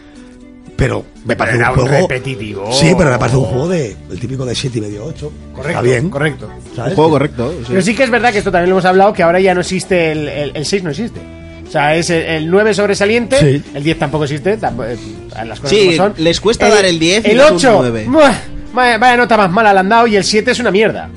Pero me parece era un un juego... repetitivo. Sí, pero me parece un juego de... El típico de 7 y medio 8. Correcto, está bien. correcto. ¿sabes? Un juego correcto. ¿eh? Sí. Pero sí que es verdad que esto también lo hemos hablado, que ahora ya no existe, el, el, 6 no existe. O sea, es el, 9 sobresaliente, Sí. el 10 tampoco existe, tampo- eh, las cosas Sí, como son. les cuesta dar el 10 y El das un 8, 9. ¡buah! vaya, vaya nota más mala le han dado, y el 7 es una mierda.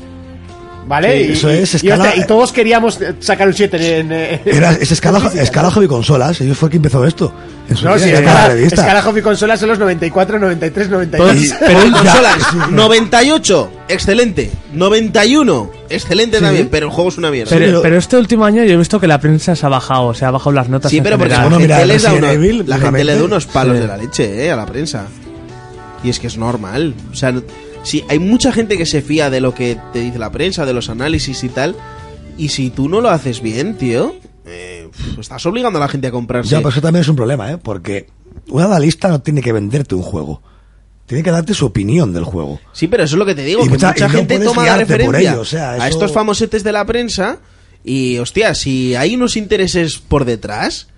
¿Vale? Sí, y, eso y- es, y, escala- hostia, y todos queríamos eh, sacar un 7 en... eh, Era, es escala, en física, escala ¿no? hobby consolas. Ellos fue el que empezó esto. En su No, día, sí, en cada escala, revista. escala hobby consola son los 94, 93, 92. Y- Pero en Ya. consolas, 98, excelente. 91, excelente Sí. también, pero el juego es una mierda. Pero, pero- pero este último año yo he visto que la prensa se ha bajado, se ha bajado las notas. sí, en pero porque la general. Bueno, gente, mira, les da Resident una- Evil, la gente le da últimamente, unos palos sí. de la leche eh, a la prensa. Y es que es normal. O sea, no- sí, hay mucha gente que se fía de lo que te dice la prensa, de los análisis y tal. Y si tú no lo haces bien, tío, eh, pf, estás obligando a la gente a comprarse. Ya, pues pero eso también es un problema, ¿eh? Porque un analista no tiene que venderte un juego. Tiene que darte su opinión del juego. Sí, pero eso es lo que te digo, Y que mucha- mucha, y no gente puedes toma la guiarte por referencia ello, o sea, a eso- estos famosetes de la prensa y, hostia, si hay unos intereses por detrás,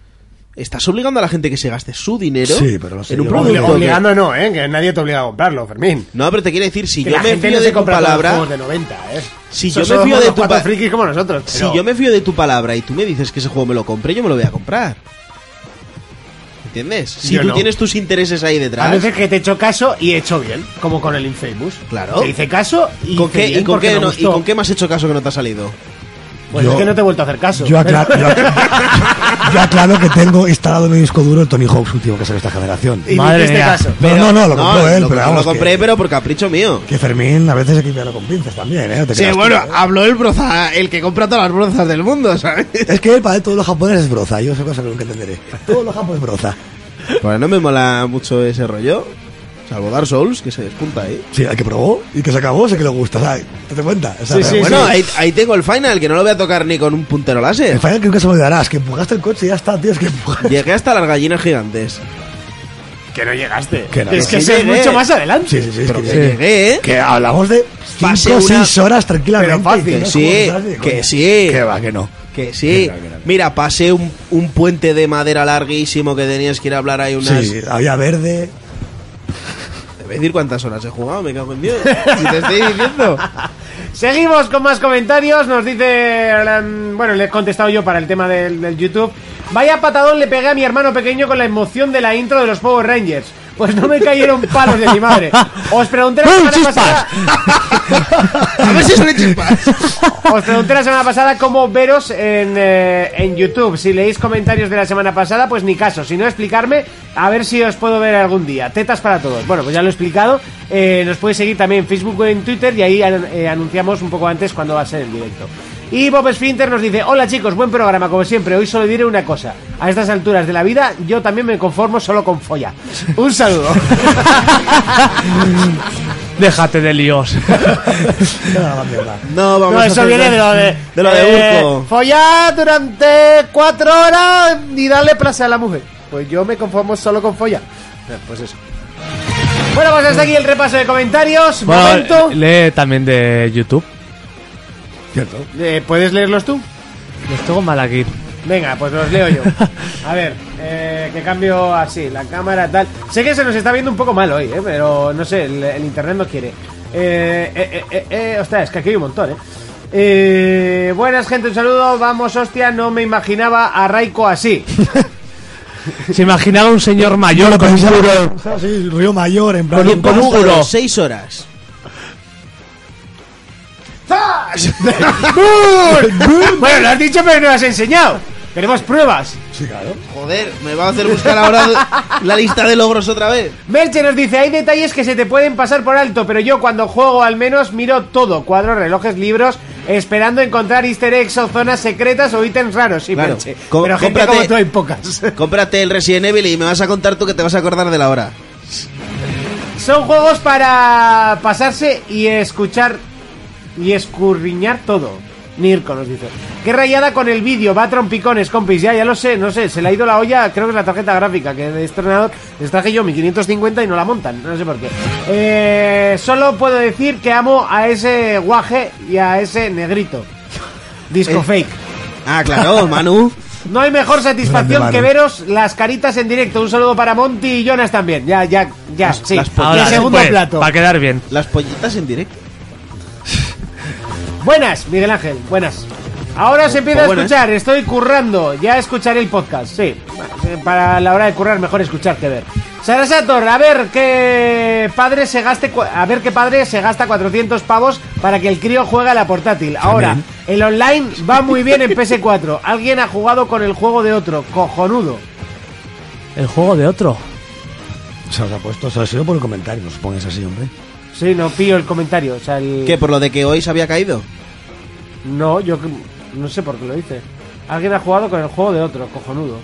estás obligando a la gente que se gaste su dinero Sí, pero no sé, en un yo creo producto. que- Obligando no, ¿eh? Que nadie te obliga a comprarlo, Fermín. que- No, pero te quiero decir, si que yo la me gente fío no de se tu compra todos los juegos palabra, de 90, ¿eh? si So- yo me somos fío de unos tu cuantos pa- frikis como nosotros. si pero- yo me fío de tu palabra y tú me dices que ese juego me lo compré, yo me lo voy a comprar. ¿Entiendes? Si Yo tú no. tienes tus intereses ahí A detrás. veces que te he hecho caso y he hecho bien, como con el Infamous. Claro. Te hice caso y, ¿Con hice qué, bien y, con porque qué me no- ¿Y gustó. con qué me has hecho caso que no te ha salido? Pues Yo- es que no te he vuelto a hacer caso. Yo aclaro, yo, acla- yo aclaro que tengo instalado en mi disco duro el Tony Hawk's último que salió esta generación. Y Madre me hiciste mía. este caso. No, no, no, lo No, compró él, lo, pero lo vamos. compré, que, pero por capricho mío. que Fermín a veces hay que pillarlo con pinzas también, ¿eh? No te Sí, creas tú, bueno, ¿eh? habló el broza, el que compra todas las brozas del mundo, ¿sabes? Es que para él todos los japoneses es broza, yo esa cosa que nunca entenderé. Todos los japoneses es broza. Bueno, Pues no me mola mucho ese rollo. Salvo Dark Souls, que se despunta ahí. Sí, el que probó y que se acabó, sé que le gusta, ¿sabes? ¿Te das cuenta? O sea, Sí, pero sí, bueno, ahí, ahí tengo el final, que no lo voy a tocar ni con un puntero láser. El final que nunca se me olvidará, es que empujaste el coche y ya está, tío, es que empujaste. Llegué hasta las gallinas gigantes. Que no llegaste. Que no, es no. que Sí eso es llegué. mucho más adelante. Sí, sí, sí, es Pero que, que llegué, ¿eh? que hablamos de Pasé 5 o una- 6 horas tranquilamente. Pero fácil, y Que no sí, jugamos, ¿sabes? que Coño. sí. Que va, que no. Que sí. Mira, pasé un, un puente de madera larguísimo que tenías que ir a hablar ahí unas... Sí, había verde. Te voy a decir cuántas horas he jugado, me cago en Dios. si te estoy diciendo. Seguimos con más comentarios. Nos dice. um, Bueno, le he contestado yo para el tema del, del YouTube. Vaya patadón le pegué a mi hermano pequeño con la emoción de la intro de los Power Rangers. Pues no me cayeron palos de mi madre. Os pregunté la semana pasada. A ver si es una chispa. Os pregunté la semana pasada cómo veros en, eh, en YouTube. Si leéis comentarios de la semana pasada, pues ni caso. Si no, explicarme, a ver si os puedo ver algún día. Tetas para todos. Bueno, pues ya lo he explicado. Eh, nos podéis seguir también en Facebook o en Twitter y ahí an- eh, anunciamos un poco antes cuando va a ser el directo. Y Bob Splinter nos dice, hola chicos, buen programa como siempre. Hoy solo diré una cosa. A estas alturas de la vida yo también me conformo solo con folla. Un saludo. Déjate de líos. Nada, la mierda. No, vamos No, a eso hacer- viene de lo de... De lo de eh, Urco. follar durante cuatro horas y darle placer a la mujer. Pues yo me conformo solo con follar. Eh, Pues eso. Bueno, pues hasta aquí el repaso de comentarios. Momento. Bueno, eh, lee también de YouTube. Cierto. Eh, ¿Puedes leerlos tú? Los tengo mal aquí. Venga, pues los leo yo. A ver, eh, que cambio así, la cámara tal. Sé que se nos está viendo un poco mal hoy, eh, pero no sé, el, el internet no quiere. Eh, eh, eh, eh, eh, ostras, es que aquí hay un montón, eh. Eh, buenas gente, un saludo. Vamos, hostia, no me imaginaba a Raiko así. Se imaginaba un señor mayor con un burro. Sí, Río Mayor, en plan. Con un- con un- Hasta Uro. las Seis horas. ¡Zas! ¡Bum! bueno, lo has dicho, pero no lo has enseñado. Tenemos pruebas. Sí, claro. Joder, me va a hacer buscar ahora la lista de logros otra vez. Merche nos dice, hay detalles que se te pueden pasar por alto, pero yo cuando juego al menos miro todo, cuadros, relojes, libros, esperando encontrar easter eggs o zonas secretas o ítems raros. Sí, Claro. Merche. Co- pero gente cómprate- como tú hay pocas. Cómprate el Resident Evil y me vas a contar tú que te vas a acordar de la hora. Son juegos para pasarse y escuchar y escurriñar todo. Nirko nos dice. Qué rayada con el vídeo, va a trompicones, compis. Ya, ya lo sé, no sé, se le ha ido la olla, creo que es la tarjeta gráfica que de este ordenador les traje yo mi 550 y no la montan, no sé por qué. Eh, solo puedo decir que amo a ese guaje y a ese negrito. Disco Eh. fake. Ah, claro, Manu. No hay mejor satisfacción Grande, que Manu. veros las caritas en directo. Un saludo para Monty y Jonas también. Ya, ya, ya, sí. las Y el Ahora, segundo después, plato. Para pues, quedar bien. Las pollitas en directo. Buenas, Miguel Ángel, buenas. Ahora se empieza a pues buenas. escuchar, estoy currando, ya escucharé el podcast, sí. Eh, Para la hora de currar, mejor escuchar que ver. Sara Sator, a ver qué padre se gaste, cu- a ver qué padre se gasta 400 pavos para que el crío juegue a la portátil. Ahora, el online va muy bien en PS4. Alguien ha jugado con el juego de otro, cojonudo. El juego de otro. Se os ha puesto, se os ha sido por el comentario, no os pongáis así, hombre. Sí, no pío el comentario, o sea, el... ¿Qué? ¿Por lo de que hoy se había caído? No, yo que- no sé por qué lo dice. Alguien ha jugado con el juego de otro, cojonudo.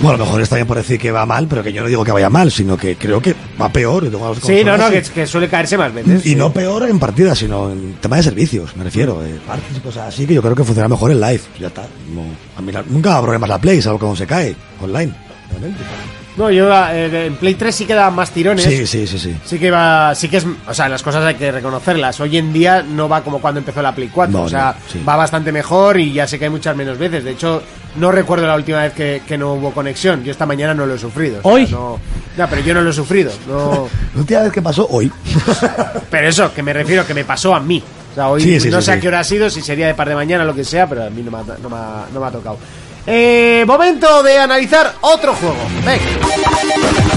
Bueno, a lo mejor está bien por decir que va mal, pero que yo no digo que vaya mal, sino que creo que va peor. y tengo las Sí, no, no, que, consolas que suele caerse más veces. y, y no peor en partidas, sino en tema de servicios, me refiero, de partes y cosas así, que yo creo que funciona mejor en live. Ya está. no- a mí la- nunca habrá problemas la Play, salvo cuando se cae online. realmente. No, yo eh, en Play 3 sí que daban más tirones. Sí, Sí. sí, sí, sí. que va, sí que es, o sea, las cosas hay que reconocerlas. Hoy en día no va como cuando empezó la Play 4, No, o sea, no, sí. va bastante mejor y ya sé que hay muchas menos veces. De hecho, no recuerdo la última vez que, que no hubo conexión. Yo esta mañana no lo he sufrido. o sea, ¿Hoy? no, no, pero yo no lo he sufrido. No, La última vez que pasó, hoy. pero eso, que me refiero que me pasó a mí. O sea, hoy Sí, sí, no sí, sé a sí. qué hora ha sido, si sería de par de mañana, lo que sea, pero a mí no me ha, no me ha- no me ha tocado. Eh, momento de analizar otro juego. Venga.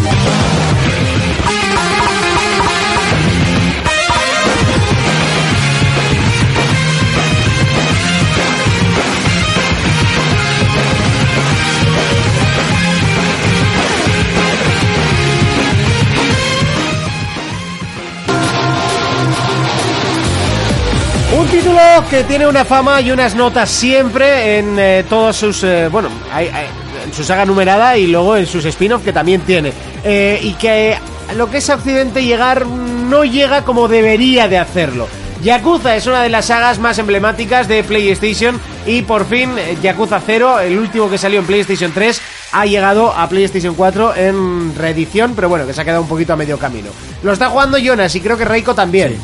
Un título que tiene una fama y unas notas siempre en eh, todos sus. eh, bueno, hay- hay- en su saga numerada y luego en sus spin-off que también tiene. Eh, y que a lo que es accidente llegar no llega como debería de hacerlo. Yakuza es una de las sagas más emblemáticas de PlayStation y por fin eh, Yakuza 0, el último que salió en PlayStation 3, ha llegado a PlayStation 4 en reedición, pero bueno, que se ha quedado un poquito a medio camino. Lo está jugando Jonas y creo que Reiko también.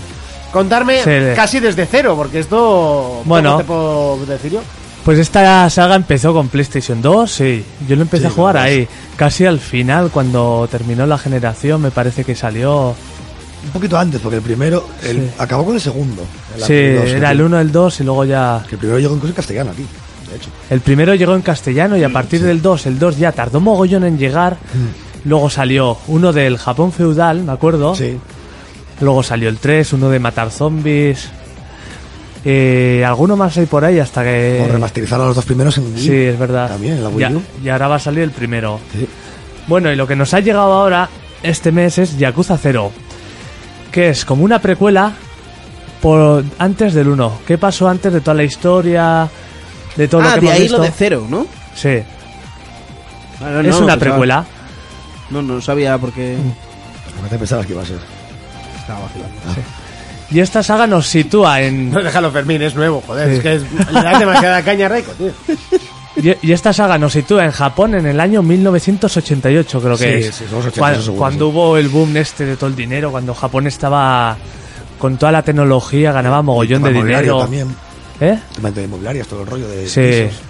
Contarme Sí, de- casi desde cero, porque esto. Bueno. ¿Cómo te puedo decir yo? Pues esta saga empezó con PlayStation 2, sí. Yo lo empecé Sí, a jugar lo ves. ahí. Casi al final, cuando terminó la generación, me parece que salió. Un poquito antes, porque el primero el- acabó con el segundo. el sí, Anthem 2, era que- el 1, el 2 y luego ya. Que el primero llegó incluso en castellano aquí, de hecho. El primero llegó en castellano y a partir del 2, el 2 ya tardó mogollón en llegar. Luego salió uno del Japón feudal, me acuerdo. Sí. Luego salió el 3, uno de matar zombies. Eh, alguno más hay por ahí hasta que. O remasterizaron a los dos primeros en Wii. Eh, Sí, es verdad. También, en la Wii Ya- U. Y ahora va a salir el primero. Sí. Bueno, y lo que nos ha llegado ahora este mes es Yakuza 0, que es como una precuela por antes del 1. ¿Qué pasó antes de toda la historia? De todo lo ah, que de hemos ahí visto. lo de cero, ¿no? Sí, Ah, Claro, es pues no, una pensaba- precuela. No, no sabía por qué. ¿Por qué te pensabas que iba a ser? Y esta saga nos sitúa en No, déjalo, Fermín, es nuevo, joder. Es que es- le das demasiada caña a Reiko, tío. y, y esta saga nos sitúa en Japón en el año 1988, creo que Sí, es. sí, somos 88 Cuan- cuando, seguro, sí. hubo el boom este de todo el dinero, cuando Japón estaba con toda la tecnología, ganaba mogollón Tema de inmobiliario dinero. También. ¿Eh? Tema de inmobiliarias, todo el rollo de. Sí. pisos.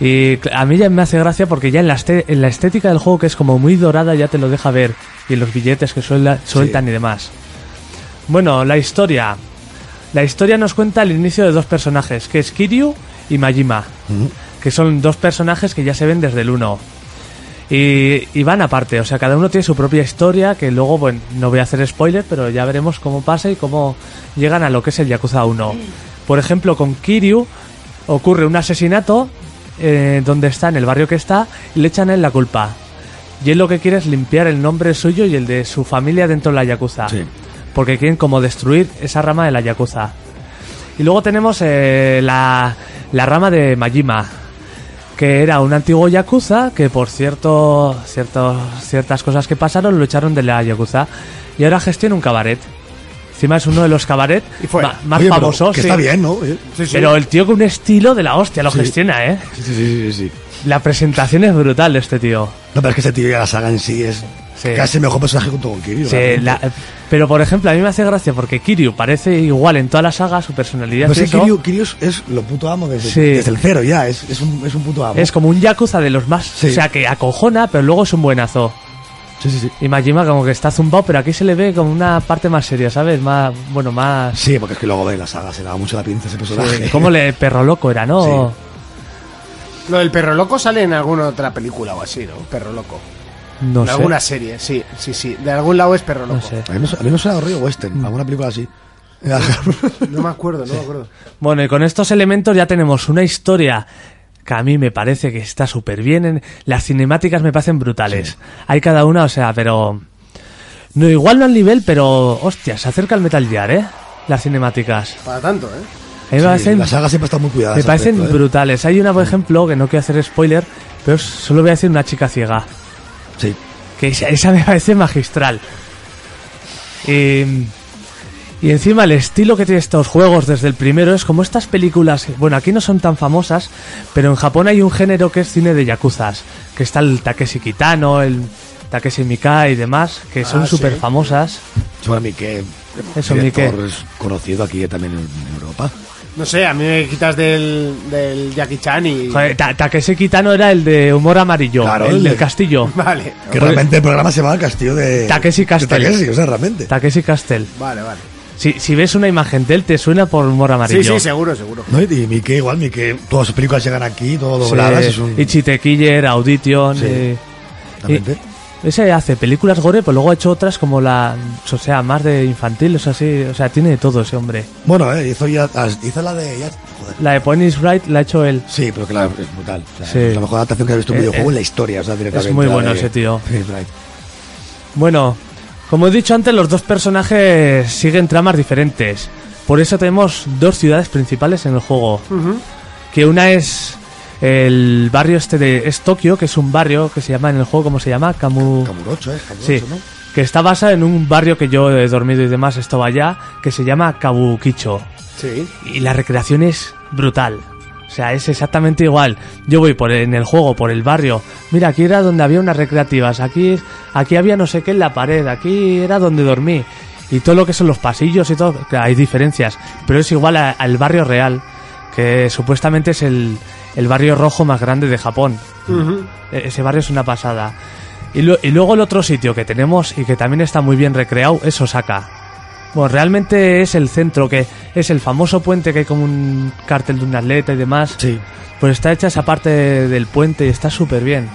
Y cl- a mí ya me hace gracia porque ya en la, este- en la estética del juego, que es como muy dorada, ya te lo deja ver. Y en los billetes que suelta- sueltan y demás. Bueno, la historia. La historia nos cuenta el inicio de dos personajes, que es Kiryu y Majima. Que son dos personajes que ya se ven desde el 1. Y, y van aparte, o sea, cada uno tiene su propia historia, que luego, bueno, no voy a hacer spoiler, pero ya veremos cómo pasa y cómo llegan a lo que es el Yakuza 1. Por ejemplo, con Kiryu ocurre un asesinato eh, donde está, en el barrio que está, y le echan a él la culpa. Y él lo que quiere es limpiar el nombre suyo y el de su familia dentro de la Yakuza. Sí. Porque quieren como destruir esa rama de la Yakuza. Y luego tenemos eh, la, la rama de Majima, que era un antiguo Yakuza que por cierto, cierto ciertas cosas que pasaron lo echaron de la Yakuza. Y ahora gestiona un cabaret. Encima es uno de los cabaret fuera. ma- más Oye, pero famosos. Que sí. está bien, ¿no? Eh, Sí, sí. Pero el tío con un estilo de la hostia lo gestiona, ¿eh? Sí, sí, sí, sí, sí. La presentación es brutal de este tío. No, pero es que este tío ya la saga en sí es Sí. casi el mejor personaje junto con Kiryu. Sí, realmente. la- pero por ejemplo, a mí me hace gracia porque Kiryu parece igual en toda la saga, su personalidad No y sé, eso. Pues Kiryu, Kiryu es- es lo puto amo desde, Sí. desde el cero ya, es, es un, es un puto amo. es como un yakuza de los más. Sí. O sea, que acojona, pero luego es un buenazo. Sí, sí, sí. Y Majima como que está zumbado, pero aquí se le ve como una parte más seria, ¿sabes? Más, bueno, más... Sí, porque es que luego ve la saga, se le da mucho la pinza a ese personaje. Como le perro loco era, ¿no? Lo del perro loco sale en alguna otra película o así, ¿no? Perro loco. No en sé. alguna serie, sí, sí, sí. De algún lado es perro loco. No No, sé. A mí, me, su- a mí me suena a Río Western, alguna película así. me acuerdo, no me acuerdo. Bueno, y con estos elementos ya tenemos una historia que a mí me parece que está súper bien. en- Las cinemáticas me parecen brutales. Hay cada una, o sea, pero... No, igual no al nivel, pero... Hostia, se acerca al Metal Gear, ¿eh? Las cinemáticas. Para tanto, ¿eh? A mí me Sí, parecen, la saga siempre está muy cuidada. me ese parecen aspecto, ¿eh? brutales. Hay una, por ejemplo, que no quiero hacer spoiler, pero solo voy a decir una chica ciega. Sí. Que esa, esa me parece magistral. Eh, y encima el estilo que tiene estos juegos desde el primero es como estas películas. Bueno, aquí no son tan famosas, pero en Japón hay un género que es cine de yakuzas. Que está el Takeshi Kitano, el Takeshi Mikai y demás, que son Ah, sí. súper famosas. Sobre Miquel. Eso, director Miquel. es conocido aquí también en, en Europa. No sé, a mí me quitas del, del Jackie Chan y... Joder, Ta- Takeshi Kitano era el de humor amarillo, Claro, el el del de- castillo. Vale, Que realmente el programa se llama El Castillo de. Takeshi Castle. de Takeshi, o sea, realmente. Takeshi Castel. vale, vale. Si, si ves una imagen de él, te suena por humor amarillo. Sí, sí, seguro, seguro. No, y y Miquel igual, Miquel, todas sus películas llegan aquí, todo Sí, dobladas. Es un, Y Cheat Killer, Audition. Sí. eh, realmente. ese hace películas gore, pero luego ha hecho otras como la. O sea, más de infantil, o sea, sí, o sea, tiene de todo ese hombre. Bueno, eh, hizo, ya, as- hizo la de. ya- joder. La de Point is Right la ha hecho él. Sí, pero claro, es brutal. O sea, Sí. Es la mejor adaptación que has visto en un Eh, videojuego eh, en la historia. O sea, directamente, muy la bueno de- ese tío. Sí, right. Bueno, como he dicho antes, los dos personajes siguen tramas diferentes. Por eso tenemos dos ciudades principales en el juego. Que una es el barrio este de... Es Tokio, que es un barrio que se llama en el juego, ¿cómo se llama? Kamu... Kamurocho, ¿eh? Kamurocho, Sí, ¿no? que está basada en un barrio que yo he dormido y demás, estaba allá, que se llama Kabukicho. Sí. Y la recreación es brutal. O sea, es exactamente igual. Yo voy por en el juego, por el barrio. Mira, aquí era donde había unas recreativas. Aquí, aquí había no sé qué en la pared. Aquí era donde dormí. Y todo lo que son los pasillos y todo. que Hay diferencias. Pero es igual a- al barrio real. Que supuestamente es el, el barrio rojo más grande de Japón. E- Ese barrio es una pasada. Y, lu- y luego el otro sitio que tenemos y que también está muy bien recreado es Osaka. Bueno, realmente es el centro, que es el famoso puente que hay como un cartel de un atleta y demás. Sí. Pues está hecha esa parte del puente y está súper bien.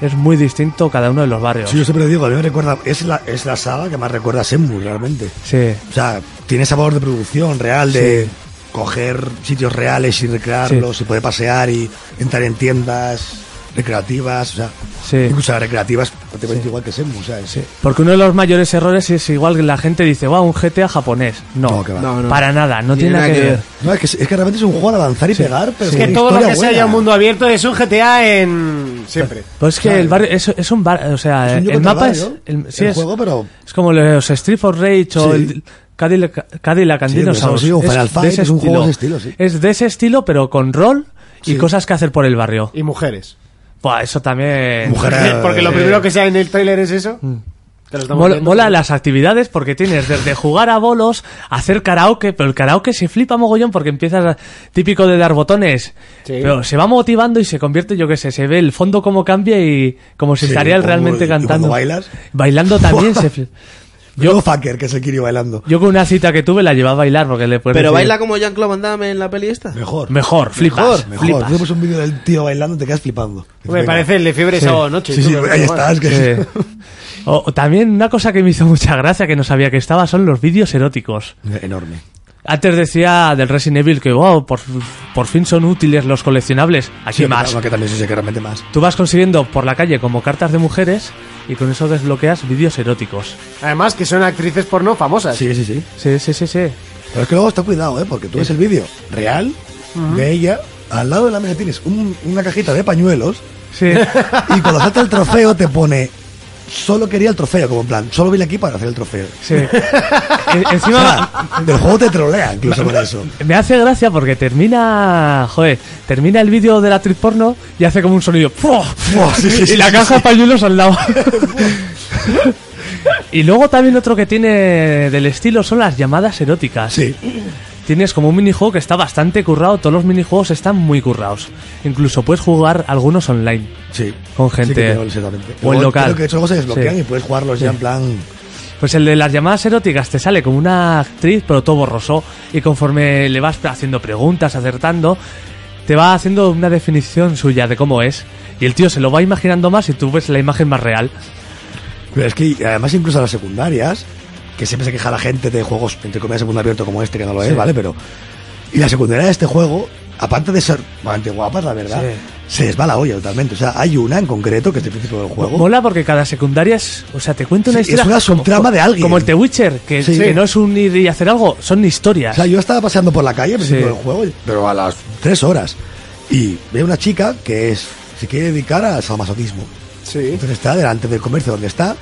Es muy distinto cada uno de los barrios. Sí, yo siempre digo, a mí me recuerda, es la, es la saga que más recuerda a Senmu, realmente. Sí. O sea, tiene sabor de producción real, de coger sitios reales y recrearlos, y poder pasear y entrar en tiendas recreativas, o sea, Sí. incluso las recreativas prácticamente igual que Senmu, o sea, es- Porque uno de los mayores errores es igual que la gente dice, wow, un GTA japonés. No, No, que va. No, no. para nada, no Ni tiene nada que ver. No, es, que, es que realmente es un juego de avanzar y pegar, pero Es con que una todo lo que historia sea buena. ya un mundo abierto es un GTA en... Siempre. Pues es que el barrio es, es un barrio, o sea, Es un yo el contra mapa es, barrio, el, sí, el es, juego, pero es como los Street for Rage o Sí. el Cadillac, Cadillac and Sí, pero Dinosaurs. eso sí, o Final de Fight, ese es un juego de ese estilo, sí. Es de ese estilo, pero con rol y cosas que hacer por el barrio. Y mujeres. Buah, eso también... Mujer, Porque, porque lo eh, Mm. primero que sale en el tráiler es eso. Que lo estamos Mola, viendo. mola las actividades porque tienes desde jugar a bolos, hacer karaoke, pero el karaoke se flipa mogollón porque empiezas a- típico de dar botones. Sí. Pero se va motivando y se convierte, yo qué sé, se ve el fondo como cambia y como si Sí, estaría él como- realmente y cuando cantando. bailas. Bailando también se fli- yo fucker que es el Kiri bailando. Yo con una cita que tuve la llevaba a bailar porque le puedes Pero decir- baila como Jean-Claude Van Damme en la peli esta. Mejor. mejor, flipas, Mejor, mejor. flipas. Tú pones un vídeo del tío bailando te quedas flipando. Me Venga. parece el de fiebre Sí. sábado noche. Sí, sí, ahí estás. Que Ah, Sí. O, o también una cosa que me hizo mucha gracia que no sabía que estaba son los vídeos eróticos. Enorme. Antes decía del Resident Evil que, wow, por, por fin son útiles los coleccionables. Aquí Sí, más. Que también se sé que realmente más. Tú vas consiguiendo por la calle como cartas de mujeres y con eso desbloqueas vídeos eróticos. Además, que son actrices porno famosas. Sí, sí, sí. Sí, sí, sí, sí. Pero es que luego está cuidado, ¿eh? Porque tú ves el vídeo real de ella. Al lado de la mesa tienes un- una cajita de pañuelos. Sí. Y cuando salta el trofeo te pone. Solo quería el trofeo, como en plan. Solo vine aquí para hacer el trofeo. sí. En- O encima sea, del juego te trolea incluso con eso. me hace gracia porque termina, joder, termina el vídeo de la actriz porno y hace como un sonido. ¡fua! Buah, sí, sí, y sí, la sí, caja de pañuelos al lado. y luego también otro que tiene del estilo son las llamadas eróticas. Sí. Tienes como un minijuego que está bastante currado, todos los minijuegos están muy currados. Incluso puedes jugar algunos online. Sí. Con gente. Sí que tengo, seguramente. O en Luego, local. Creo que esos juegos se desbloquean Sí. y puedes jugarlos ya en plan. Pues el de las llamadas eróticas te sale como una actriz, pero todo borroso. Y conforme le vas haciendo preguntas, acertando, te va haciendo una definición suya de cómo es. Y el tío se lo va imaginando más y tú ves la imagen más real. Pero es que además incluso las secundarias, que siempre se queja la gente de juegos entre comillas de mundo abierto como este, que no lo es, ¿vale? Pero. Y la secundaria de este juego, aparte de ser bastante guapas, la verdad, se les va la olla totalmente. O sea, hay una en concreto que es difícil del juego. Mola porque cada secundaria es. O sea, te cuento una Sí, historia. es una como- subtrama de alguien. Como el The Witcher, que, Sí. que no es un ir y hacer algo, son historias. O sea, yo estaba paseando por la calle al principio Sí. del juego, pero a las tres horas. Y veo una chica que es se quiere dedicar al sadomasoquismo. Sí. Entonces está delante del comercio donde está,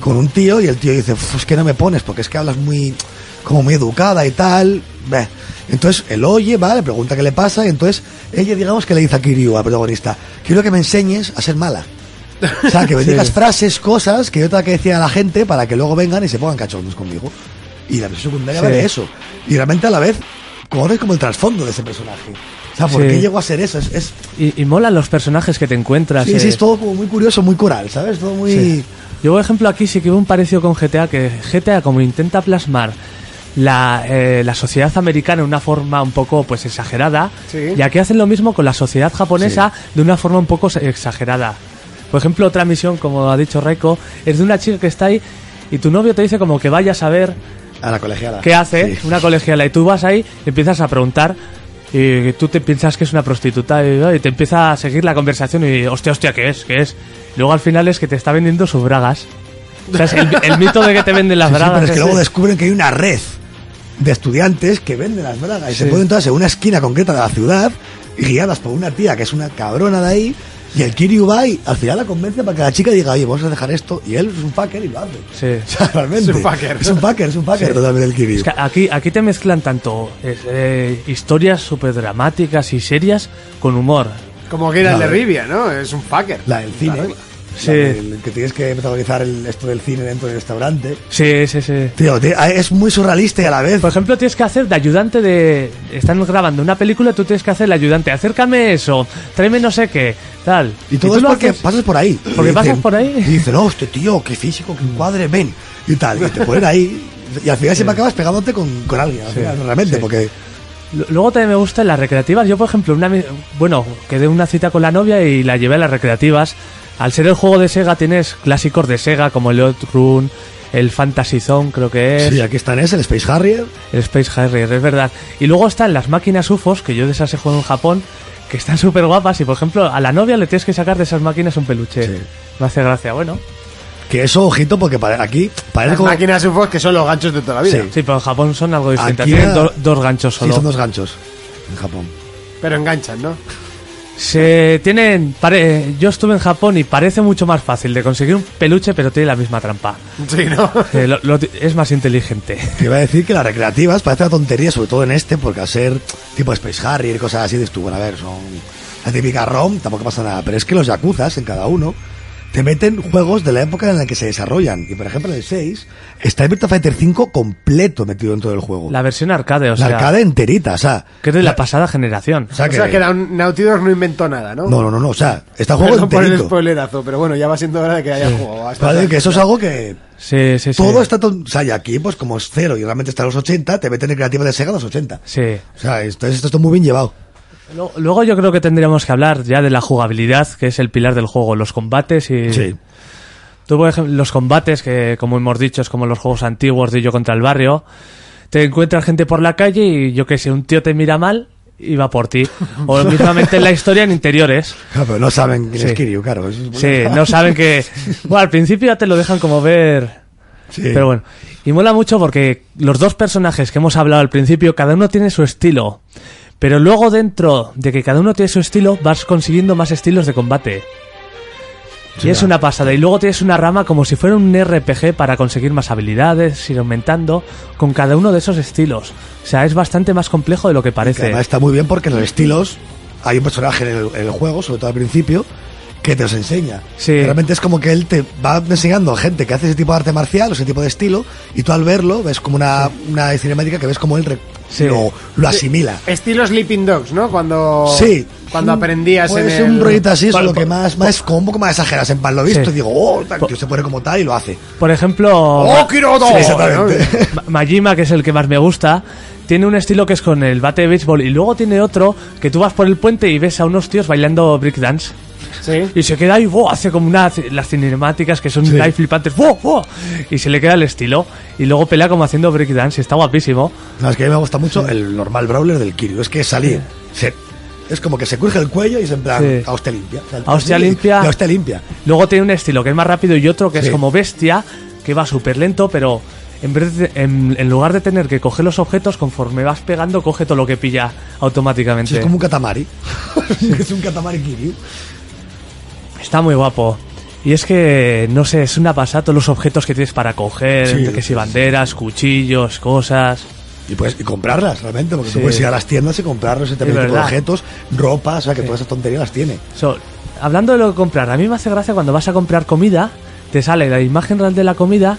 con un tío, y el tío dice, "Uf, es que no me pones, porque es que hablas muy, como muy educada y tal. Beh. Entonces él oye, va, le pregunta qué le pasa, y entonces ella, digamos que le dice a Kiryu, al protagonista, quiero que me enseñes a ser mala. O sea, que me digas frases, cosas que yo tenga que decir a la gente para que luego vengan y se pongan cachondos conmigo. Y la misión secundaria va de eso. Y realmente a la vez, conoces como el trasfondo de ese personaje. O sea, ¿por Sí. qué llegó a ser eso? Es, es- Y, y molan los personajes que te encuentras. sí, sí, eh. es todo como muy curioso, muy coral, ¿sabes? Todo muy... Sí. Yo, por ejemplo, aquí sí que veo un parecido con GTA, que GTA como intenta plasmar la, eh, la sociedad americana de una forma un poco pues exagerada, Sí. y aquí hacen lo mismo con la sociedad japonesa de una forma un poco se- exagerada. Por ejemplo, otra misión, como ha dicho Reiko, es de una chica que está ahí y tu novio te dice como que vayas a ver A la colegiada. qué hace Sí. una colegiala y tú vas ahí y empiezas a preguntar y tú te piensas que es una prostituta y, y te empieza a seguir la conversación y hostia, hostia, ¿qué es? ¿Qué es? Luego al final es que te está vendiendo sus bragas. O sea, es el, el mito de que te venden las Sí, sí, bragas. pero es que ese. luego descubren que hay una red de estudiantes que venden las bragas y se ponen todas en una esquina concreta de la ciudad y guiadas por una tía que es una cabrona de ahí y el Kiryu va y al final la convence para que la chica diga, oye, vamos a dejar esto y él es un fucker y lo hace. Sí. O sea, realmente. Es un fucker. Es un fucker, es un fucker totalmente el Kiryu. Es que aquí, aquí te mezclan tanto eh, eh, historias súper dramáticas y serias con humor. Como que era el de Vale. Rivia, ¿no? Es un fucker. La del cine. la Sí. del- que tienes que protagonizar el, esto del cine dentro del restaurante. Sí, sí, sí. Tío, tío, es muy surrealista y a la vez. Por ejemplo, tienes que hacer de ayudante de... Están grabando una película, tú tienes que hacer de ayudante. Acércame eso, tráeme no sé qué, tal. Y todo tú es lo porque haces- pasas por ahí. Porque Y pasas por ahí. Y dicen, no, este tío, qué físico, qué encuadre, ven. Y tal, y te ponen ahí. Y al final siempre acabas pegándote con, con alguien, al final, realmente, porque... L- Luego también me gustan las recreativas. Yo, por ejemplo, una, mi- bueno, quedé una cita con la novia y la llevé a las recreativas. Al ser el juego de Sega tienes clásicos de Sega como el Outrun, el Fantasy Zone creo que es, Sí, aquí están ese, el Space Harrier. el Space Harrier, es verdad. Y luego están las máquinas UFOs, que yo de esas he jugado en Japón, que están súper guapas y, por ejemplo, a la novia le tienes que sacar de esas máquinas un peluche. Sí. Me hace gracia, bueno. Que eso, ojito, porque para, aquí parece Las como... máquinas UFOs que son los ganchos de toda la vida. Sí. Sí, pero en Japón son algo distinto. Aquí Tienen era- do- dos ganchos Sí, solo. son dos ganchos en Japón. Pero enganchan, ¿no? Se tienen. pare- yo estuve en Japón y parece mucho más fácil de conseguir un peluche, pero tiene la misma trampa. Sí, ¿no? Ah, Eh, lo- lo- es más inteligente. Te iba a decir que las recreativas parece una tontería, sobre todo en este, porque al ser tipo Space Harrier y cosas así, dices tú, bueno, a ver, son la típica ROM, tampoco pasa nada. Pero es que los yakuzas en cada uno te meten juegos de la época en la que se desarrollan. Y por ejemplo, en el 6 está el Virtua Fighter 5 completo metido dentro del juego. La versión arcade, o La sea. arcade enterita, o sea. Que es de la pasada generación. o sea, O sea que la- Naughty Dog no inventó nada, ¿no? No, no, no, no, o sea, está juego Perdón por el enterito. spoilerazo, pero bueno, ya va siendo hora de que haya jugado. hasta Vale, tarde. que eso es algo que Sí, sí, sí. todo está... ton- O sea, y aquí, pues como es cero y realmente está en los 80, te meten en creativa de Sega en los 80. Sí. O sea, esto, esto está muy bien llevado. Lo- Luego yo creo que tendríamos que hablar ya de la jugabilidad, que es el pilar del juego, los combates y... Tú, por ejemplo, los combates, que como hemos dicho, es como los juegos antiguos de Yo contra el Barrio. te encuentras gente por la calle y yo qué sé, un tío te mira mal y va por ti. O mismamente en la historia en interiores. Claro, pero no saben quién es Sí. Kiryu, claro. eso es- Sí, no saben que... Bueno, al principio ya te lo dejan como ver... Sí. Pero bueno, y mola mucho porque los dos personajes que hemos hablado al principio, cada uno tiene su estilo. Pero luego dentro de que cada uno tiene su estilo, vas consiguiendo más estilos de combate. y es una pasada. Y luego tienes una rama como si fuera un RPG para conseguir más habilidades, ir aumentando con cada uno de esos estilos. O sea, es bastante más complejo de lo que Que parece. además está muy bien porque en los estilos hay un personaje en el, en el juego, sobre todo al principio, que te los enseña. Sí. Realmente es como que él te va enseñando a gente que hace ese tipo de arte marcial o ese tipo de estilo, y tú al verlo ves como una, una cinemática que ves como él re- Sí. lo, lo asimila. Estilo Sleeping Dogs, ¿no? Cuando, Sí. cuando aprendías Puede en ser el... un rollito así, Por- solo que por- más, más, como un poco más exageras. En plan, lo he visto Sí. y digo, oh, tal, Por- tío, se pone como tal y lo hace. Por ejemplo... ¡Oh, Kirodo! Sí, exactamente. Ma- Majima, que es el que más me gusta, tiene un estilo que es con el bate de béisbol y luego tiene otro que tú vas por el puente y ves a unos tíos bailando breakdance Sí. y se queda ahí, ¡buah! hace como una, las cinemáticas que son ahí flipantes, ¡buah, buah! y se le queda el estilo y luego pelea como haciendo breakdance y está guapísimo. No, es que a mí me gusta mucho el normal brawler del Kiryu. Es que salir. se- es como que se cruje el cuello y es en plan, Sí. a usted limpia. Salta A hostia así y- limpia. y A usted limpia. Luego tiene un estilo que es más rápido y otro que Sí. es como bestia, que va súper lento, pero en, vez de- en, en lugar de tener que coger los objetos, conforme vas pegando, coge todo lo que pilla Sí, automáticamente. Es como un catamari. es un catamari Kiryu. Pues Está muy guapo. Y es que, no sé, es una pasada todos los objetos que tienes para coger, Sí. entre que si banderas, cuchillos, cosas. Y, puedes, y comprarlas, realmente, porque Sí. tú puedes ir a las tiendas y comprarlos y también Es tipo de verdad. objetos, ropa, o sea, que todas esas tonterías las tiene. So, hablando de lo que comprar, a mí me hace gracia cuando vas a comprar comida, te sale la imagen real de la comida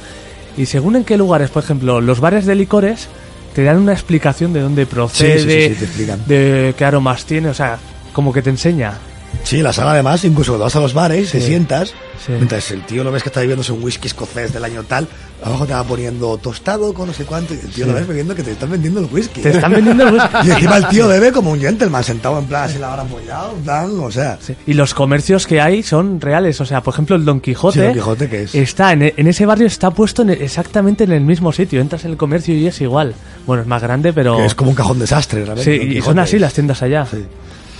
y según en qué lugares, por ejemplo, los bares de licores, te dan una explicación de dónde procede, sí, te explican. de qué aromas tiene, o sea, como que te enseña. Sí, la sala además, incluso cuando vas a los bares, te sientas, Sí. mientras el tío lo ves que está bebiéndose un whisky escocés del año tal, abajo te va poniendo tostado con no sé cuánto, y el tío lo ves bebiendo que te están vendiendo el whisky. Te están vendiendo el whisky. Y encima el tío bebe como un gentleman, sentado en plan, así la habrá apoyado, en plan, o sea. Sí, Y los comercios que hay son reales. O sea, por ejemplo, el Don Quijote. Sí, Don Quijote, ¿qué es? Está en, e- en ese barrio, está puesto en e- exactamente en el mismo sitio. Entras en el comercio y es igual. Bueno, es más grande, pero. que es como un cajón desastre, realmente. Sí, Don y son Quijote. así las tiendas allá. Sí.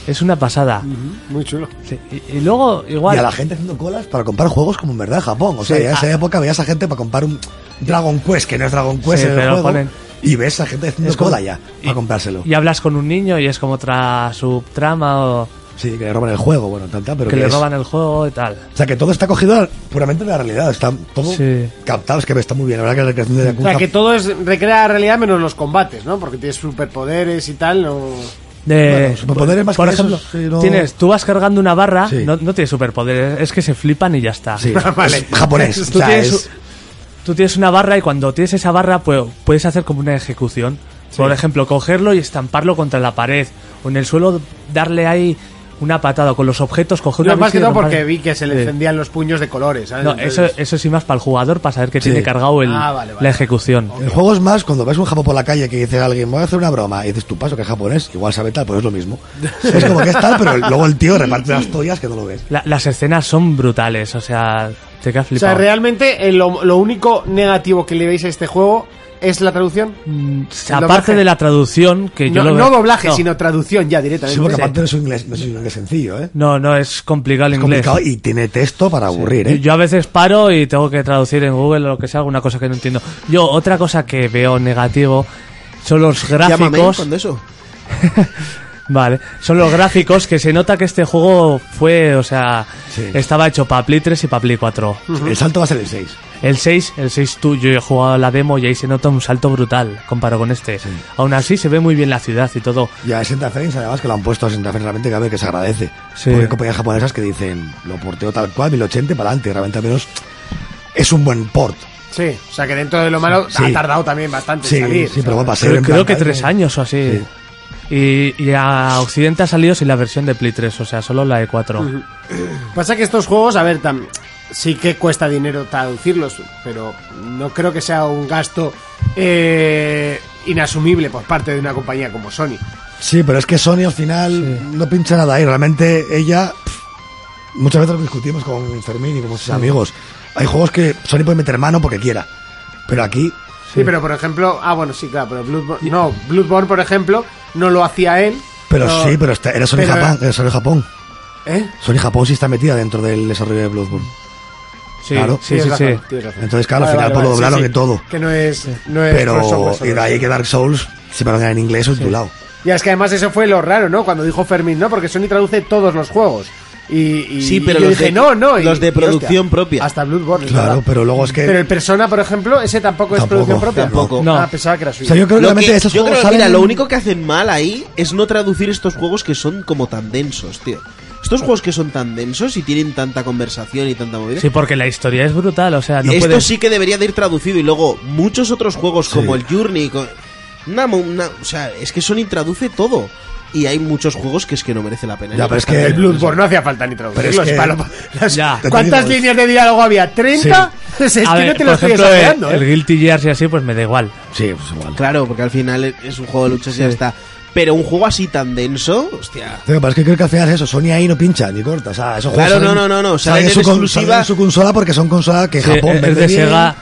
Es una pasada. Muy chulo. Sí, Y, y luego, igual. Y a la gente haciendo colas para comprar juegos como en verdad en Japón. O sea, Sí, ya en esa ah. época veías a gente para comprar un Dragon Quest, que no es Dragon Quest Sí, en el pero juego, ponen- Y ves a gente haciendo Es como- cola ya para comprárselo. Y hablas con un niño y es como otra subtrama o Sí, que le roban el juego, bueno, tanta, pero que le es- roban el juego y tal. O sea, que todo está cogido puramente de la realidad. Está todo Sí. captado, es que está muy bien. La verdad que la creación de O Yakuza... sea, que todo es recrea la realidad menos los combates, ¿no? Porque tienes superpoderes y tal, no... De, pues, Bueno, superpoderes más por que ejemplo, esos, sí, no- tienes, tú vas cargando una barra, Sí. no, no tienes superpoderes, es que se flipan y ya está. Sí, Vale. es japonés. o Pues, Tú sea, tienes, es- tú tienes una barra y cuando tienes esa barra pues, puedes hacer como una ejecución. Por ejemplo, cogerlo y estamparlo contra la pared o en el suelo darle ahí una patada o con los objetos, coger Yo una más que bici y todo romper- porque vi que se le Sí. encendían los puños de colores, ¿sabes? No, eso, Entonces- eso sí más para el jugador, para saber que tiene cargado el- Ah, vale, vale. la ejecución. El juego es más cuando ves un japo por la calle que dice alguien, voy a hacer una broma, y dices tu paso que es japonés, igual sabe tal, pues es lo mismo. es como que es tal, pero luego el tío reparte las toallas que no lo ves. La- las escenas son brutales, o sea, te quedas O flipado. sea, realmente eh, lo, lo único negativo que le veis a este juego es la traducción. Mm, doblaje. Aparte de la traducción, que yo no, lo no veo- doblaje, no, sino traducción ya Sí, directamente. porque aparte no es un inglés, no es un inglés sencillo, ¿eh? No, no, es complicado el Es inglés. complicado y tiene texto para aburrir, Yo, ¿eh? yo a veces paro y tengo que traducir en Google o lo que sea, alguna cosa que no entiendo. Yo, otra cosa que veo negativo son los Llámame gráficos. cuando eso. Vale, son los gráficos que se nota que este juego fue, o sea, Sí. estaba hecho para Play 3 y para Play 4. El salto va a ser el 6. El 6, el 6 tú, yo he jugado la demo y ahí se nota un salto brutal comparado con este. Aún así se ve muy bien la ciudad y todo. Y a 60 frames, además que lo han puesto a 60 frames, realmente que a ver que se agradece. Sí. Porque hay compañías japonesas que dicen, lo porteo tal cual, 1080 para adelante, realmente al menos es un buen port. Sí, o sea que dentro de lo malo Sí. ha tardado también bastante Sí, en salir. sí, o sea, pero va a pasar. Pero creo que tres años o así. Y, y a Occidente ha salido sin la versión de Play 3, o sea, solo la E de 4. Pasa que estos juegos, a ver, tam- sí que cuesta dinero traducirlos, pero no creo que sea un gasto eh, inasumible por parte de una compañía como Sony. Sí, pero es que Sony al final no pincha nada ahí. Realmente ella. pff, Muchas veces lo discutimos con Fermín y con sus amigos. Hay juegos que Sony puede meter mano porque quiera. Pero aquí Sí, pero por ejemplo, ah, bueno, sí, claro, pero Bloodborne, no, Bloodborne, por ejemplo, no lo hacía él. Pero sí, pero está- era Sony pero- Japón. Era Sony Japón. ¿Eh? Sony Japón sí está metida dentro del desarrollo de Bloodborne. Sí, Claro. sí, Tienes sí. sí. razón, tienes razón. Entonces, claro, al Vale, final vale, pues lo vale, sí, doblaron sí, de todo. Que no es. No es por Pero software, y de ahí que Dark Souls se van a en inglés o en tu llado. Ya es que además eso fue lo raro, ¿no? Cuando dijo Fermín, ¿no? Porque Sony traduce todos los juegos. Y, y- Sí, pero y yo los dije, de- no, no. y- los de y hostia, producción propia. Hasta Bloodborne. es Claro, verdad. pero luego es que- Pero el Persona, por ejemplo, ese tampoco, Tampoco, es producción propia. tampoco. No. Ah, pensaba que era suyo. O sea, yo creo que Lo realmente que- esos yo juegos creo- mira, salen- lo único que hacen mal ahí es no traducir estos juegos que son como tan densos, tío. Estos juegos que son tan densos y tienen tanta conversación y tanta movida. Sí, porque la historia es brutal, o sea, no ¿eh? Esto puedes... sí que debería de ir traducido y luego muchos otros juegos como el Journey, co- una mo- una- o sea, es que Sony traduce todo y hay muchos juegos que es que no merece la pena. Ya, Yo pero es creo que- El Bloodborne no hacía falta ni traducirlo. Pero es que- para- las- Ya. ¿Cuántas Te digo, líneas de diálogo había? ¿30? Es que A ver, no te por lo estoy ejemplo, el, exagerando, el ¿eh? Guilty Gear y así, pues me da igual. Sí, pues igual. Claro, porque al final es un juego de luchas y ya está. Pero un juego así tan denso, hostia. Tío, pero es que creo que al final es eso, Sony ahí no pincha ni corta, o sea, esos Claro, juegos no, no, no, no, salen en salen su, con- exclusiva. salen en su consola porque son consolas que Sí, Japón es vende de bien. Sega,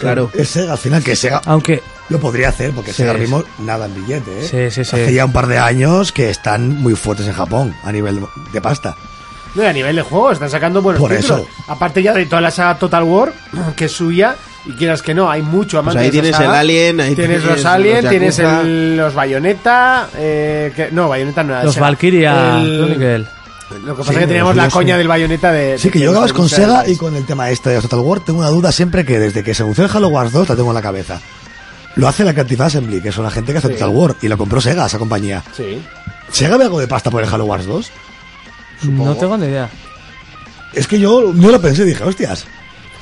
Claro. Es Sega, al final que Sega aunque... lo podría hacer porque Sí, Sega sí. ahora mismo nada en billete, ¿eh? Sí, sí, sí. Hace ya un par de años que están muy fuertes en Japón a nivel de pasta. No, y a nivel de juego, están sacando buenos Por títulos. eso. Aparte ya de toda la saga Total War, que es suya, y quieras que no, hay mucho amante Pues ahí de esa tienes saga. el Alien, ahí tienes, tienes los Alien, los tienes Yakuza. el- los Bayonetta, eh, que- no, Bayonetta no era Los Sega. Valkyria El- Chronicle. Lo que pasa Sí, es que teníamos los la dos, coña sí. del Bayonetta de... Sí, que de- yo de- acabas de- con de- Sega y con el tema este de Total War tengo una duda siempre que desde que se anunció el Halo Wars 2 la tengo en la cabeza. Lo hace la Creative Assembly, que son la gente que hace Sí. Total War, y lo compró Sega, esa compañía. Sí. ¿Sega ve algo de pasta por el Halo Wars 2? No tengo ni idea. Es que yo no lo pensé, dije, hostias.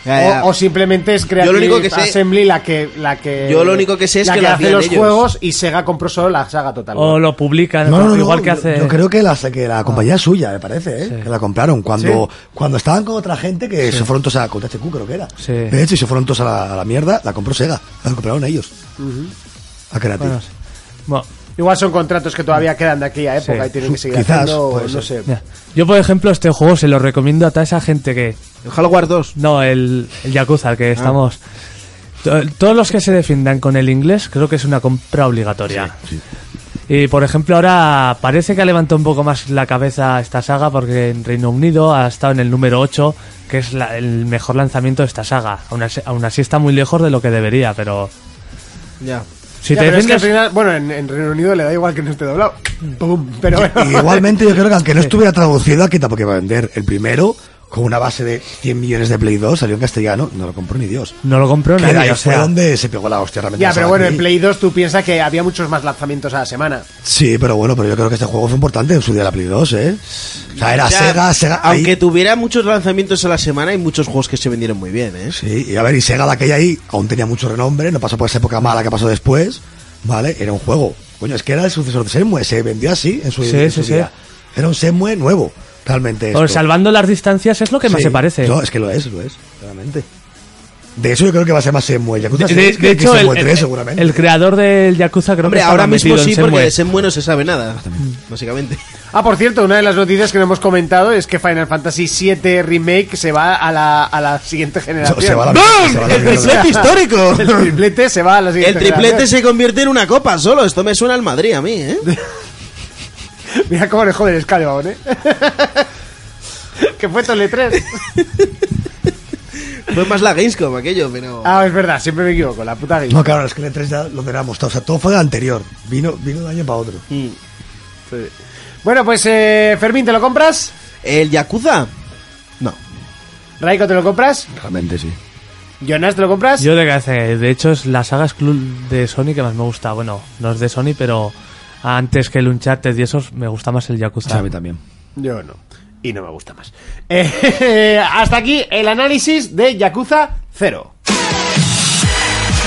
Ya, ya. O, o simplemente es Creative Eh, Yo lo único que sé- Assembly la que, la que... Yo lo único que sé es la que lo hace hacían los ellos. juegos y Sega compró solo la saga Total War. O lo publican, No, no, no, igual no, que yo- hace... Yo, creo que la, que la compañía es suya, me parece, ¿eh? Sí. que la compraron cuando, cuando estaban con otra gente que se fueron todos a con THQ, creo que era. Sí. De hecho, y se fueron todos a la, a la mierda, la compró Sega, la compraron ellos. A Creative. Bueno, sí. Bueno, Igual son contratos que todavía quedan de aquella época Sí. y tienen que seguir Quizás, haciendo, puede no sé. ser. ya. Yo, por ejemplo, este juego se lo recomiendo a toda esa gente que... El Halo Wars 2. No, el, el Yakuza, Ah. al que estamos... To- Todos los que se defiendan con el inglés creo que es una compra obligatoria. Y por ejemplo ahora parece que ha levantado un poco más la cabeza esta saga porque en Reino Unido ha estado en el número 8, que es la- el mejor lanzamiento de esta saga. Aún así, aún así está muy lejos de lo que debería, pero... Ya. Si Ya, te pero es que defiendes... al final, bueno, en, en Reino Unido le da igual que no esté doblado. Hmm. Pum, pero bueno. Y igualmente, yo creo que aunque no estuviera traducido, aquí tampoco iba a vender. El primero, con una base de 100 millones de Play 2, salió en castellano, no lo compró ni Dios. No lo compró Que de nadie, ahí o fue sea... donde se pegó la hostia realmente. Ya, la pero saga bueno, aquí. en Play 2 tú piensas que había muchos más lanzamientos a la semana. Sí, pero bueno, pero yo creo que este juego fue importante en su día de la Play 2, ¿eh? O sea, era O sea, Sega, Sega. ahí- Aunque tuviera muchos lanzamientos a la semana, hay muchos juegos que se vendieron muy bien, ¿eh? Sí, y a ver, y Sega de aquella ahí aún tenía mucho renombre, no pasó por esa época mala que pasó después, ¿vale? Era un juego. Coño, es que era el sucesor de Semue, se vendió así en su, Sí, en su sí, sí. día. Era un Semue nuevo, realmente. Bueno, esto. salvando las distancias es lo que más Sí. se parece. No, es que lo es, lo es, claramente. De hecho, yo creo que va a ser más Semue. Yakuza De, sí, de- es que- de que hecho, el, Shenmue 3, el- seguramente. el creador del Yakuza creo Hombre, que estaba ahora mismo metido en sí, porque Shenmue. de Senmue no se sabe nada, básicamente. Ah, por cierto, una de las noticias que no hemos comentado es que Final Fantasy VII Remake se va a la, a la siguiente generación. Se va a la mierda, se va a la ¡El mierda. triplete histórico! El triplete se va a la El siguiente triplete generación. se convierte en una copa solo. Esto me suena al Madrid a mí, ¿eh? Mira cómo le jode el Scalebound, ¿eh? que fue Tole 3. Fue más la Gamescom aquello, pero... Ah, es verdad, siempre me equivoco, la puta guía. No, claro, es que el E3 ya lo tenemos todo. O sea, todo fue del anterior. Vino, vino de un año para otro. Mm. Bueno, pues eh, Fermín, ¿te lo compras? ¿El Yakuza? No. Raiko, ¿te lo compras? Realmente sí. Jonas, ¿te lo compras? Yo de cabeza, de hecho es la saga exclu- de Sony que más me gusta. Bueno, no es de Sony, pero antes que el Uncharted y esos me gusta más el Yakuza. también. Yo no. Y no me gusta más. Eh, hasta aquí el análisis de Yakuza 0.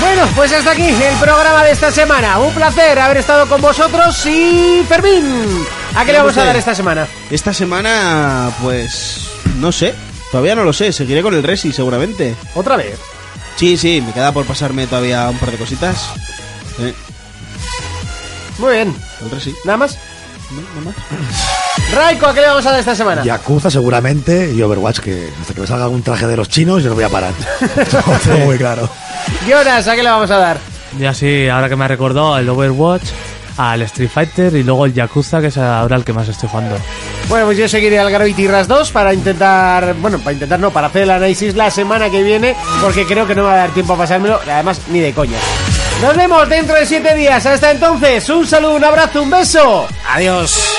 Bueno, pues hasta aquí el programa de esta semana. Un placer haber estado con vosotros y Fermín. ¿A qué le vamos a dar esta semana? Esta semana, pues... No sé. Todavía no lo sé. Seguiré con el Resi, seguramente. Otra vez. Sí, sí. Me queda por pasarme todavía un par de cositas. Eh, Muy bien. el Resi. ¿Nada más? Raiko, ¿a qué le vamos a dar esta semana? Yakuza seguramente y Overwatch, que hasta que me salga un traje de los chinos yo no voy a parar. Lo tengo muy claro. Jonas, ¿a qué le vamos a dar? Y así, ahora que me ha recordado, al Overwatch, al Street Fighter y luego el Yakuza, que es ahora el que más estoy jugando. Bueno, pues yo seguiré al Gravity Rush 2 para intentar, bueno, para intentar no, para hacer el análisis la semana que viene, porque creo que no me va a dar tiempo a pasármelo, además ni de coña. Nos vemos dentro de 7 días, hasta entonces, un saludo, un abrazo, un beso, adiós.